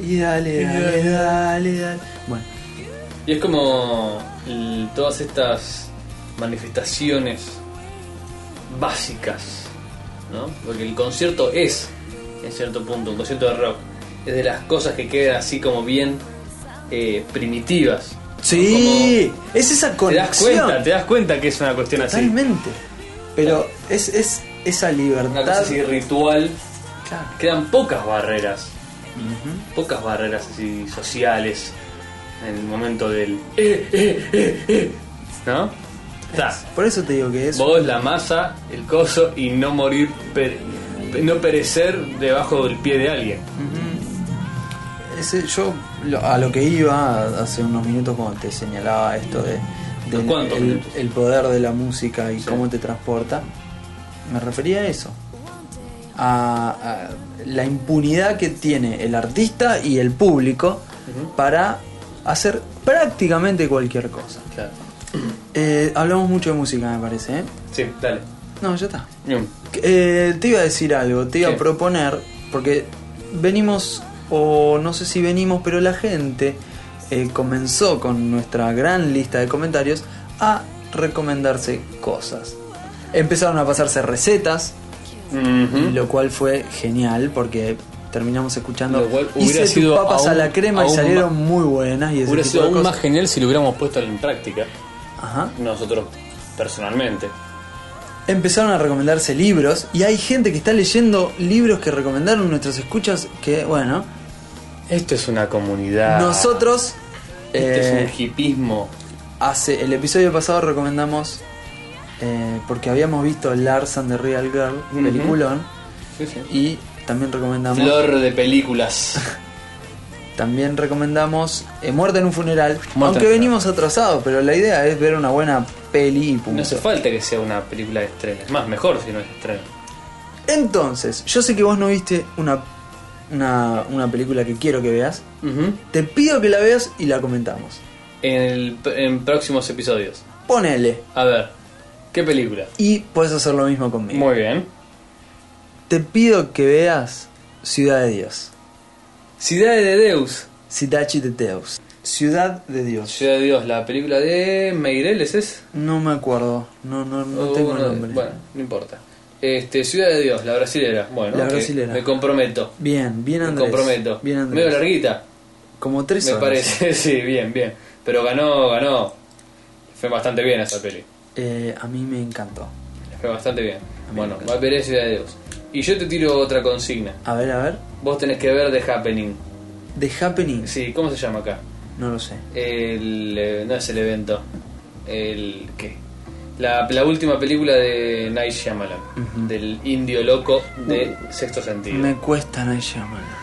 Y dale, dale, dale, dale. Bueno,
Y es como el- todas estas manifestaciones básicas, ¿no? Porque el concierto es, en cierto punto, un concierto de rock. Es de las cosas que quedan así como bien eh, primitivas. ¿no?
sí, es esa
Como- te das
conexión.
cuenta, te das cuenta que es una cuestión así.
Totalmente. Pero es, es esa
Una cosa
libertad.
así ritual.
Claro.
Quedan pocas barreras. Pocas barreras así sociales. En el momento del. eh, eh, eh, eh, ¿No? Está.
Por eso te digo que es.
Vos, la masa, el coso y no morir. per- no perecer debajo del pie de alguien.
Ese, yo lo- a lo que iba hace unos minutos cuando te señalaba esto de, del-
¿Cuántos
el,
minutos?
el poder de la música y
Sí.
cómo te transporta, me refería a eso, a, a la impunidad que tiene el artista y el público para hacer prácticamente cualquier cosa.
Claro.
Eh, hablamos mucho de música, me parece. ¿eh?
Sí, dale.
No, ya está.
Bien.
Eh, te iba a decir algo, te iba
¿Qué?
a proponer, porque venimos, o no sé si venimos, pero la gente eh, comenzó con nuestra gran lista de comentarios a recomendarse cosas. Empezaron a pasarse recetas,
Ujú.
lo cual fue genial porque terminamos escuchando
Lo cual hubiera
hice tus
sido
papas a
aún-
la crema y
aún
salieron muy buenas y ese
Hubiera
tipo
sido
de
aún más
cosas.
genial si lo hubiéramos puesto en práctica,
Ajá.
nosotros personalmente.
Empezaron a recomendarse libros y hay gente que está leyendo libros que recomendaron nuestros escuchas que, bueno,
Esto es una comunidad.
nosotros
Ah. Este
eh,
es un hipismo.
hace el episodio pasado recomendamos eh, porque habíamos visto Lars and the Real Girl,
Ujú.
peliculón, y también recomendamos
Flor de películas.
también recomendamos eh, Muerte en un funeral,
en un
aunque
funeral.
venimos atrasados, pero la idea es ver una buena peli y punto.
No hace falta que sea una película de estreno. Es más, mejor si no es estreno.
Entonces, yo sé que vos no viste una, una, una película que quiero que veas. Te pido que la veas y la comentamos.
en, el- en próximos episodios.
Ponele.
A ver, ¿qué película?
Y puedes hacer lo mismo conmigo.
Muy bien.
Te pido que veas Ciudad de Dios.
Ciudad de Deus.
Cidachi de Deus. Ciudad de Dios.
Ciudad de Dios, la película de Meireles es.
No me acuerdo. No, no, no
O
tengo
uno de-
el nombre.
Oh, Bueno, no importa. Este, Ciudad de Dios, la brasilera. Bueno,
La
ok,
brasilera.
me comprometo.
Bien, bien
me
Andrés.
comprometo.
Bien
Medio
Andrés.
larguita,
Como tres
me
horas.
parece. sí, bien, bien. Pero ganó, ganó. Fue bastante bien esa peli.
Eh, a mí me encantó.
Fue bastante bien. Bueno, va a ver Ciudad de Dios. Y yo te tiro otra consigna.
A ver, a ver.
Vos tenés que ver The Happening.
The Happening.
Sí, ¿cómo se llama acá?
No lo sé.
El, eh, no es el evento. El. ¿Qué? La, la última película de Night Shyamalan. Del indio loco de Sexto Sentido.
Uh. Me cuesta no llamarla.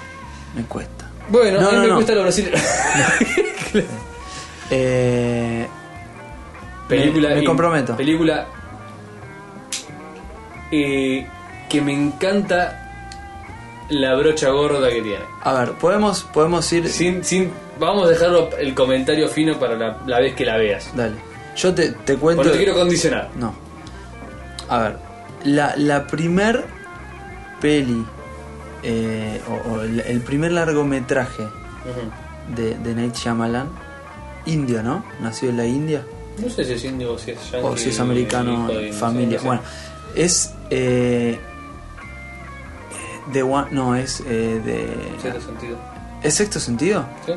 Me cuesta.
Bueno,
No,
a mí
no,
me
no.
gusta lo brasileño.
Eh,
película.
Me- me
in-
comprometo.
Película. eh, que me encanta la brocha gorda que tiene.
a ver, podemos, podemos ir.
Sin, sin, vamos a dejarlo el comentario fino para la, la vez que la veas.
Dale. Yo te, te cuento.
Porque no te quiero condicionar.
No. A ver, la, la primer peli eh, o, o el, el primer largometraje
Ujú.
de, de Night Shyamalan, indio, ¿no? Nacido en la India,
No sé si es indio o si es
o si es americano,
hijo de- no sé,
familia.
no sé.
Bueno, es. Eh, de One. No, es. eh,
En
de,
cierto sentido.
¿Es sexto sentido?
¿Sí?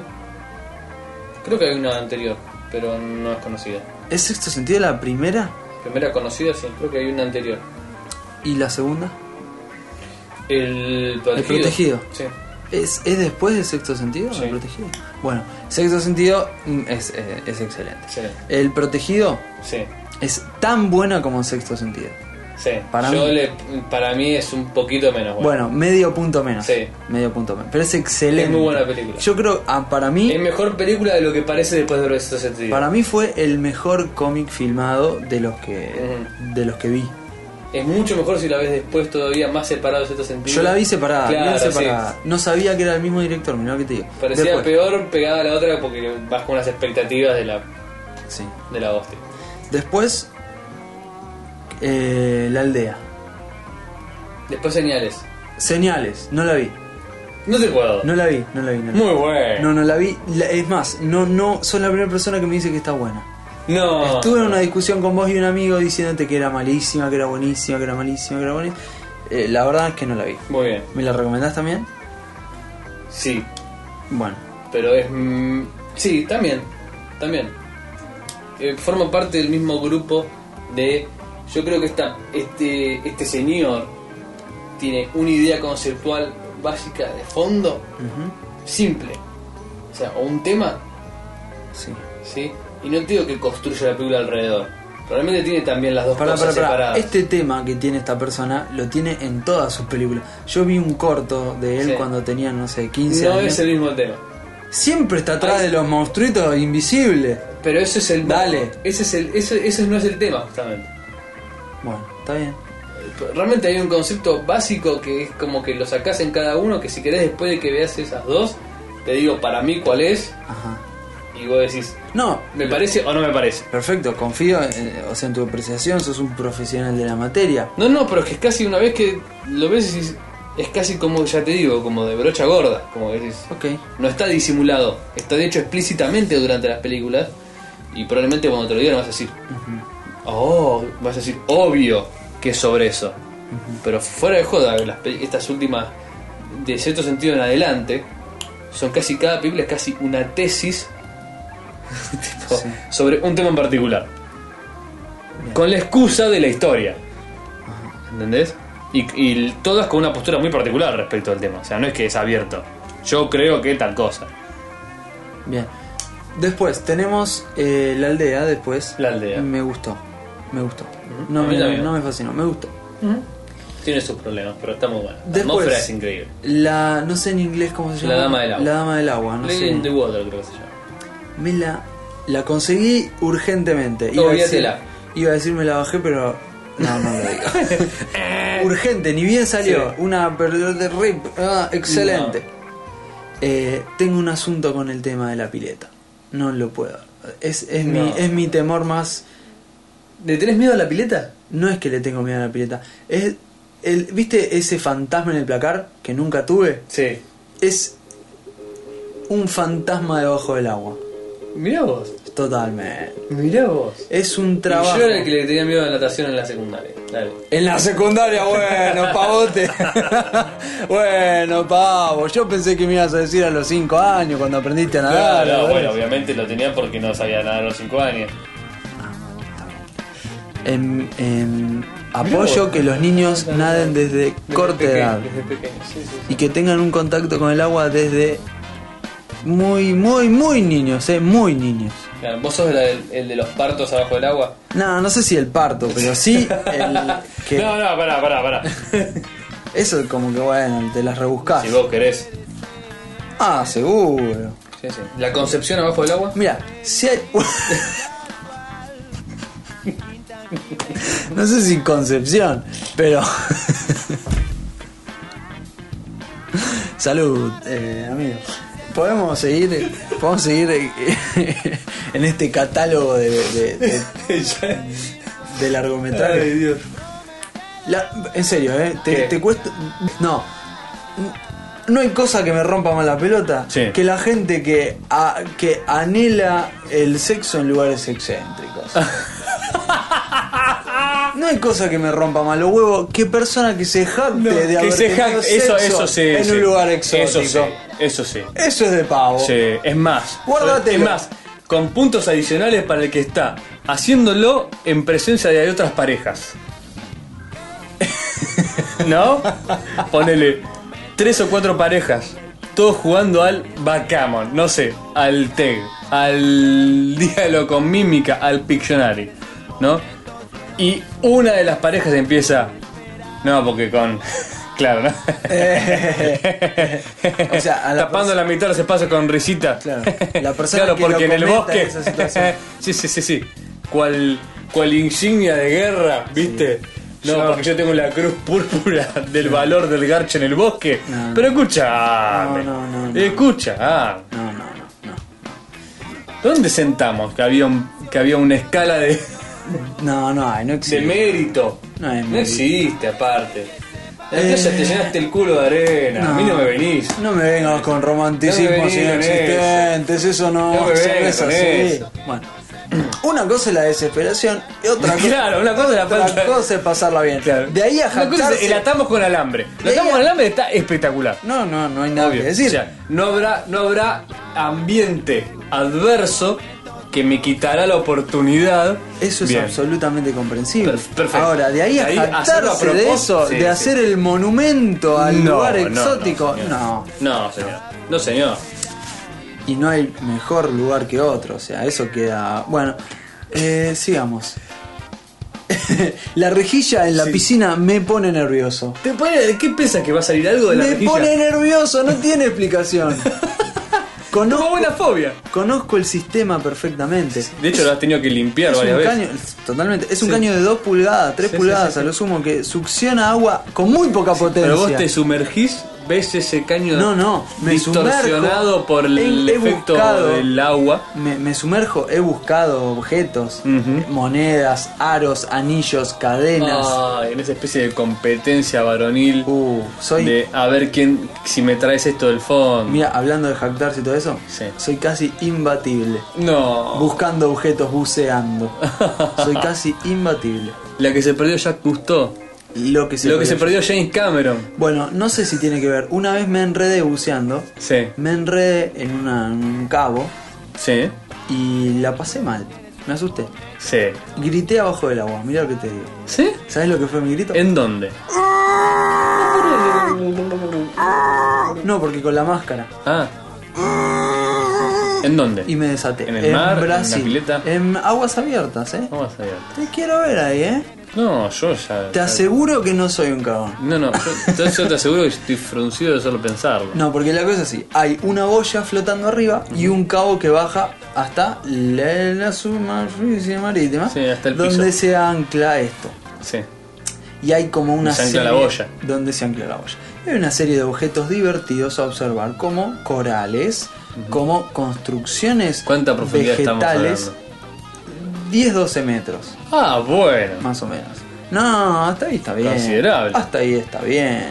Creo que hay una anterior, pero no es conocida.
¿Es sexto sentido la primera?
Primera conocida, sí, creo que hay una anterior.
¿Y la segunda?
El protegido.
protegido.
Sí.
¿Es, es después de sexto sentido?
Sí.
¿El protegido? Bueno, sexto sentido mm, es, eh, es excelente.
Sí.
El protegido
Sí.
es tan buena como sexto sentido.
Sí.
Para
Yo
mí-
le- para mí es un poquito menos bueno.
Bueno, medio punto menos.
Sí.
Medio punto menos. Pero es excelente.
Es muy buena película.
Yo creo, ah, para mí,
Es mejor película de lo que parece después de ver estos sentidos.
para mí fue el mejor cómic filmado de los que de los que vi.
Es mucho mejor si la ves después todavía más separado de cierto sentido.
Yo la vi separada,
Claro,
bien
sí.
separada. No sabía que era el mismo director, mirá lo que te digo.
Parecía
Después-
peor pegada a la otra porque vas con las expectativas de la,
Sí.
de la hostia.
Después, eh, La aldea.
Después señales.
Señales, no la vi.
No te acuerdo.
No la vi, no la vi. No, la vi.
Muy bueno.
no, no la vi. La- es más, no, no, sos la primera persona que me dice que está buena.
No.
Estuve en una discusión con vos y un amigo diciéndote que era malísima, que era buenísima, que era malísima, que era buenísima. Eh, la verdad es que no la vi.
Muy bien.
¿Me la recomendás también?
Sí,
Bueno,
pero es. mm, sí, también. También. Eh, forma parte del mismo grupo de. Yo creo que esta, este, este señor tiene una idea conceptual básica de fondo,
ujú,
simple. O sea, o un tema,
sí.
¿sí? Y no te digo que construya la película alrededor. Realmente tiene también las dos
Pará, pará,
cosas
pará.
separadas.
Este tema que tiene esta persona lo tiene en todas sus películas. Yo vi un corto de él
Sí.
cuando tenía, no sé, 15
no
años.
es el mismo tema.
Siempre está atrás
Ay.
de los monstruitos invisibles.
Pero ese es el.
Dale.
Ese, es el, ese, ese no es el tema, justamente.
Bueno, está bien.
Realmente hay un concepto básico que es como que lo sacás en cada uno, que si querés después de que veas esas dos, te digo para mí cuál es,
Ajá.
y vos decís,
No,
¿me parece o no me parece?
perfecto, confío en, o sea, en tu apreciación, sos un profesional de la materia.
No, no, pero es que es casi una vez que lo ves y decís,
es casi como, ya te digo, como de brocha gorda, como que decís,
Ok.
no está disimulado, está de hecho explícitamente durante las películas y probablemente cuando te lo digan vas a decir, oh, vas a decir, obvio que es sobre eso. Pero fuera de joda, las peli- estas últimas, de cierto sentido en adelante, son casi, cada película es casi una tesis tipo,
Sí.
sobre un tema en particular. Con la excusa de la historia. ¿Entendés? Y, y todas con una postura muy particular respecto al tema. O sea, no es que es abierto. Yo creo que tal cosa.
Bien. Después, tenemos eh, la aldea después.
La aldea.
Me gustó. Me gustó.
Ujú. A
No,
mí
me,
también.
no me fascinó, me gustó.
Tiene sus problemas, pero está muy buena. La
Después-
atmósfera es increíble.
La. No sé en inglés cómo se llama.
La dama del agua.
La dama del agua, no
Lady in the
sé.
Water creo que se llama.
Me la. La conseguí urgentemente. Iba a, decir,
Obviatela.
iba a decir me la bajé, pero. No, no lo digo. Urgente, ni bien salió.
Sí.
Una perdedora de rip. Ah, excelente. Eh, tengo un asunto con el tema de la pileta. No lo puedo. Es, es, mi,
No.
es mi temor más.
¿Le tenés miedo a la pileta?
No es que le tengo miedo a la pileta. Es el, ¿Viste ese fantasma en el placar que nunca tuve?
Sí.
Es un fantasma debajo del agua.
Mirá vos.
Totalmente.
Mirá vos.
Es un trabajo.
Y yo era el que le tenía miedo a la natación en la secundaria. Dale.
En la secundaria, bueno, pavote. bueno, pavo. Yo pensé que me ibas a decir a los 5 años cuando aprendiste a nadar.
Claro,
¿verdad?
bueno, obviamente lo tenía porque no sabía nada a los 5 años.
Em, em,
Mirá
apoyo
vos.
que los niños naden desde corta edad.
Desde pequeño, sí, sí.
y que tengan un contacto con el agua desde muy, muy, muy niños, eh, muy niños.
Claro, ¿Vos sos el, el- el de los partos abajo del agua?
No, no sé si el parto, pero sí el que
No, no, pará, pará, pará.
eso es como que bueno, te las rebuscás.
si vos querés.
Ah, seguro.
Sí, sí. ¿La concepción abajo del agua?
Mira, si hay No sé si concepción, pero Salud, eh, amigo. Podemos seguir, podemos seguir eh, en este catálogo de, de- de- de largometraje.
Dios.
La- en serio, ¿eh? Te,
¿Qué?
te cuesta. No. No hay cosa que me rompa más la pelota
Sí.
que la gente que, a- que anhela el sexo en lugares excéntricos. No hay cosa que me rompa más los huevos que persona que se jacte de haber tenido
eso,
sexo
eso sí.
en
sí.
un lugar exótico.
Eso sí, eso sí.
Eso es de pavo.
Sí, es más.
Guárdatelo.
Es más, con puntos adicionales para el que está haciéndolo en presencia de otras parejas. ¿No? Ponele tres o cuatro parejas, todos jugando al backgammon, no sé, al tag, al diálogo con mímica, al Pictionary, ¿no? Y una de las parejas empieza. No, porque con. Claro, ¿no?
O sea, a la
tapando la mitad de los espacios con risita.
Claro, la persona
Claro,
que
porque
lo
en el
comenta
bosque.
en esa situación.
sí, sí, sí, sí. Cual, cual insignia de guerra, ¿viste? No,
Yo-
porque yo tengo la cruz púrpura del valor del garche en el bosque.
No.
Pero escucha,
No, no, no, no.
escucha. ah.
No, no, no, no.
¿Dónde sentamos que había un- que había una escala de,
No, no hay, no
de
existe.
mérito?
No hay mérito.
existe, aparte. En
Eh.
casa te llenaste el culo de arena. A mí no me venís.
No me vengas con romanticismos
No me vengas con
inexistentes, eso no,
No me
eso no
vengas
es
con
así.
eso.
Bueno, una cosa es la desesperación y otra cosa,
Claro, una cosa es la
otra
falta-
cosa es pasarla bien.
Claro.
De ahí a
Una cosa es
jactarse.
El atamos con alambre. El
De ahí
atamos
a-
con alambre está espectacular.
No, no, no hay nada que decir.
O sea, no habrá, no habrá ambiente adverso que me quitará la oportunidad.
eso es
Bien.
absolutamente comprensible.
Per- perfecto.
Ahora, de ahí a
De ahí hacerlo a
jactarse de
propósito,
eso,
sí,
de
sí.
hacer el monumento al
No,
lugar
no,
exótico,
señor.
no.
No, señor. No, señor.
Y no hay mejor lugar que otro, o sea, eso queda. Bueno, eh, sigamos. la rejilla en la piscina me pone nervioso.
¿Te pone- ¿Qué piensas que va a salir algo de la
Me
rejilla?
pone nervioso, no tiene explicación.
Como
conozco,
una fobia.
conozco el sistema perfectamente.
De hecho, lo has tenido que limpiar
Es
varias
un
veces.
caño, totalmente, es un
Sí.
caño de 2 pulgadas, 3
Sí, sí,
pulgadas
sí, sí.
a lo sumo que succiona agua con muy poca potencia.
Pero vos te sumergís ves ese caño
No, no, me
distorsionado
sumerjo.
por el
He- he
efecto
buscado.
del agua.
Me, me sumerjo, he buscado objetos,
Ujú. Ah.
monedas, aros, anillos, cadenas.
Ay, en esa especie de competencia varonil
Uh, soy.
de a ver quién, si me traes esto del fondo.
Mira, hablando de jactarse y todo eso,
Sí.
soy casi imbatible.
No.
Buscando objetos, buceando. soy casi imbatible.
La que se perdió Jacques Cousteau.
Lo que se,
Lo que se perdió James Cameron.
Bueno, no sé si tiene que ver. Una vez me enredé buceando,
Sí,
me enredé en, una- en un cabo
sí,
y la pasé mal. Me asusté.
sí.
Grité abajo del agua, mira lo que te digo.
¿Sí?
¿Sabes lo que fue mi grito?
¿En dónde?
No, porque con la máscara.
Ah. ¿En dónde?
Y me desaté.
¿En el mar? ¿En la pileta?
En aguas abiertas, ¿eh?
Vamos a ver.
Te quiero ver ahí, ¿eh?
No, yo ya.
Te aseguro que no soy un cagón.
No, no, yo, yo- yo te aseguro que estoy fruncido de solo pensarlo.
No, porque la cosa es así. Hay una boya flotando arriba y un cabo que baja hasta la, la superficie marítima.
Sí, hasta el
Donde
piso.
se ancla esto.
Sí.
Y hay como una
Se ancla la
serie
boya.
Donde se ancla la boya. Y Hay una serie de objetos divertidos a observar, como corales, como construcciones
¿Cuánta profundidad estamos
vegetales.
hablando?
10-12 metros,
Ah, bueno.
más o menos. No, hasta ahí está bien.
Considerable.
Hasta ahí está bien.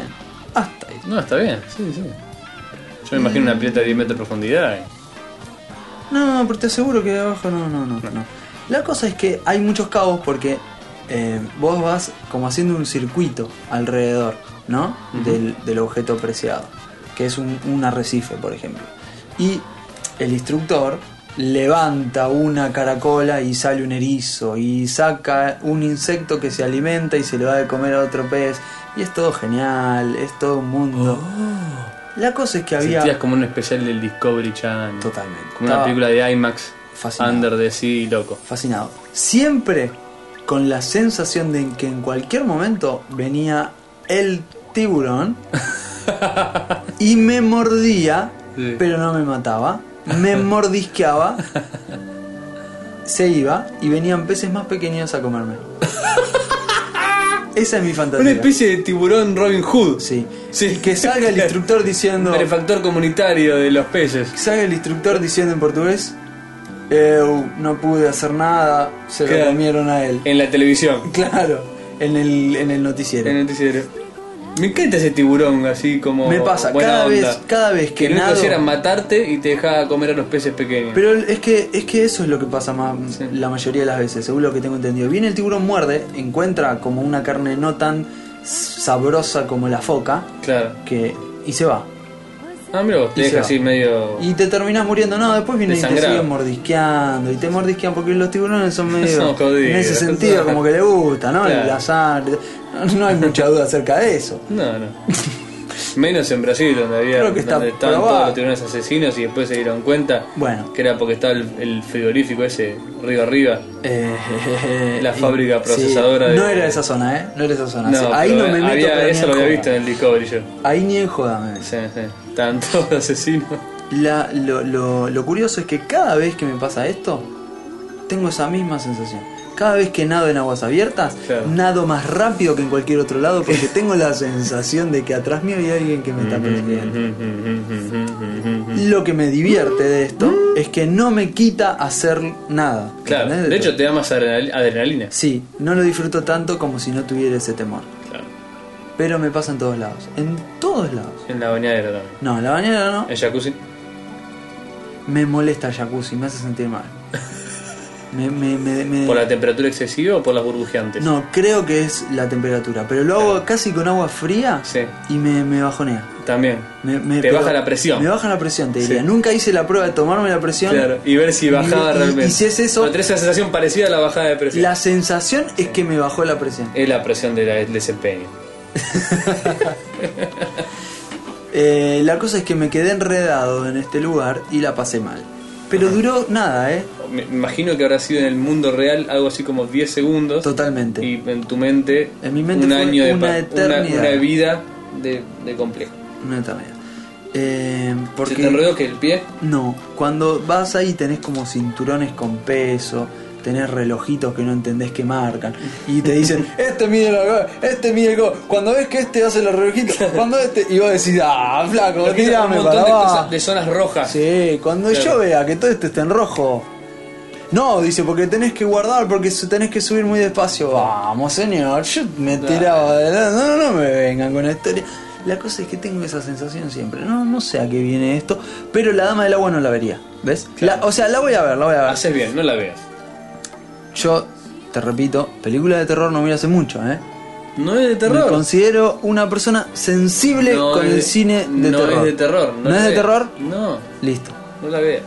Hasta ahí.
No, está bien, sí, sí. Yo me imagino una pileta de 10 metros de profundidad. y-
No, pero te aseguro que de abajo no, no, no, no. La cosa es que hay muchos cabos porque eh, vos vas como haciendo un circuito alrededor, ¿no? del, del objeto preciado, que es un, un arrecife, por ejemplo. Y el instructor levanta una caracola y sale un erizo y saca un insecto que se alimenta y se le va de comer a otro pez. Y es todo genial, es todo un mundo. La cosa es que había...
Oh. Sentías como un especial del Discovery Channel.
Totalmente.
Como una
Estaba-
película de IMAX.
Fascinado.
Under the Sea, loco.
fascinado. Siempre con la sensación de que en cualquier momento venía el tiburón y me mordía,
Sí.
pero no me mataba. Me mordisqueaba, se iba y venían peces más pequeños a comerme. Esa es mi fantasía.
Una especie de tiburón Robin Hood.
Sí.
Sí.
Y que salga el instructor diciendo.
Benefactor comunitario de los peces.
que salga el instructor diciendo en portugués. Eu no pude hacer nada, se lo
Claro.
comieron a él.
En la televisión.
Claro, en el, en el noticiero.
En el noticiero. Me encanta ese tiburón así como.
Me pasa,
buena
cada
onda.
vez- cada vez que
lo único
nado-
hacía era matarte y te dejaba comer a los peces pequeños.
Pero es que, es que eso es lo que pasa más,
Sí.
la mayoría de las veces, según lo que tengo entendido. Viene el tiburón, muerde, encuentra como una carne no tan sabrosa como la foca,
Claro.
que, y se va.
Ah, mira vos, te
Y se
deja
va.
así medio.
Y te terminas muriendo. No, después viene y te
Desangrado.
siguen mordisqueando. Y te mordisquean porque los tiburones son medio.
Son jodidos.
en ese sentido, como que le gusta, ¿no?
Claro.
El azar. No hay mucha duda acerca de eso.
No, no. Menos en Brasil, donde había
Creo que está
donde estaban
probado.
todos los tiburones asesinos y después se dieron cuenta
Bueno.
que era porque estaba el, el frigorífico ese río arriba.
Eh,
La
y-
fábrica
sí.
procesadora de-
No era esa zona, ¿eh? No era esa zona. Sí, Ahí
pero
no me meto.
había-
pero ni
eso
en
lo había
joda.
visto en el Discovery yo.
Ahí ni en joda me ves.
Sí, sí. Estaban todos asesinos.
La- lo, lo- lo curioso es que cada vez que me pasa esto, tengo esa misma sensación. Cada vez que nado en aguas abiertas,
Claro.
nado más rápido que en cualquier otro lado porque tengo la sensación de que atrás mío hay alguien que me está persiguiendo. Lo que me divierte de esto es que no me quita hacer nada.
Claro,
¿entendés?
de hecho te da más adrenal- adrenalina.
Sí, no lo disfruto tanto como si no tuviera ese temor.
Claro.
Pero me pasa en todos lados. En todos lados.
En la bañadera también.
No, en la bañera no.
En jacuzzi.
Me molesta el jacuzzi, me hace sentir mal. Me, me- me- me-
¿Por la temperatura excesiva o por las burbujeantes?
No, creo que es la temperatura. Pero lo hago casi con agua fría
Sí.
y me, me bajonea.
También.
Me- me-
Te
pero
baja la presión.
Me baja la presión, te
Sí.
diría. Nunca hice la prueba de tomarme la presión.
Claro, y ver si
Y-
bajaba
y- y
realmente.
si es eso-
No, tenés una sensación parecida a la bajada de presión.
La sensación es que me bajó la presión.
Es la presión de la- del desempeño.
Eh, la cosa es que me quedé enredado en este lugar y la pasé mal. Pero duró nada, ¿eh?
Me me imagino que habrá sido en el mundo real algo así como 10 segundos.
Totalmente.
Y en tu mente,
En mi mente
un
fue
año de
una
pa-
eternidad.
una vida de, de complejo.
Una eternidad. Eh, porque
¿Se te enredó que el pie?
No, cuando vas ahí tenés como cinturones con peso, tenés relojitos que no entendés que marcan. Y te dicen, este mide la go- este mide el go. Cuando ves que este hace los relojitos, cuando este. Y vos decís, ah, flaco,
Porque hay un
tirame
montón
para
de,
abajo.
cosas, de zonas rojas.
Sí, cuando
Claro.
yo vea que todo esto está en rojo. No, dice, porque tenés que guardar, porque su- tenés que subir muy despacio. Vamos, señor, yo me tiraba de la- No, no, no me vengan con la historia. La cosa es que tengo esa sensación siempre. No, no sé a qué viene esto, pero la dama del agua no la vería. ¿Ves?
Claro.
La- o sea, la voy a ver, la voy a ver.
Haces bien, no la veas.
Yo, te repito, película de terror no miro hace mucho, ¿eh?
No es de
Me
terror.
considero una persona sensible
No
con
es
el
de-
cine de
no
terror.
es de terror.
¿No,
la
es de
veas.
terror?
No,
Listo,
no la veas.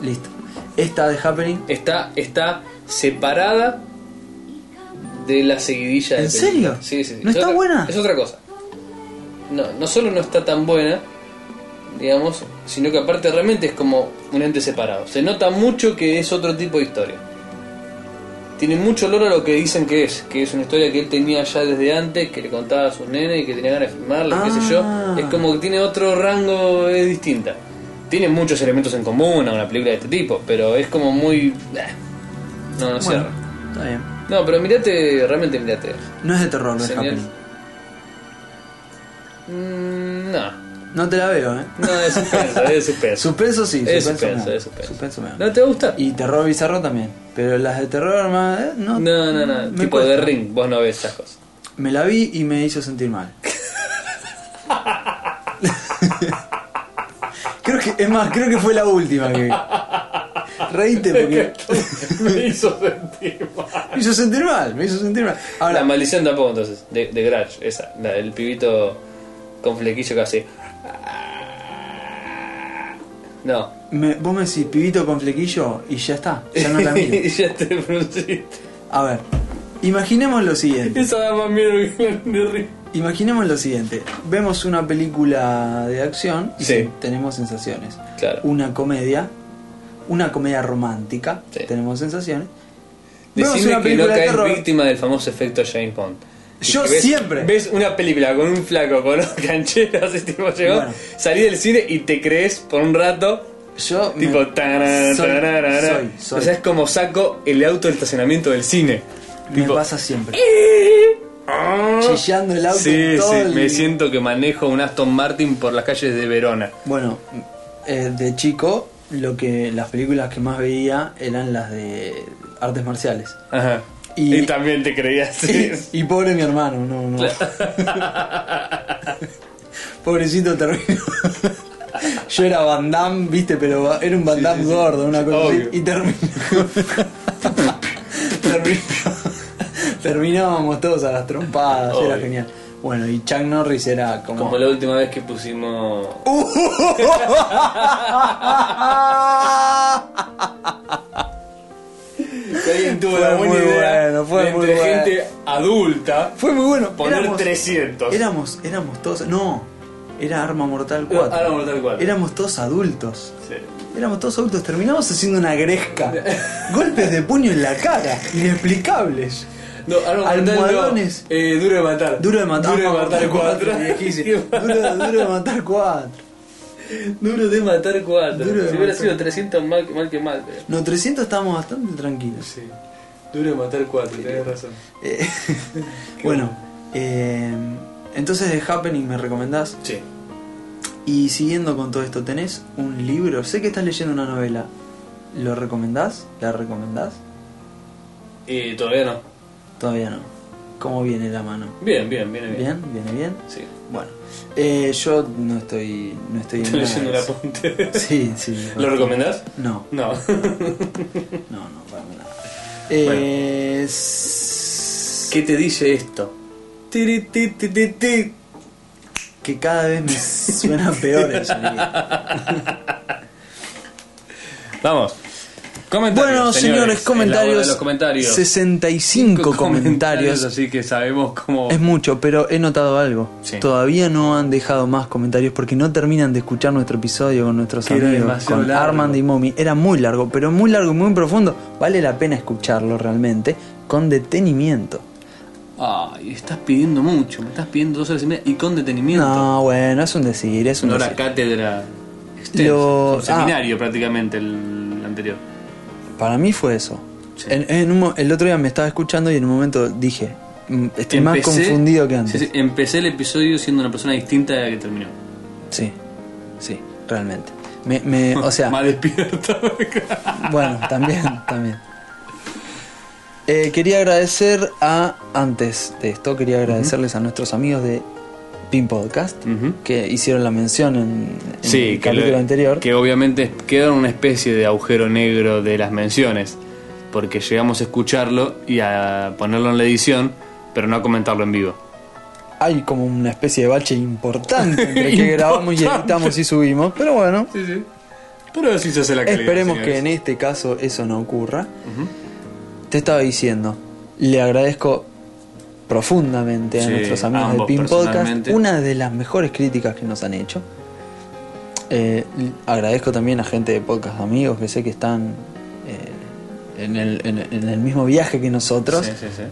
listo. Esta de Happening
Está, está separada de la seguidilla de
¿En
películas.
serio?
Sí, sí, sí.
¿No
Es
está
otra-
buena?
Es otra cosa. No, no solo no está tan buena, digamos, sino que aparte realmente es como un ente separado. Se nota mucho que es otro tipo de historia. Tiene mucho olor a lo que dicen que es, que es una historia que él tenía ya desde antes, que le contaba a sus nenes y que tenía ganas de filmarla, qué sé yo.
Ah.
Es como que tiene otro rango, es distinta. Tiene muchos elementos en común a una película de este tipo, pero es como muy... eh, No, no cierra.
Está bien.
No, pero mirate, realmente mirate.
No es de terror, no es
Señor.
happening.
Mm, no,
No te la veo, ¿eh?
no, es suspenso, es suspenso.
Suspenso sí,
es
suspenso,
suspenso,
me-
es suspenso.
suspenso me-
¿No te gusta?
Y terror bizarro también. Pero las de terror más. eh, no,
No, no, no,
me
tipo de
cuesta.
ring, vos no ves esas cosas.
Me la vi y me hizo sentir mal. creo que, es más, creo que fue la última que vi. Reíte porque.
Me hizo sentir mal.
Me hizo sentir mal, me hizo sentir mal.
La
Ahora,
maldición tampoco entonces, de, de Grudge, esa, la del pibito con flequillo casi. No.
me- vos me decís pibito con flequillo y ya está, ya no la
Y
miro.
ya te pronunciaste.
A ver, imaginemos lo siguiente.
Esa da más miedo que la de ring.
Imaginemos lo siguiente, vemos una película de acción y
Sí.
tenemos sensaciones.
Claro.
Una comedia, una comedia romántica,
Sí.
tenemos sensaciones. Vemos
Decime
una
que no
película de
caes
terror.
víctima del famoso efecto James Bond. Y
Yo
que ves-
siempre.
Ves una película con un flaco, con un canchero, así tipo llegó,
Bueno.
salí del cine y te crees por un rato,
Yo me-
tipo tarara,
soy,
tarara,
soy, soy.
O sea, es como saco el auto del estacionamiento del cine.
me
Tipo,
pasa siempre.
ah.
Chillando el auto
Sí,
todo
sí,
el-
me siento que manejo un Aston Martin por las calles de Verona.
Bueno, eh, de chico lo que las películas que más veía eran las de artes marciales.
Ajá. Y,
Y-
también te creías. eso.
y pobre mi hermano, no, no. Pobrecito terminó. Yo era Van Damme, viste, pero era un Van Damme gordo, una cosa
Obvio.
así. Y terminó. terminó. Terminábamos todos a las trompadas, era
Obvio.
genial. Bueno, y Chuck Norris era como.
Como la última vez que pusimos. Que alguien tuvo
Fue
la buena
muy
idea
bueno, fue
de
muy
entre
bueno.
gente adulta
Fue muy bueno.
poner
éramos,
300.
éramos, éramos todos. No, era Arma Mortal 4.
Arma Mortal 4.
Éramos todos adultos.
Sí.
Éramos todos adultos, terminamos haciendo una gresca. Golpes de puño en la cara, inexplicables.
No, Arma Mortal no,
Almohadones.
eh, duro de matar.
Duro de matar,
Duro de
Arma
matar
Mortal
4.
cuatro, viejísimo. Duro, duro de matar 4.
Duro de matar 4.
Duro de
si hubiera
matar.
sido 300 mal, mal que mal. pero-
No, 300 estábamos bastante tranquilos.
Sí. Duro de matar 4, tenés razón.
Eh, bueno, eh, entonces de Happening me recomendás.
Sí.
Y siguiendo con todo esto, ¿tenés un libro? Sé que estás leyendo una novela. ¿Lo recomendás? ¿La recomendás?
Y Eh, todavía no.
Todavía no. ¿Cómo viene la mano?
Bien, bien, viene bien.
¿Bien? ¿Viene bien?
Sí.
Bueno, eh, yo no estoy, no estoy en
Estoy
nada
leyendo
de
la
eso.
punta.
Sí, sí.
¿Lo recomendás?
No,
No.
no, no, para nada. Eh, s-
¿Qué te dice esto? Tiri, ti, ti, ti, ti.
Que cada vez me suena peor el sonido.
Vamos. Comentarios.
Bueno, señores,
es la hora de
comentarios.
los comentarios.
65 comentarios.
Así que sabemos cómo.
Es mucho, pero he notado algo.
Sí.
Todavía no han dejado más comentarios porque no terminan de escuchar nuestro episodio con nuestros
Que era
amigos,
demasiado
con
largo.
Armand y Momi. Era muy largo, pero muy largo y muy profundo. Vale la pena escucharlo realmente con detenimiento.
Ay, estás pidiendo mucho. Me estás pidiendo dos horas y media y con detenimiento.
No, bueno, es un decir, es un
Una hora
decir.
cátedra extensa.
Lo- ah.
Un seminario prácticamente el anterior.
Para mí fue eso. En- en un mo- el otro día me estaba escuchando y en un momento dije, "Mm, estoy más
Empecé-
confundido que antes.
sí, sí, empecé el episodio siendo una persona distinta de la que terminó.
Sí, sí, realmente. Me, me- o sea,
Más despierta.
bueno, también, también. Eh, quería agradecer a, antes de esto, quería agradecerles a nuestros amigos de Pin Podcast,
Ujú.
que hicieron la mención en, en el
que,
capítulo
lo-
anterior.
que obviamente queda una especie de agujero negro de las menciones, porque llegamos a escucharlo y a ponerlo en la edición, pero no a comentarlo en vivo.
Hay como una especie de bache importante entre que grabamos y
Importante.
editamos y subimos, pero bueno,
Sí, sí. Pero así se hace la calidad.
Esperemos que
señores.
en este caso eso no ocurra. Te estaba diciendo, le agradezco profundamente a
Sí,
nuestros amigos del
ambos
Pin Podcast,
personalmente.
una de las mejores críticas que nos han hecho. Eh, l- agradezco también a gente de Podcast Amigos que sé que están eh, en, el, en el- en el mismo viaje que nosotros
Sí, sí, sí.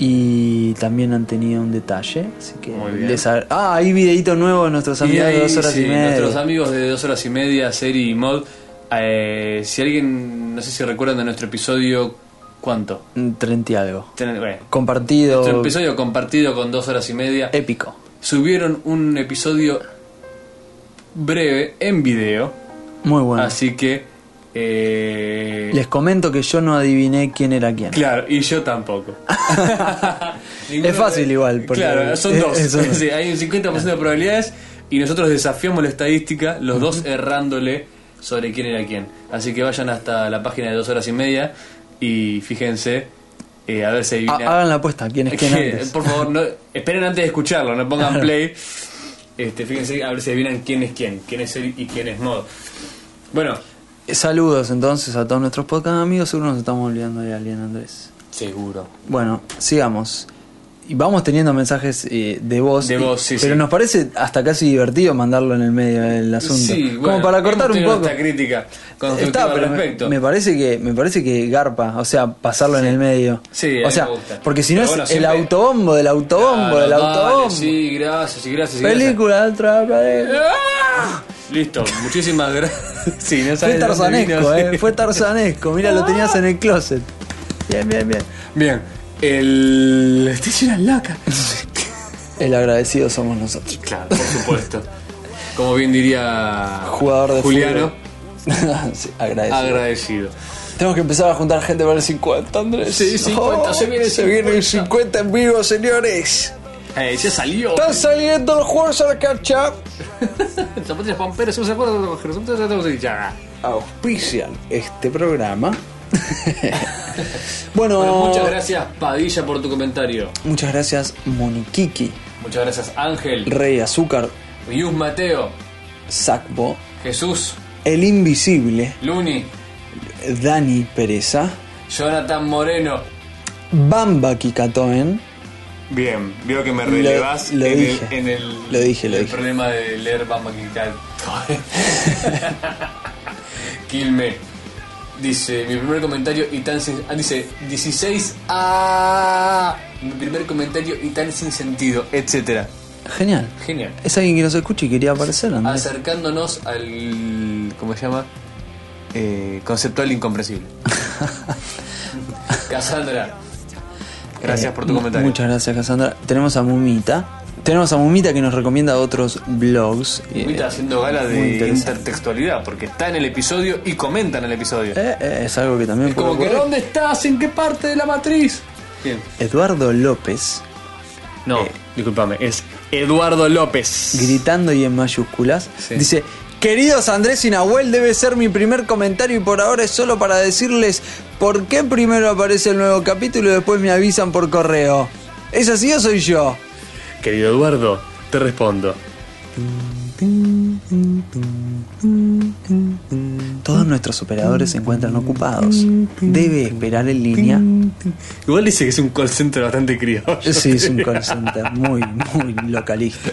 y también han tenido un detalle. Así que
Muy bien.
les agra- ah, hay videito nuevo de nuestros
Y
amigos
ahí,
de dos horas
sí,
y media.
Nuestros amigos de dos horas y media, serie y mod. eh, si alguien, no sé si recuerdan de nuestro episodio, ¿cuánto?
Treinta y algo.
Ten- bueno,
Compartido.
nuestro episodio compartido con dos horas y media.
épico.
subieron un episodio breve en video.
Muy bueno.
Así que. eh,
Les comento que yo no adiviné quién era quién.
Claro, y yo tampoco. Ninguno
Es fácil
de-
igual, porque-
Claro, son dos.
es uno.
Sí, hay un 50% de probabilidades y nosotros desafiamos la estadística, los dos errándole sobre quién era quién. Así que vayan hasta la página de dos horas y media y fíjense eh, a ver si
Ha-
adivina.
hagan la apuesta, quién Ah, es quién
Que,
antes.
Por favor, no, esperen antes de escucharlo, no pongan play. Este, fíjense a ver si adivinan quién es quién, quién es él y quién es Mod. Bueno,
Eh, Saludos entonces a todos nuestros podcast amigos, seguro nos estamos olvidando de alguien Andrés.
seguro.
Bueno, sigamos. Y vamos teniendo mensajes eh, de voz.
De
y-
voz, sí,
Pero
sí.
nos parece hasta casi divertido mandarlo en el medio del asunto.
Sí,
Como
bueno,
para cortar
hemos
un
tenido
poco.
Esta crítica constructiva
Está,
al
pero me-
respecto.
Me, parece que me parece que garpa, o sea, pasarlo en el medio.
Sí, a mí
o sea,
me gusta.
porque si no
Pero
es
bueno,
el
siempre-
autobombo del autobombo
Claro,
del
dale,
autobombo.
Ah, sí, gracias, y gracias. y
Película de otra pareja.
gracias. ¡Ah! Listo, muchísimas gracias. Sí, no
Fue
sabes dónde
tarzanesco,
vino,
eh.
sí.
Fue tarzanesco. Mira, lo tenías en el closet. Bien, bien, bien.
Bien, el. Estoy una laca.
El agradecido somos nosotros.
Claro, por supuesto. Como bien diría
Jugador de
Juliano,
fútbol. Sí, agradecido.
agradecido.
Tenemos que empezar a juntar gente para el 50, Andrés. Oh,
Sí, 50, se viene el
Se viene el 50 en vivo, señores.
Eh, ya salió.
Están saliendo los juegos a la cancha.
Zapatillas Juan Pérez, un acuerdo de los resultados de la ya.
Auspician este programa. bueno,
Bueno, muchas gracias Padilla por tu comentario.
Muchas gracias, Monikiki,
Muchas gracias Ángel,
Rey Azúcar,
Yus Mateo,
Sacbo,
Jesús,
El Invisible,
Luni,
Dani Pereza,
Jonathan Moreno.
Bamba Kikatoen.
Bien, veo que me
Lo-
relevas
lo
en,
dije.
El, en el,
Lo dije, lo
el
dije.
problema de leer Bamba Quitar. Quilme. Dice, mi primer comentario y tan sin- ah, dice 16 a mi primer comentario y tan sin sentido, etcétera.
Genial.
Genial.
Es alguien que nos escucha y quería aparecer, Andrés.
acercándonos al ¿cómo se llama? Eh, conceptual incomprensible. Cassandra, gracias
Eh,
por tu
mu-
comentario.
Muchas gracias, Cassandra. Tenemos a Mumita. Tenemos a Mumita que nos recomienda otros blogs. eh,
Mita haciendo gala
muy
de
interesante.
intertextualidad, porque está en el episodio y comenta en el episodio.
Eh, eh, es algo que también puede
Como que,
ocurrir.
¿dónde estás? ¿En qué parte de la matriz?
Eduardo López,
No,
Eh.
discúlpame, es Eduardo López.
gritando y en mayúsculas,
Sí.
dice: Queridos Andrés y Nahuel, debe ser mi primer comentario y por ahora es solo para decirles por qué primero aparece el nuevo capítulo y después me avisan por correo. ¿Es así o soy yo?
Querido Eduardo, te respondo.
Todos nuestros operadores se encuentran ocupados. Debe esperar en línea.
Igual dice que es un call center bastante criollo.
Sí, es un call center muy, muy localista.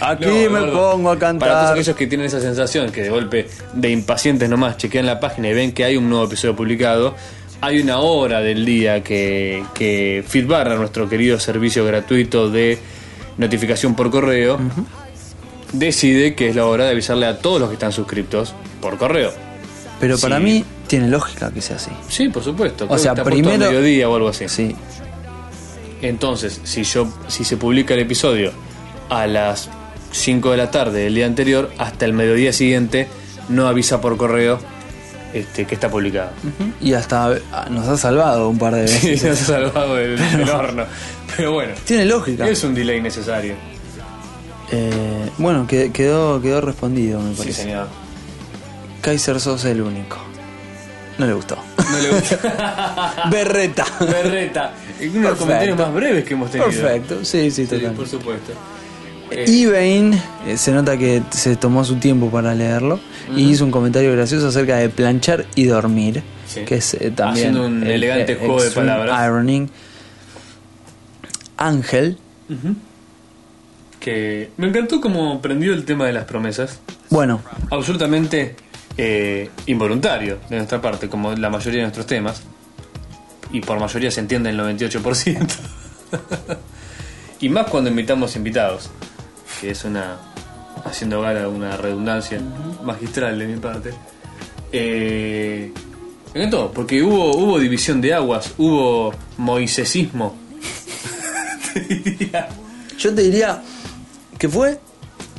Aquí me pongo a cantar.
Para todos aquellos que tienen esa sensación, que de golpe, de impacientes nomás, chequean la página y ven que hay un nuevo episodio publicado, hay una hora del día que, que Fitbarra, nuestro querido servicio gratuito de notificación por correo, decide que es la hora de avisarle a todos los que están suscriptos por correo.
Pero para
Sí.
mí tiene lógica que sea así.
Sí, por supuesto. Creo que
sea,
está puesto a
primero-
mediodía o algo así.
Sí,
Entonces, si yo si se publica el episodio a las 5 de la tarde del día anterior hasta el mediodía siguiente no avisa por correo este, que está publicado.
Y hasta ah, nos ha salvado un par de
Sí,
veces.
se ha salvado del, del horno. Pero bueno,
Tiene lógica.
es un delay necesario.
Eh, bueno, que- quedó, quedó respondido, me
Sí,
parece.
señor.
Kaiser sos el único. No le gustó.
No le gusta.
Berreta.
Berreta. Uno de los
Perfecto.
comentarios más breves que hemos tenido.
Perfecto, sí, sí,
Sí,
total.
por supuesto. Eh,
Ibane, eh, se nota que se tomó su tiempo para leerlo y hizo un comentario gracioso acerca de planchar y dormir,
Sí.
que es eh, también
Haciendo un elegante juego de
extreme
palabras.
Ironing. Ángel,
que me encantó cómo prendió el tema de las promesas.
bueno,
absolutamente eh, involuntario de nuestra parte, como la mayoría de nuestros temas, y por mayoría se entiende el 98%. y más cuando invitamos invitados, que es una, haciendo gala una redundancia magistral de mi parte. Eh, me encantó, porque hubo, hubo división de aguas, hubo moisesismo. Te diría.
Yo te diría que fue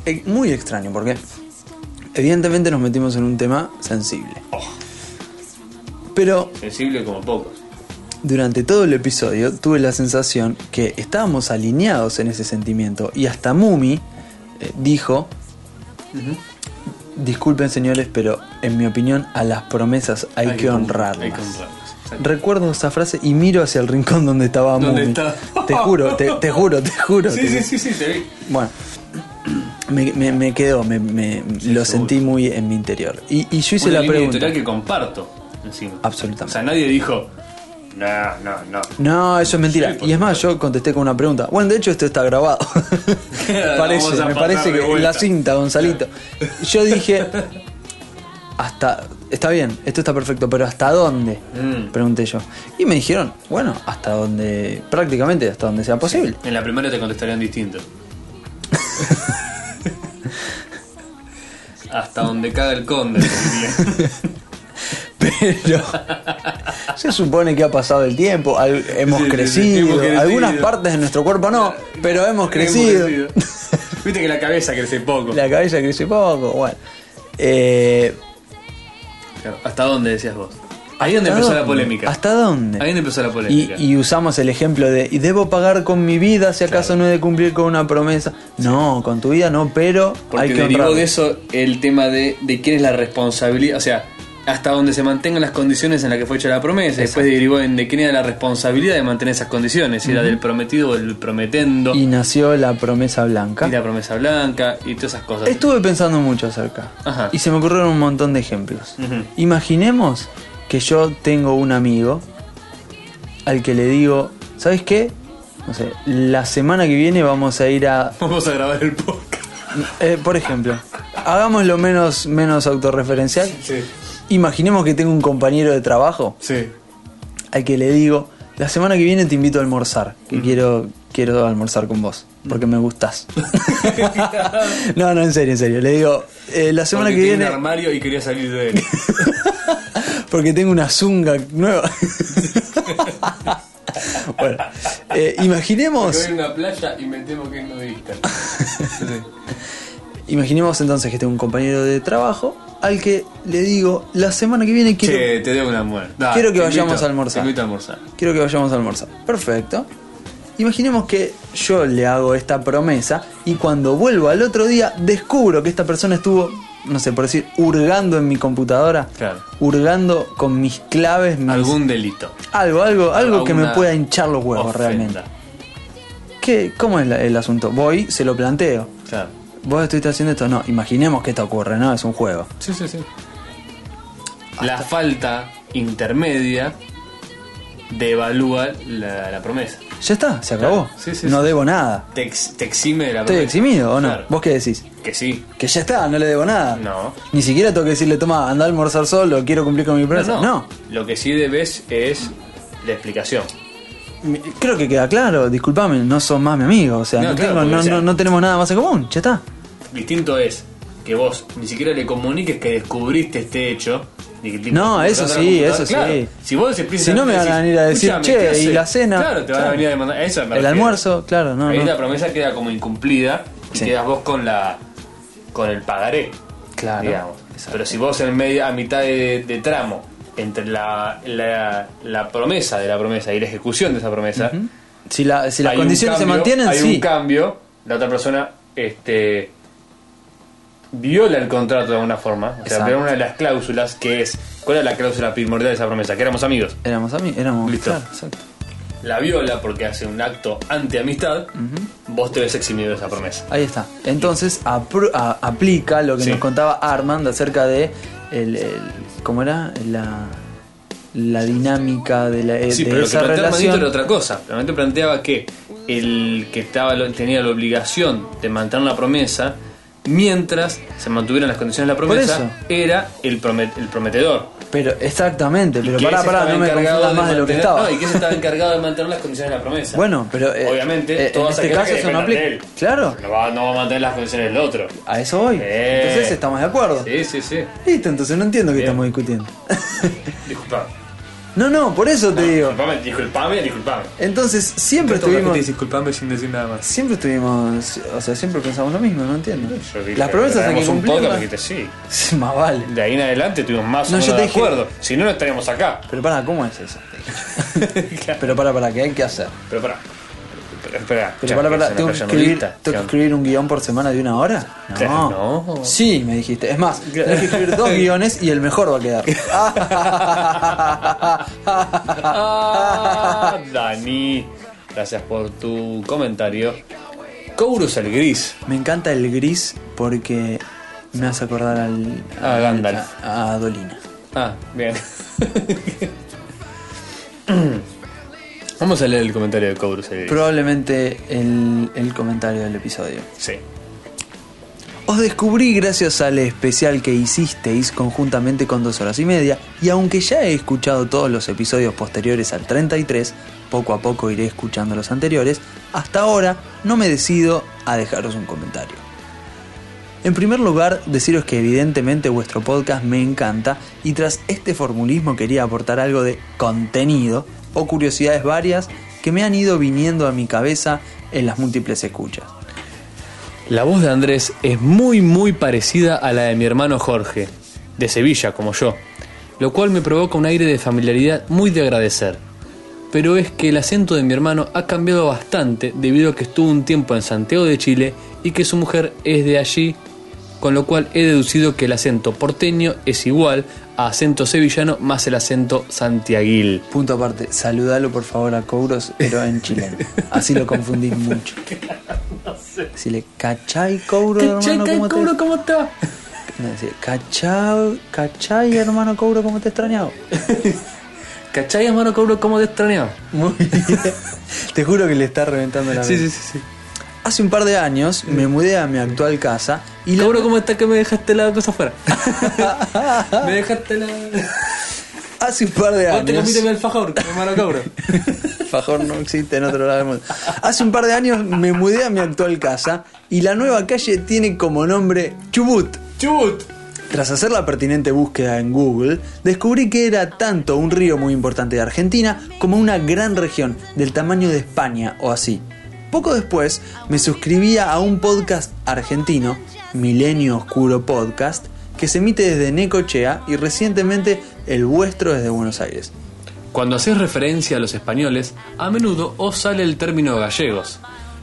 eh, muy extraño porque evidentemente nos metimos en un tema sensible. Pero
Sensible como pocos.
durante todo el episodio tuve la sensación que estábamos alineados en ese sentimiento y hasta Mumi eh, dijo, disculpen señores, pero en mi opinión a las promesas hay, que,
hon-
honrarlas.
Hay que honrarlas. exacto.
Recuerdo esa frase y miro hacia el rincón donde estaba
¿Dónde
Mumi.
está?
Te juro, te, te juro, te juro.
Sí,
te-
sí, sí, sí, te vi.
Bueno, me, me, me quedó, me, me- lo
seguro.
sentí muy en mi interior. Y, y yo hice
una
la
línea
pregunta.
editorial que comparto encima. O
Absolutamente.
sea, nadie dijo, no, no, no.
No, eso es mentira.
Sí, por
y es más, yo contesté con una pregunta. Bueno, de hecho esto está grabado. Me
Vamos a
parece, me
pasar
parece
de
que
vuelta.
la cinta, Gonzalito. Yo dije, hasta, está bien, esto está perfecto, pero ¿hasta dónde?
Mm.
Pregunté yo. Y me dijeron, bueno, hasta donde, prácticamente hasta donde sea posible.
En la primera te contestarían distinto. Hasta donde caga el conde. te diría.
Pero se supone que ha pasado el tiempo, al- hemos
Sí, sí, sí,
crecido,
hemos crecido.
algunas partes de nuestro cuerpo no, pero hemos crecido.
Viste que la cabeza crece poco.
La cabeza crece poco, bueno. Eh,
Claro, ¿Hasta dónde decías vos? Ahí donde empezó la
dónde?
polémica.
¿Hasta dónde?
Ahí donde empezó la polémica.
Y, y usamos el ejemplo de, y debo pagar con mi vida si acaso no he de cumplir con una promesa. No, con tu vida no, pero
Porque
hay que
derivó
honrarlo.
de eso el tema de, de quién es la responsabilidad, o sea, hasta donde se mantengan las condiciones en las que fue hecha la promesa. Después derivó en de quién era la responsabilidad de mantener esas condiciones, si era del prometido o del prometendo,
Y
y,
nació la promesa blanca.
la promesa blanca y todas esas cosas.
Estuve pensando mucho acerca.
Ajá.
Y se me ocurrieron un montón de ejemplos.
Ujú.
Imaginemos que yo tengo un amigo al que le digo, ¿sabes qué? No sé, la semana que viene vamos a ir a...
Vamos a grabar el podcast.
eh, por ejemplo, hagamos lo menos, menos autorreferencial.
Sí.
Imaginemos que tengo un compañero de trabajo
Sí.
al que le digo, la semana que viene te invito a almorzar, que quiero, quiero almorzar con vos, porque me gustás. no, no, en serio, en serio. Le digo, "Eh, la semana
Porque
que
tenía
viene...
un armario y quería salir de él.
Porque tengo una zunga nueva. bueno, eh, imaginemos,
a una playa y me temo que es nudista.
imaginemos entonces que tengo un compañero de trabajo al que le digo, la semana que viene quiero,
Che, te debo una muerte. Da,
quiero que
te
vayamos
invito,
a almorzar.
Te invito a almorzar.
quiero que vayamos a almorzar. Perfecto. Imaginemos que yo le hago esta promesa y cuando vuelvo al otro día descubro que esta persona estuvo, no sé, por decir, hurgando en mi computadora,
Claro.
hurgando con mis claves, mis-
Algún delito.
algo, algo, algo que me
Alguna
pueda hinchar los huevos
ofrenda.
realmente. ¿Qué, ¿Cómo es la- el asunto? Voy, se lo planteo.
Claro.
Vos estuviste haciendo esto, no, imaginemos que esto ocurre, ¿no? Es un juego.
Sí, sí, sí. La falta intermedia devalúa la, la promesa.
Ya está, se acabó.
Claro, sí, sí,
no
sí.
debo nada.
Te, ex- te exime de la
¿Estoy
promesa.
eximido o no?
Claro.
¿Vos qué decís?
Que sí.
Que ya está, no le debo nada.
No.
Ni siquiera tengo que decirle, toma, anda a almorzar solo, quiero cumplir con mi promesa. No.
Lo que sí debes es la explicación.
Mi- Creo que queda claro, disculpame, no sos más mi amigo. O sea,
No,
no,
claro,
tengo-
porque,
no-
o sea-
no- no tenemos nada más en común, ya está.
Distinto es que vos ni siquiera le comuniques que descubriste este hecho
y- y-
No,
y-
eso
y-
sí,
y-
eso
claro,
sí.
Si vos explícitamente
Si no, me van a
decís,
venir a decir,
"Escúchame,
"Che,
¿qué
¿y
haces?".
la cena?
Claro, te van a
Claro.
venir a demandar. a Eso me
El
refiero.
almuerzo, claro, no.
Ahí
no.
la promesa queda como incumplida y
Sí.
quedas vos con la con el pagaré.
Claro,
digamos.
exacto.
Pero si vos en medio, a mitad de, de tramo, entre la, la, la promesa de la promesa y la ejecución de esa promesa,
Si, la- si las
hay un
condiciones
cambio,
se mantienen,
hay
sí.
un cambio, la otra persona este viola el contrato de alguna forma. O sea,
Exacto.
pero una de las cláusulas que es. ¿Cuál era la cláusula primordial de esa promesa? Que éramos amigos.
Éramos amigos, éramos.
Listo.
Claro, exacto.
La viola porque hace un acto anti-amistad. Vos te ves eximido de esa promesa.
Ahí está. Entonces apro- a- aplica lo que
Sí.
nos contaba Armand acerca de el, el- cómo era la, la dinámica de, la,
Sí,
de
pero lo que
esa
planteaba Manito
relación.
era otra cosa. Realmente planteaba que el que estaba lo- tenía la obligación de mantener la promesa mientras se mantuvieran las condiciones de la
Por
promesa
eso.
era el, promet- el prometedor.
Pero exactamente, pero
que
pará,
ese
pará,
estaba
no me
encargado
confundas más de lo que
mantener-
estaba.
No, y que se estaba encargado de mantener las condiciones de la promesa.
Bueno, pero, eh,
obviamente
eh,
todas
en
aquellas
este caso
que
eso no
dependan de
aplica.
él.
Claro.
No va, no va a mantener las condiciones del otro.
A eso voy.
Eh.
Entonces estamos de acuerdo.
Sí, sí, sí.
Listo, entonces no entiendo que
Bien.
estamos discutiendo.
Disculpame.
no, no, por eso te digo.
Disculpame, disculpame, disculpame.
Entonces siempre estuvimos
disculpame sin decir nada más.
siempre estuvimos, o sea, siempre pensamos lo mismo, no entiendo. Las promesas hay que
tenemos un podcast,
cumplirlas.
dijiste sí.
Más vale.
De ahí en adelante tuvimos más
No,
o
yo
menos
te
de
dije-
acuerdo. Si no, no estaríamos acá.
Pero para, ¿cómo es eso? Pero para, para, ¿qué hay que hacer?
Pero pará. Pero espera.
Pero para, para, ¿tengo que, escribir, ¿tengo que escribir un guión por semana de una hora?
Claro,
No.
no.
Sí, me dijiste. Es más, tenés que escribir dos guiones y el mejor va a quedar.
Ah, Dani, gracias por tu comentario. Courus el gris.
me encanta el gris porque me hace acordar al.
A Ah, Gandalf.
A, a Dolina.
Ah, bien. Vamos a leer el comentario de eh. Courus el gris.
Probablemente el, el comentario del episodio.
sí.
Os descubrí gracias al especial que hicisteis conjuntamente con dos horas y media, y aunque ya he escuchado todos los episodios posteriores al 33, poco a poco iré escuchando los anteriores, hasta ahora no me decido a dejaros un comentario. En primer lugar, deciros que evidentemente vuestro podcast me encanta y tras este formulismo quería aportar algo de contenido o curiosidades varias que me han ido viniendo a mi cabeza en las múltiples escuchas.
La voz de Andrés es muy muy parecida a la de mi hermano Jorge, de Sevilla como yo, lo cual me provoca un aire de familiaridad muy de agradecer. Pero es que el acento de mi hermano ha cambiado bastante debido a que estuvo un tiempo en Santiago de Chile y que su mujer es de allí, con lo cual he deducido que el acento porteño es igual a acento sevillano más el acento santiaguil.
Punto aparte, saludalo por favor a Kouros, pero en chileno. Así lo confundís mucho. Decirle, ¿cachai Kouros, hermano? ¿Cómo te...
cómo está?
No, decirle, ¿cachai, ¿cachai, hermano Kouros, cómo te he extrañado?
¿Cachai, hermano Cobro, cómo te extrañaba?
Muy bien. Te juro que le está reventando la mente.
sí.
Hace un par de años me mudé a mi actual casa y
Y
la...
Lauro, ¿cómo está que me dejaste la cosa afuera? me dejaste la.
Hace un par de
Vos te
años...
comiste mi alfajor, mi hermano cabro.
Fajor no existe en otro lado del mundo. Hace un par de años me mudé a mi actual casa y la nueva calle tiene como nombre Chubut.
¡Chut!
Tras hacer la pertinente búsqueda en Google, descubrí que era tanto un río muy importante de Argentina como una gran región del tamaño de España o así. Poco después me suscribía a un podcast argentino, Milenio Oscuro Podcast, que se emite desde Necochea y recientemente el vuestro desde Buenos Aires.
Cuando haces referencia a los españoles, a menudo os sale el término gallegos.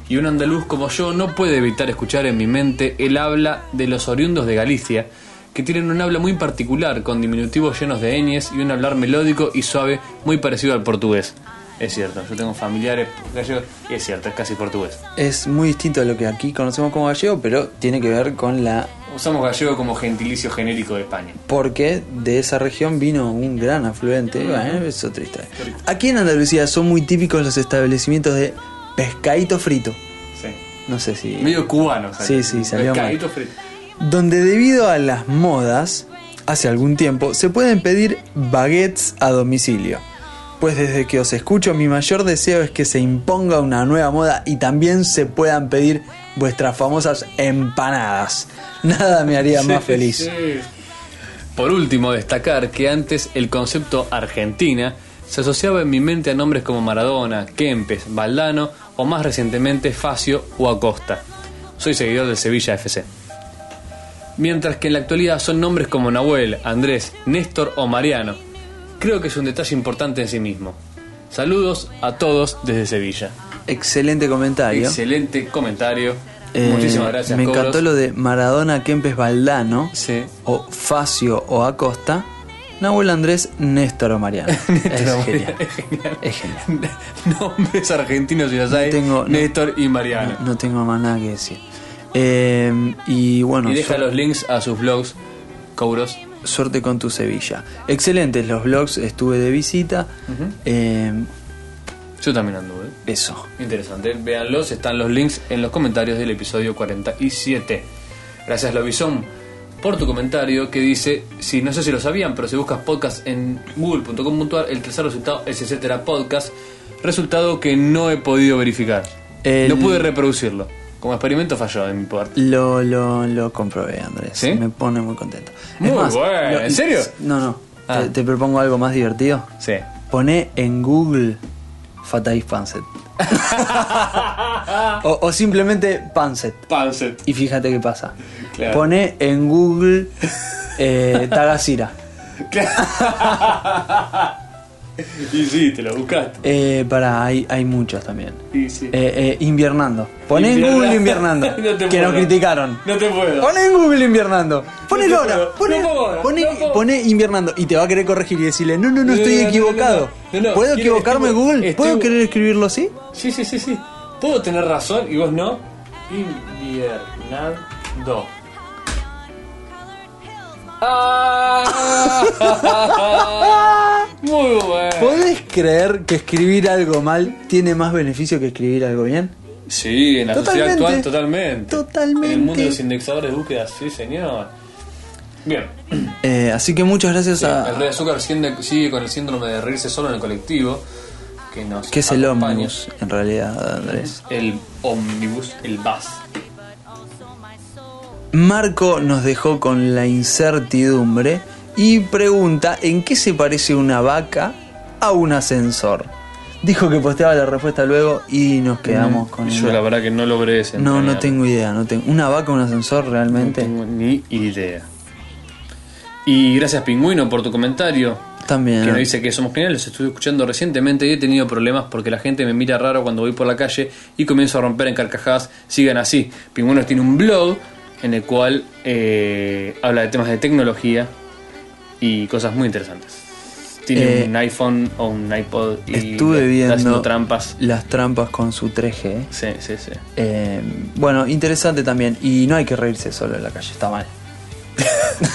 Y un andaluz como yo no puede evitar escuchar en mi mente el habla de los oriundos de Galicia, que tienen un habla muy particular, con diminutivos llenos de ñes y un hablar melódico y suave muy parecido al portugués. Es cierto, yo tengo familiares gallegos y es cierto, es casi portugués.
Es muy distinto a lo que aquí conocemos como gallego, pero tiene que ver con la...
Usamos gallego como gentilicio genérico de España.
Porque de esa región vino un gran afluente. Bueno, es otra historia. Aquí en Andalucía son muy típicos los establecimientos de pescadito frito.
Sí.
No sé si...
Medio cubano.
Sí, sí, salió mal.
Pescadito frito.
Donde debido a las modas, hace algún tiempo, se pueden pedir baguettes a domicilio. Pues desde que os escucho, mi mayor deseo es que se imponga una nueva moda y también se puedan pedir vuestras famosas empanadas. Nada me haría más feliz.
Sí. Por último, destacar que antes el concepto Argentina se asociaba en mi mente a nombres como Maradona, Kempes, Valdano o más recientemente Facio o Acosta. Soy seguidor del Sevilla FC. Mientras que en la actualidad son nombres como Nahuel, Andrés, Néstor o Mariano. Creo que es un detalle importante en sí mismo. Saludos a todos desde Sevilla.
Excelente comentario.
Excelente comentario.
Eh,
Muchísimas gracias.
Me
Cobros.
encantó lo de Maradona, Kempes, Valdano,
Sí.
o Facio o Acosta, Nahuel Andrés, Néstor o Mariano. es,
Néstor o
genial.
Mariano, es genial.
Es genial.
Nombres argentinos y las hay.
tengo- no.
Néstor y Mariano.
No, no tengo más nada que decir. Eh, y bueno,
y deja
su-
los links a sus blogs, Cobros.
suerte con tu Sevilla. Excelentes los blogs, estuve de visita. Eh,
Yo también anduve.
eso.
Interesante. Véanlos, están los links en los comentarios del episodio 47. Gracias, Lobizón, por tu comentario que dice: Si no sé si lo sabían, pero si buscas podcast en google.com.ar, el tercer resultado es etcétera podcast. Resultado que no he podido verificar.
El-
No pude reproducirlo. Como experimento falló en mi parte.
Lo, lo, lo comprobé, Andrés.
¿Sí?
Me pone muy contento.
Muy bueno, ¿en serio?
No, no.
Ah.
Te, te propongo algo más divertido.
Sí.
Poné en Google Fatais Pancet. o, o simplemente Pancet.
Pancet.
Y fíjate qué pasa.
Claro.
Poné en Google eh, Tagasira.
Y sí, te lo buscaste.
Eh, pará, hay, hay muchos también.
Y sí.
Eh, eh, inviernando. Poné en
Invierna-
Google Inviernando.
No te
que
puedo.
nos criticaron.
No te puedo.
Poné en Google Inviernando. Ponelo
No te
ahora.
puedo.
Poné,
No puedo ahora.
poné-
No puedo.
poné Inviernando. Y te va a querer corregir y decirle: No, no, no,
No,
estoy
no, no,
equivocado.
no, no, no.
¿Puedo
Quiero-
equivocarme,
estoy-
Google? ¿Puedo
estoy-
querer escribirlo así?
Sí, sí, sí, sí. Puedo tener razón y vos no. Inviernando. Ah. Muy bueno.
¿Podés creer que escribir algo mal tiene más beneficio que escribir algo bien?
Sí, en la sociedad
Totalmente.
actual totalmente.
Totalmente.
En el mundo de los indexadores de búsqueda, sí, señor. Bien.
Eh, así que muchas gracias
el
a.
Rey Azúcar siende- sigue con el síndrome de reírse solo en el colectivo. Que nos
que es el
acompaña.
ómnibus, en realidad, Andrés.
El ómnibus, el bus.
Marco nos dejó con la incertidumbre y pregunta en qué se parece una vaca a un ascensor. Dijo que posteaba la respuesta luego y nos quedamos con
Mm, Yo
el-
la verdad que no logré ese.
No, no
entrenamiento.
tengo idea, no tengo. ¿Una vaca a un ascensor
No
realmente?
tengo ni idea. Y gracias Pingüino por tu comentario. Que nos
También.
dice que somos geniales, los estuve escuchando recientemente y he tenido problemas porque la gente me mira raro cuando voy por la calle y comienzo a romper en carcajadas. Sigan así. Pingüinos tiene un blog en el cual eh, habla de temas de tecnología y cosas muy interesantes. Tiene
Eh,
un iPhone o un iPod y
Estuve
está
viendo
haciendo trampas.
las trampas con su 3G.
Sí, sí, sí.
Eh, bueno, interesante también. Y no hay que reírse solo en la calle, está mal.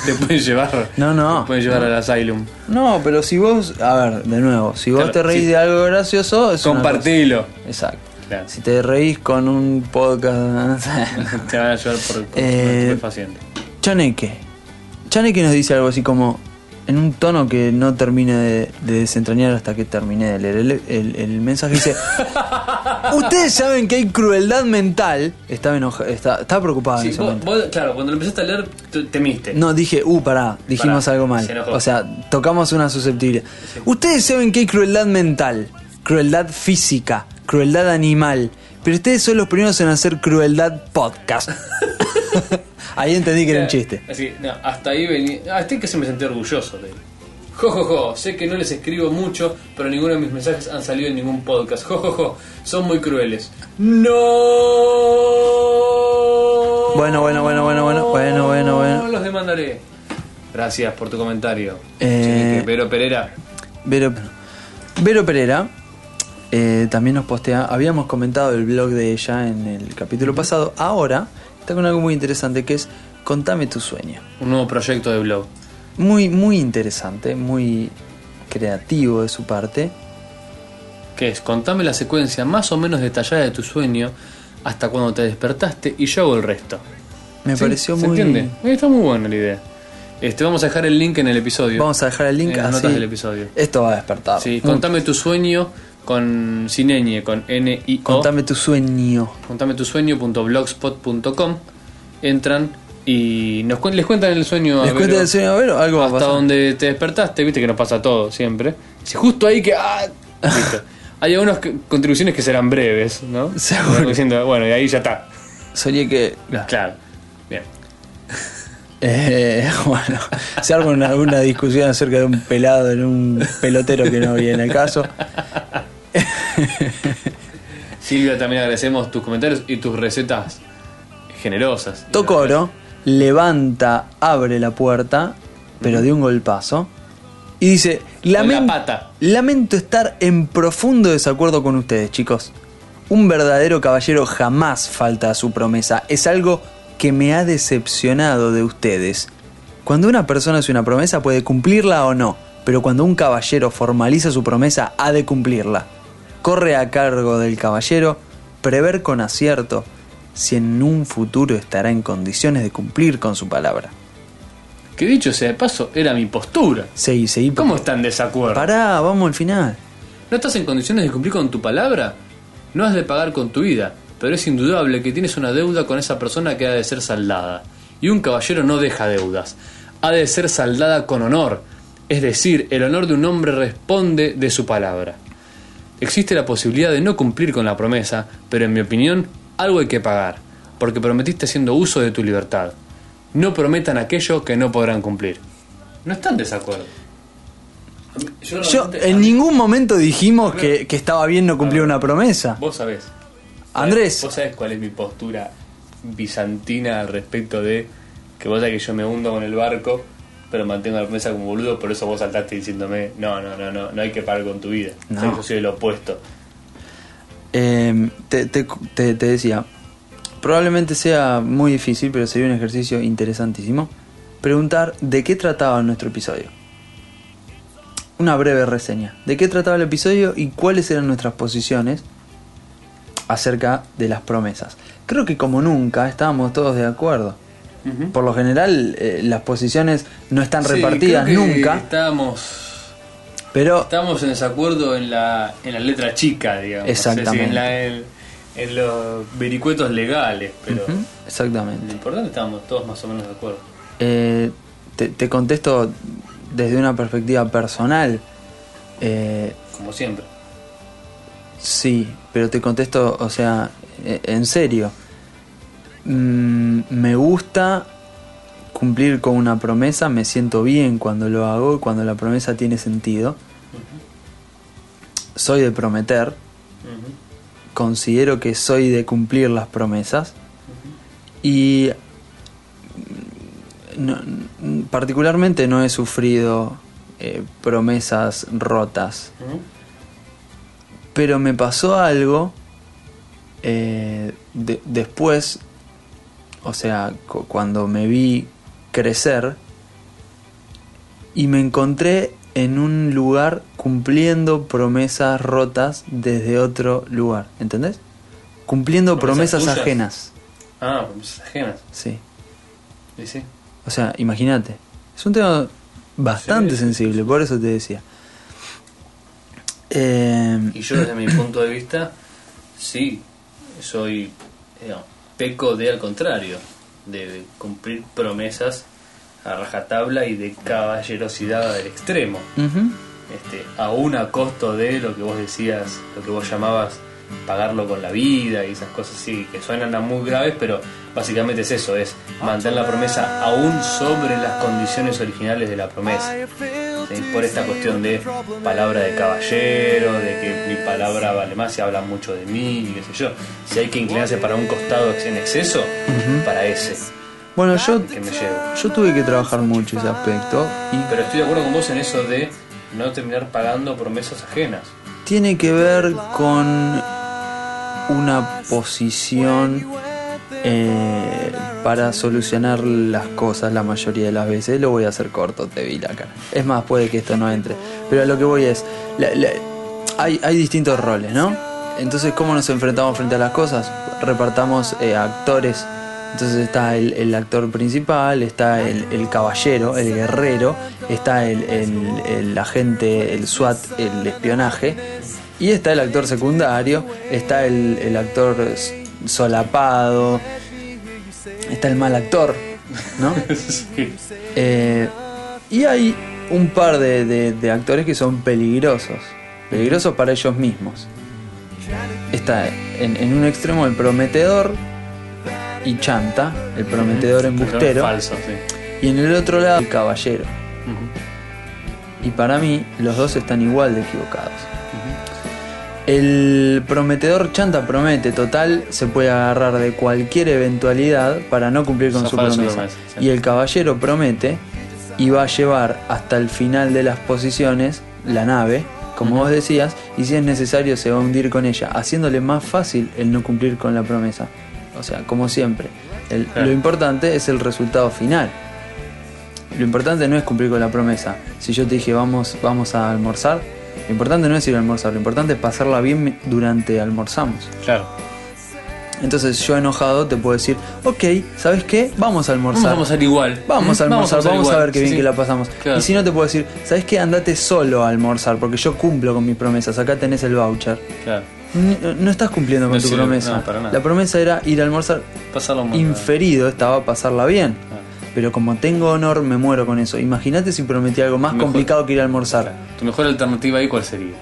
Te pueden llevar.
No, no.
Te pueden llevar al asylum.
No, pero si vos, a ver, de nuevo, si vos
Claro,
te reís
sí.
de algo gracioso, es una
Compartilo.
cosa. Exacto.
Claro.
Si te reís con un podcast.
Te van a ayudar por, por
Eh,
estupefaciente.
Chaneque. Chaneque nos dice algo así como. En un tono que no termine de, de desentrañar hasta que termine de leer el, el- el mensaje, dice: Ustedes saben que hay crueldad mental. Estaba, enoja- está, estaba preocupado
Sí,
en ese
vos-
momento.
vos, claro, cuando lo empezaste a leer, te- temiste.
No, dije, uh, pará, dijimos
Pará,
algo mal.
se enojó.
O sea, tocamos una susceptibilidad. Ustedes saben que hay crueldad mental, crueldad física, crueldad animal, pero ustedes son los primeros en hacer crueldad podcast. Ahí entendí que era un chiste.
Así, no, hasta ahí venía. Hasta ahí que se me sentí orgulloso de él. Jo, jo, jo, sé que no les escribo mucho, pero ninguno de mis mensajes han salido en ningún podcast. Jo, jo, jo, son muy crueles. ¡No!
Bueno, bueno, bueno, bueno, bueno, bueno, bueno, bueno.
Los demandaré. Gracias por tu comentario.
Eh,
Sí, pero Pereira.
Vero, Vero Pereira eh, también nos postea, habíamos comentado el blog de ella en el capítulo pasado, ahora está con algo muy interesante que es Contame tu sueño.
Un nuevo proyecto de blog.
Muy, muy interesante, muy creativo de su parte.
que es contame la secuencia más o menos detallada de tu sueño hasta cuando te despertaste y yo hago el resto.
Me
¿Sí?
pareció
¿Se
muy.
entiende? Eh, Está muy buena la idea. Este, vamos a dejar el link en el episodio.
Vamos a dejar el link
en las
así.
notas del episodio.
Esto va a despertar.
Sí,
Muy-
contame tu sueño con sin ñ, con n i o.
Contame tu sueño.
Contame tu sueño.blogspot.com. Entran
y nos cuen- les cuentan el sueño
¿Les
a
cuenta
Vero.
el sueño de Vero? Algo va a
hasta
pasar.
donde te despertaste, viste que nos pasa todo siempre. Si justo ahí que. ¡ah! Listo. Hay algunas que- contribuciones que serán breves, ¿no?
Seguro.
Como diciendo, bueno, y ahí ya está.
Soñé que.
Claro. Bien.
Eh, bueno, se arma una, una discusión acerca de un pelado en un pelotero que no viene al caso.
Silvia, también agradecemos tus comentarios y tus recetas generosas.
Tocoro levanta, abre la puerta, pero de un golpazo. Y dice:
la
"Lamen-
pata".
Lamento estar en profundo desacuerdo con ustedes, chicos. Un verdadero caballero jamás falta a su promesa. Es algo que me ha decepcionado de ustedes. Cuando una persona hace una promesa puede cumplirla o no, pero cuando un caballero formaliza su promesa ha de cumplirla. Corre a cargo del caballero prever con acierto si en un futuro estará en condiciones de cumplir con su palabra.
Que dicho sea de paso, era mi postura.
Seguí, seguí. porque-
¿Cómo está en desacuerdo?
Pará, vamos al final.
¿No estás en condiciones de cumplir con tu palabra? No has de pagar con tu vida, pero es indudable que tienes una deuda con esa persona que ha de ser saldada. Y un caballero no deja deudas. Ha de ser saldada con honor. Es decir, el honor de un hombre responde de su palabra. Existe la posibilidad de no cumplir con la promesa, pero en mi opinión, algo hay que pagar, porque prometiste haciendo uso de tu libertad. No prometan aquello que no podrán cumplir. No están en desacuerdo. Yo,
Yo
realmente-
en ningún momento dijimos que, que estaba bien no cumplir una promesa.
Vos sabés.
Andrés.
Vos sabés cuál es mi postura bizantina al respecto de que vos sabés que yo me hundo con el barco, pero mantengo la promesa como boludo, por eso vos saltaste diciéndome, no, no, no, no, no hay que parar con tu vida.
No.
Sabés que yo soy el opuesto.
Eh, te, te- te- te decía, probablemente sea muy difícil, pero sería un ejercicio interesantísimo, preguntar de qué trataba nuestro episodio. Una breve reseña. ¿De qué trataba el episodio y cuáles eran nuestras posiciones acerca de las promesas? Creo que como nunca estábamos todos de acuerdo. Por lo general, eh, las posiciones no están repartidas nunca,
Estábamos,
pero
estábamos en desacuerdo en la, en la letra chica, digamos.
No sé si en Exactamente. la-
en, los vericuetos legales, pero
Ujú, ¿Mm? Exactamente.
importante estábamos todos más o menos de acuerdo.
Eh, te, te contesto desde una perspectiva personal. Eh,
Como siempre.
sí, pero te contesto, o sea, e- en serio. Mm, me gusta cumplir con una promesa, me siento bien cuando lo hago, cuando la promesa tiene sentido. Soy de prometer, considero que soy de cumplir las promesas y mm, no- n- particularmente no he sufrido eh, promesas rotas, pero me pasó algo eh, de- después, o sea, cu- cuando me vi crecer y me encontré en un lugar cumpliendo promesas rotas desde otro lugar, ¿entendés? Cumpliendo
¿Promesas
promesas,
tuyas?
ajenas,
Ah,
pues,
promesas ajenas.
sí.
Y sí.
O sea, imagínate. Es un tema bastante
Sí.
sensible, por eso te decía. Eh,
Y yo desde mi punto de vista, sí, soy eh, peco de al contrario, de cumplir promesas a rajatabla y de caballerosidad al extremo,
ujú.
este, aún a costo de lo que vos decías, lo que vos llamabas pagarlo con la vida y esas cosas así, que suenan a muy graves, pero básicamente es eso, es mantener la promesa aún sobre las condiciones originales de la promesa. ¿sí? por esta cuestión de palabra de caballero, de que mi palabra vale más si hablan mucho de mí, y qué sé yo. Si hay que inclinarse para un costado en exceso, para ese
Bueno, yo,
que me llevo.
yo tuve que trabajar mucho ese aspecto y
Pero estoy de acuerdo con vos en eso de no terminar pagando promesas ajenas.
tiene que ver con una posición eh, para solucionar las cosas la mayoría de las veces. Lo voy a hacer corto, te vi la cara. Es más, puede que esto no entre. Pero a lo que voy es, la- la- hay, hay distintos roles, ¿no? Entonces, ¿cómo nos enfrentamos frente a las cosas? Repartamos eh, actores. Entonces está el, el actor principal, está el, el caballero, el guerrero, está el, el- el agente, el SWAT, el espionaje, y está el actor secundario, está el, el actor s- solapado, está el mal actor, ¿no?
Sí.
Eh, y hay un par de, de- de actores que son peligrosos, peligrosos para ellos mismos. Está en, en un extremo el prometedor y chanta, el prometedor embustero,
Falso, sí.
y en el otro lado el caballero.
Ujú,
Y para mí los dos están igual de equivocados.
ujú.
El prometedor chanta promete, total, se puede agarrar de cualquier eventualidad para no cumplir con su
Zafar de
promesa.
su promesa, sí.
Y el caballero promete y va a llevar hasta el final de las posiciones la nave, como vos decías, y si es necesario se va a hundir con ella, haciéndole más fácil el no cumplir con la promesa. O sea, como siempre, el-
Claro.
lo importante es el resultado final. Lo importante no es cumplir con la promesa. Si yo te dije vamos, vamos a almorzar, lo importante no es ir a almorzar, lo importante es pasarla bien mi- durante almorzamos.
Claro.
Entonces yo enojado te puedo decir, ok, ¿sabes qué? Vamos a
Vamos a
almorzar.
almorzar igual.
Vamos a almorzar, vamos a,
igual,
ver qué
sí,
bien
sí.
que la pasamos.
Claro.
Y si no te puedo decir, ¿sabes qué? Andate solo a almorzar, porque yo cumplo con mis promesas, acá tenés el voucher.
Claro.
Ni- No, estás cumpliendo con
No
tu
sirve,
promesa.
no, para nada.
la promesa era ir a almorzar.
Pasarlo muy
Inferido estaba pasarla bien.
Claro.
Pero como tengo honor, me muero con eso. Imagínate si prometí algo más
Mejor-
complicado que ir a almorzar.
Claro. ¿Tu mejor alternativa ahí cuál sería?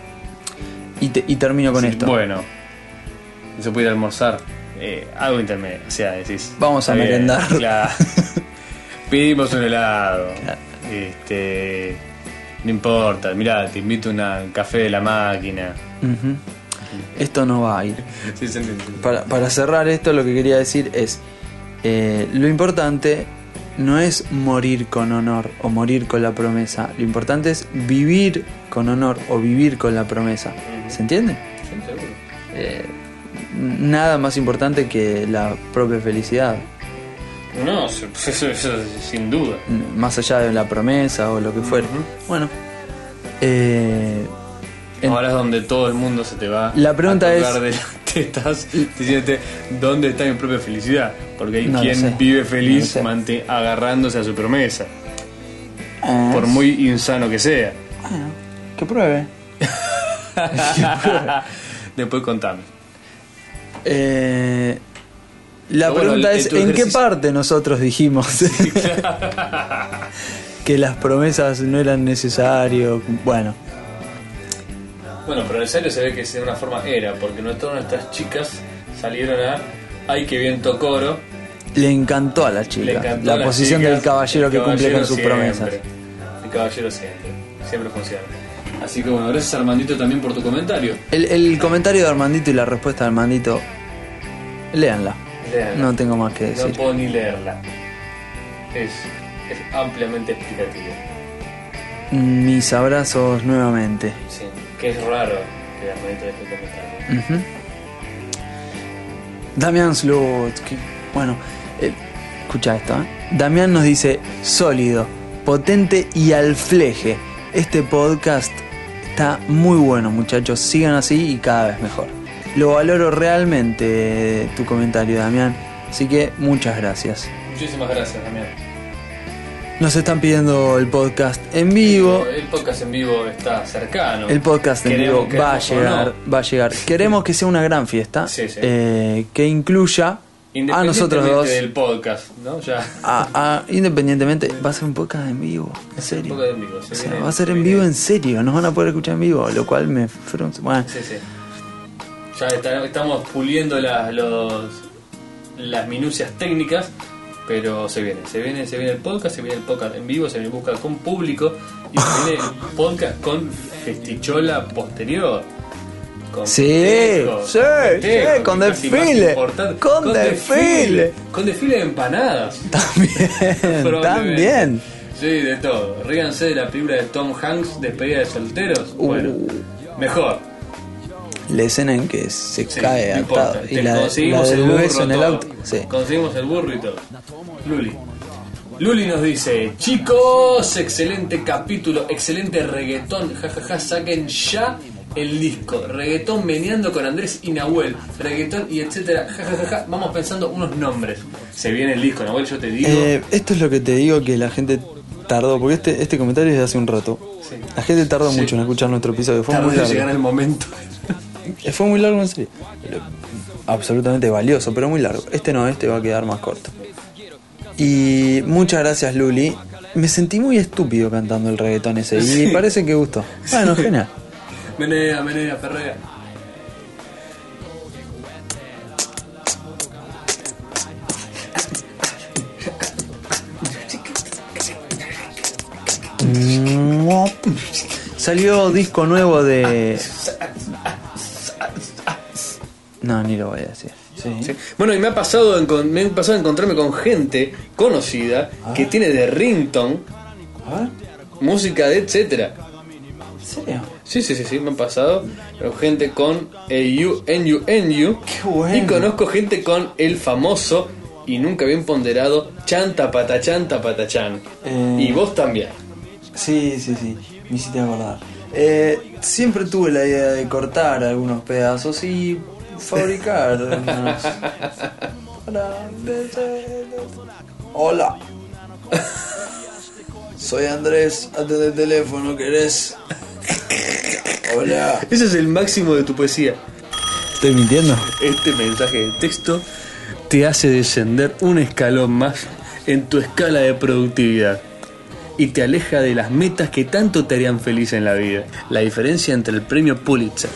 Y, te- y termino con
Sí,
esto.
Bueno, se puede ir a almorzar. eh, algo intermedio. O sea, decís.
Vamos
está
a
bien,
merendar.
claro. Pedimos un helado.
Claro.
Este. No importa, mirá, te invito a una- un café de la máquina.
Ujú. Esto no va a ir.
Sí, se entiende.
Para, para cerrar esto, lo que quería decir es: eh, lo importante no es morir con honor o morir con la promesa. Lo importante es vivir con honor o vivir con la promesa. ¿Se entiende? Eh, nada más importante que la propia felicidad.
No, eso, eso- eso sin duda.
Más allá de la promesa o lo que fuera. Bueno. eh, en-
Ahora es donde todo el mundo se te va
La pregunta
a tocar
es-
de las tetas diciéndote dónde está mi propia felicidad. Porque hay
No lo
quien
sé.
vive
No lo
feliz
sé.
mante- agarrándose a su promesa.
ah,
Por muy insano que sea.
bueno, que pruebe.
Después contame.
Eh, la
Pero bueno,
pregunta
en
es,
tu
¿en qué
ejercicio-
parte nosotros dijimos que las promesas no eran necesarias? Bueno,
Bueno, pero en serio se ve que de una forma era, porque no todas nuestras chicas salieron a Ay, que bien tocoro.
le encantó a la
Le
chica
encantó a
la
las
posición
chicas,
del caballero
el
que cumple con
caballero
sus
siempre.
promesas.
El caballero siempre, siempre funciona. Así que bueno, gracias Armandito también por tu comentario.
El, el comentario de Armandito y la respuesta de Armandito, léanla.
Léanla.
No tengo más que
No
decir.
puedo ni leerla. Es, es ampliamente explicativo.
Mis abrazos nuevamente.
Sí, que es raro que Armandito deje comentario.
Ujú. Damián Slutsky. Bueno, eh, escucha esto. ¿eh? Damián nos dice, sólido, potente y al fleje. Este podcast está muy bueno, muchachos. Sigan así y cada vez mejor. Lo valoro realmente eh, tu comentario, Damián. Así que muchas gracias.
Muchísimas gracias, Damián.
Nos están pidiendo el podcast en vivo.
El podcast en vivo está cercano.
El podcast en
Queremos-
vivo va a
queremos o
llegar,
no.
va a llegar. Queremos que sea una gran fiesta
Sí, sí.
eh, que incluya a Ah, nosotros
Independientemente
dos,
del podcast, ¿no? Ya.
a- a- independientemente, va a ser un podcast en vivo, en serio.
podcast en vivo, se
O sea,
viene-
va a ser
se
en
viene-
vivo en serio, nos van a poder escuchar en vivo, lo cual me frunce. Bueno,
Sí, sí. Ya está- estamos puliendo la- los, las minucias técnicas, pero se viene, se viene, se viene el podcast, se viene el podcast en vivo, se viene el podcast con público y se viene el podcast con festichola posterior. Con
Sí,
festejo,
sí,
festejo,
sí, con
que casi
desfile,
más importante.
con desfile.
Con desfile de empanadas.
también,
Probablemente.
también.
Sí, de todo. Ríganse de la película de Tom Hanks, Despedida de solteros.
Uh.
Bueno, mejor.
La escena en que se
Sí,
cae
no importa.
atado y
Te
la, la
conseguimos
del
el burro
beso en el
todo.
auto. Sí.
Conseguimos el burro y todo. Luli. Luli nos dice, chicos, excelente capítulo, excelente reggaetón, jajaja, saquen ya el disco, reggaetón meneando con Andrés y Nahuel, reggaetón y etcétera, jajajaja, vamos pensando unos nombres. Se viene el disco, Nahuel, yo te digo,
Eh, esto es lo que te digo que la gente tardó, porque este, este comentario es de hace un rato.
Sí.
La gente tardó
Sí.
mucho en escuchar nuestro episodio, fue
tarde
muy
de
largo.
llegar el momento.
Eh, Fue muy largo en serio. Pero Absolutamente valioso, pero muy largo. Este no, este va a quedar más corto. Y muchas gracias, Luli. Me sentí muy estúpido cantando el reggaetón ese. Y parece que gustó. Bueno, genial.
Menea, menea, perrea.
Salió disco nuevo de. No, ni lo voy a decir.
Sí. Bueno, y me ha pasado encon- me ha pasado encontrarme con gente conocida
Ah.
que tiene de rington
A ver,
música de etcétera.
¿en serio?
Sí, sí, sí, sí, me han pasado pero gente con EU, NU, NU.
Qué bueno.
Y conozco gente con el famoso y nunca bien ponderado Chanta Patachán Tapatachán.
Eh.
Y vos también.
Sí, sí, sí. Me hiciste acordar. Eh, siempre tuve la idea de cortar algunos pedazos y fabricar. unos- Hola. Hola. Soy Andrés, atende el teléfono, ¿querés? Hola.
Ese es el máximo de tu poesía.
¿Estoy mintiendo?
Este mensaje de texto te hace descender un escalón más en tu escala de productividad y te aleja de las metas que tanto te harían feliz en la vida. La diferencia entre el premio Pulitzer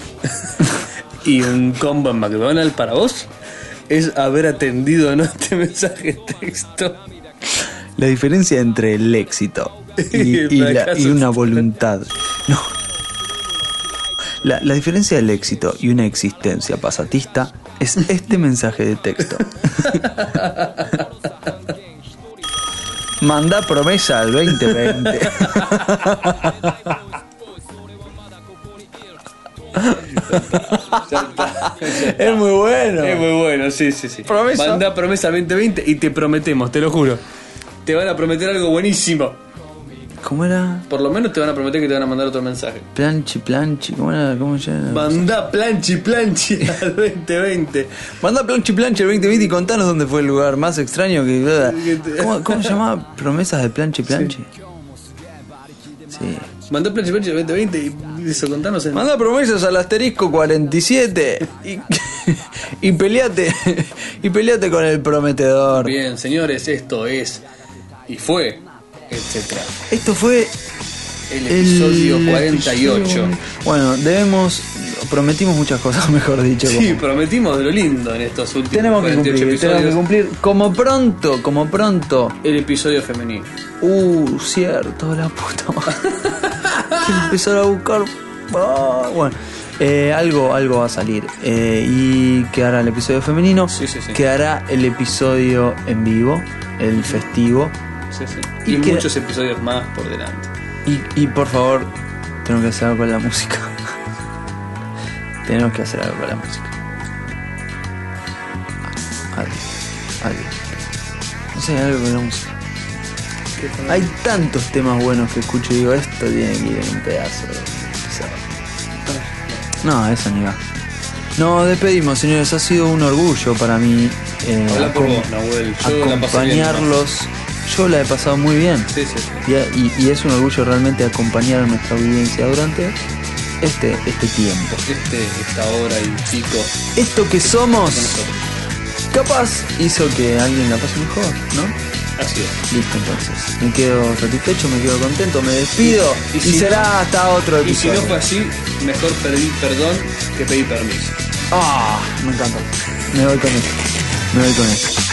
y un combo en McDonald's para vos es haber atendido no este mensaje de texto.
La diferencia entre el éxito y,
El
y la-
fracaso.
y una voluntad. No. La, la diferencia del éxito y una existencia pasatista es este mensaje de texto. Manda promesa al 2020. es muy bueno.
Es muy bueno, sí, sí, sí.
Promesa.
Manda promesa 2020 y te prometemos, te lo juro. Te van a prometer algo buenísimo.
¿Cómo era?
Por lo menos te van a prometer que te van a mandar otro mensaje.
Planchi, planchi. ¿Cómo era? ¿Cómo se llama?
Mandá planchi planchi al 2020.
Mandá Planchi Planche el 2020 y contanos dónde fue el lugar más extraño que. ¿Cómo, cómo se llamaba? ¿Promesas de Planchi Planche? Sí.
Mandá planchi planchi al 2020 y eso contanos en.
Mandá promesas al asterisco 47 y, y peleate y peleate con el prometedor.
Bien, señores, esto es. Y fue. Etcétera.
Esto fue
El
el
episodio 48.
Bueno, debemos prometimos muchas cosas, mejor dicho.
Sí,
como-
prometimos de lo lindo en estos últimos
tenemos que
48
cumplir,
episodios.
tenemos que cumplir como pronto, como pronto.
El episodio femenino.
Uh, cierto, la puta madre. Empezar a buscar. Ah, bueno, Eh, algo, algo va a salir. Eh, y quedará el episodio femenino.
Sí, sí, sí.
Quedará el episodio en vivo, el festivo.
Sí, sí. Y,
Y queda-
muchos episodios más por delante.
Y, y, por favor, tenemos que hacer algo con la música. tenemos que hacer algo con la música. Adiós. Adiós. No sé, algo con la música. Hay tantos temas buenos que escucho y digo, esto tiene que ir en un pedazo. de pizarra". No, eso ni va. No, despedimos, señores. Ha sido un orgullo para mí eh,
Habla por
acom-
vos, Nahuel. Yo la pasé bien.
acompañarlos. Yo la he pasado muy bien.
Sí, sí, sí.
Y, y- y es un orgullo realmente acompañar a nuestra audiencia durante este, este tiempo.
Este, esta hora y pico.
Esto que
con
somos,
nosotros.
capaz hizo que alguien la pase mejor, ¿no?
Así es.
Listo, entonces. Me quedo satisfecho, me quedo contento, me despido
Y-
y,
y si-
será hasta otro
Y si
episodio.
no fue así, mejor pedir perdón que pedir permiso.
Ah, me encanta. Me voy con esto. Me voy con esto.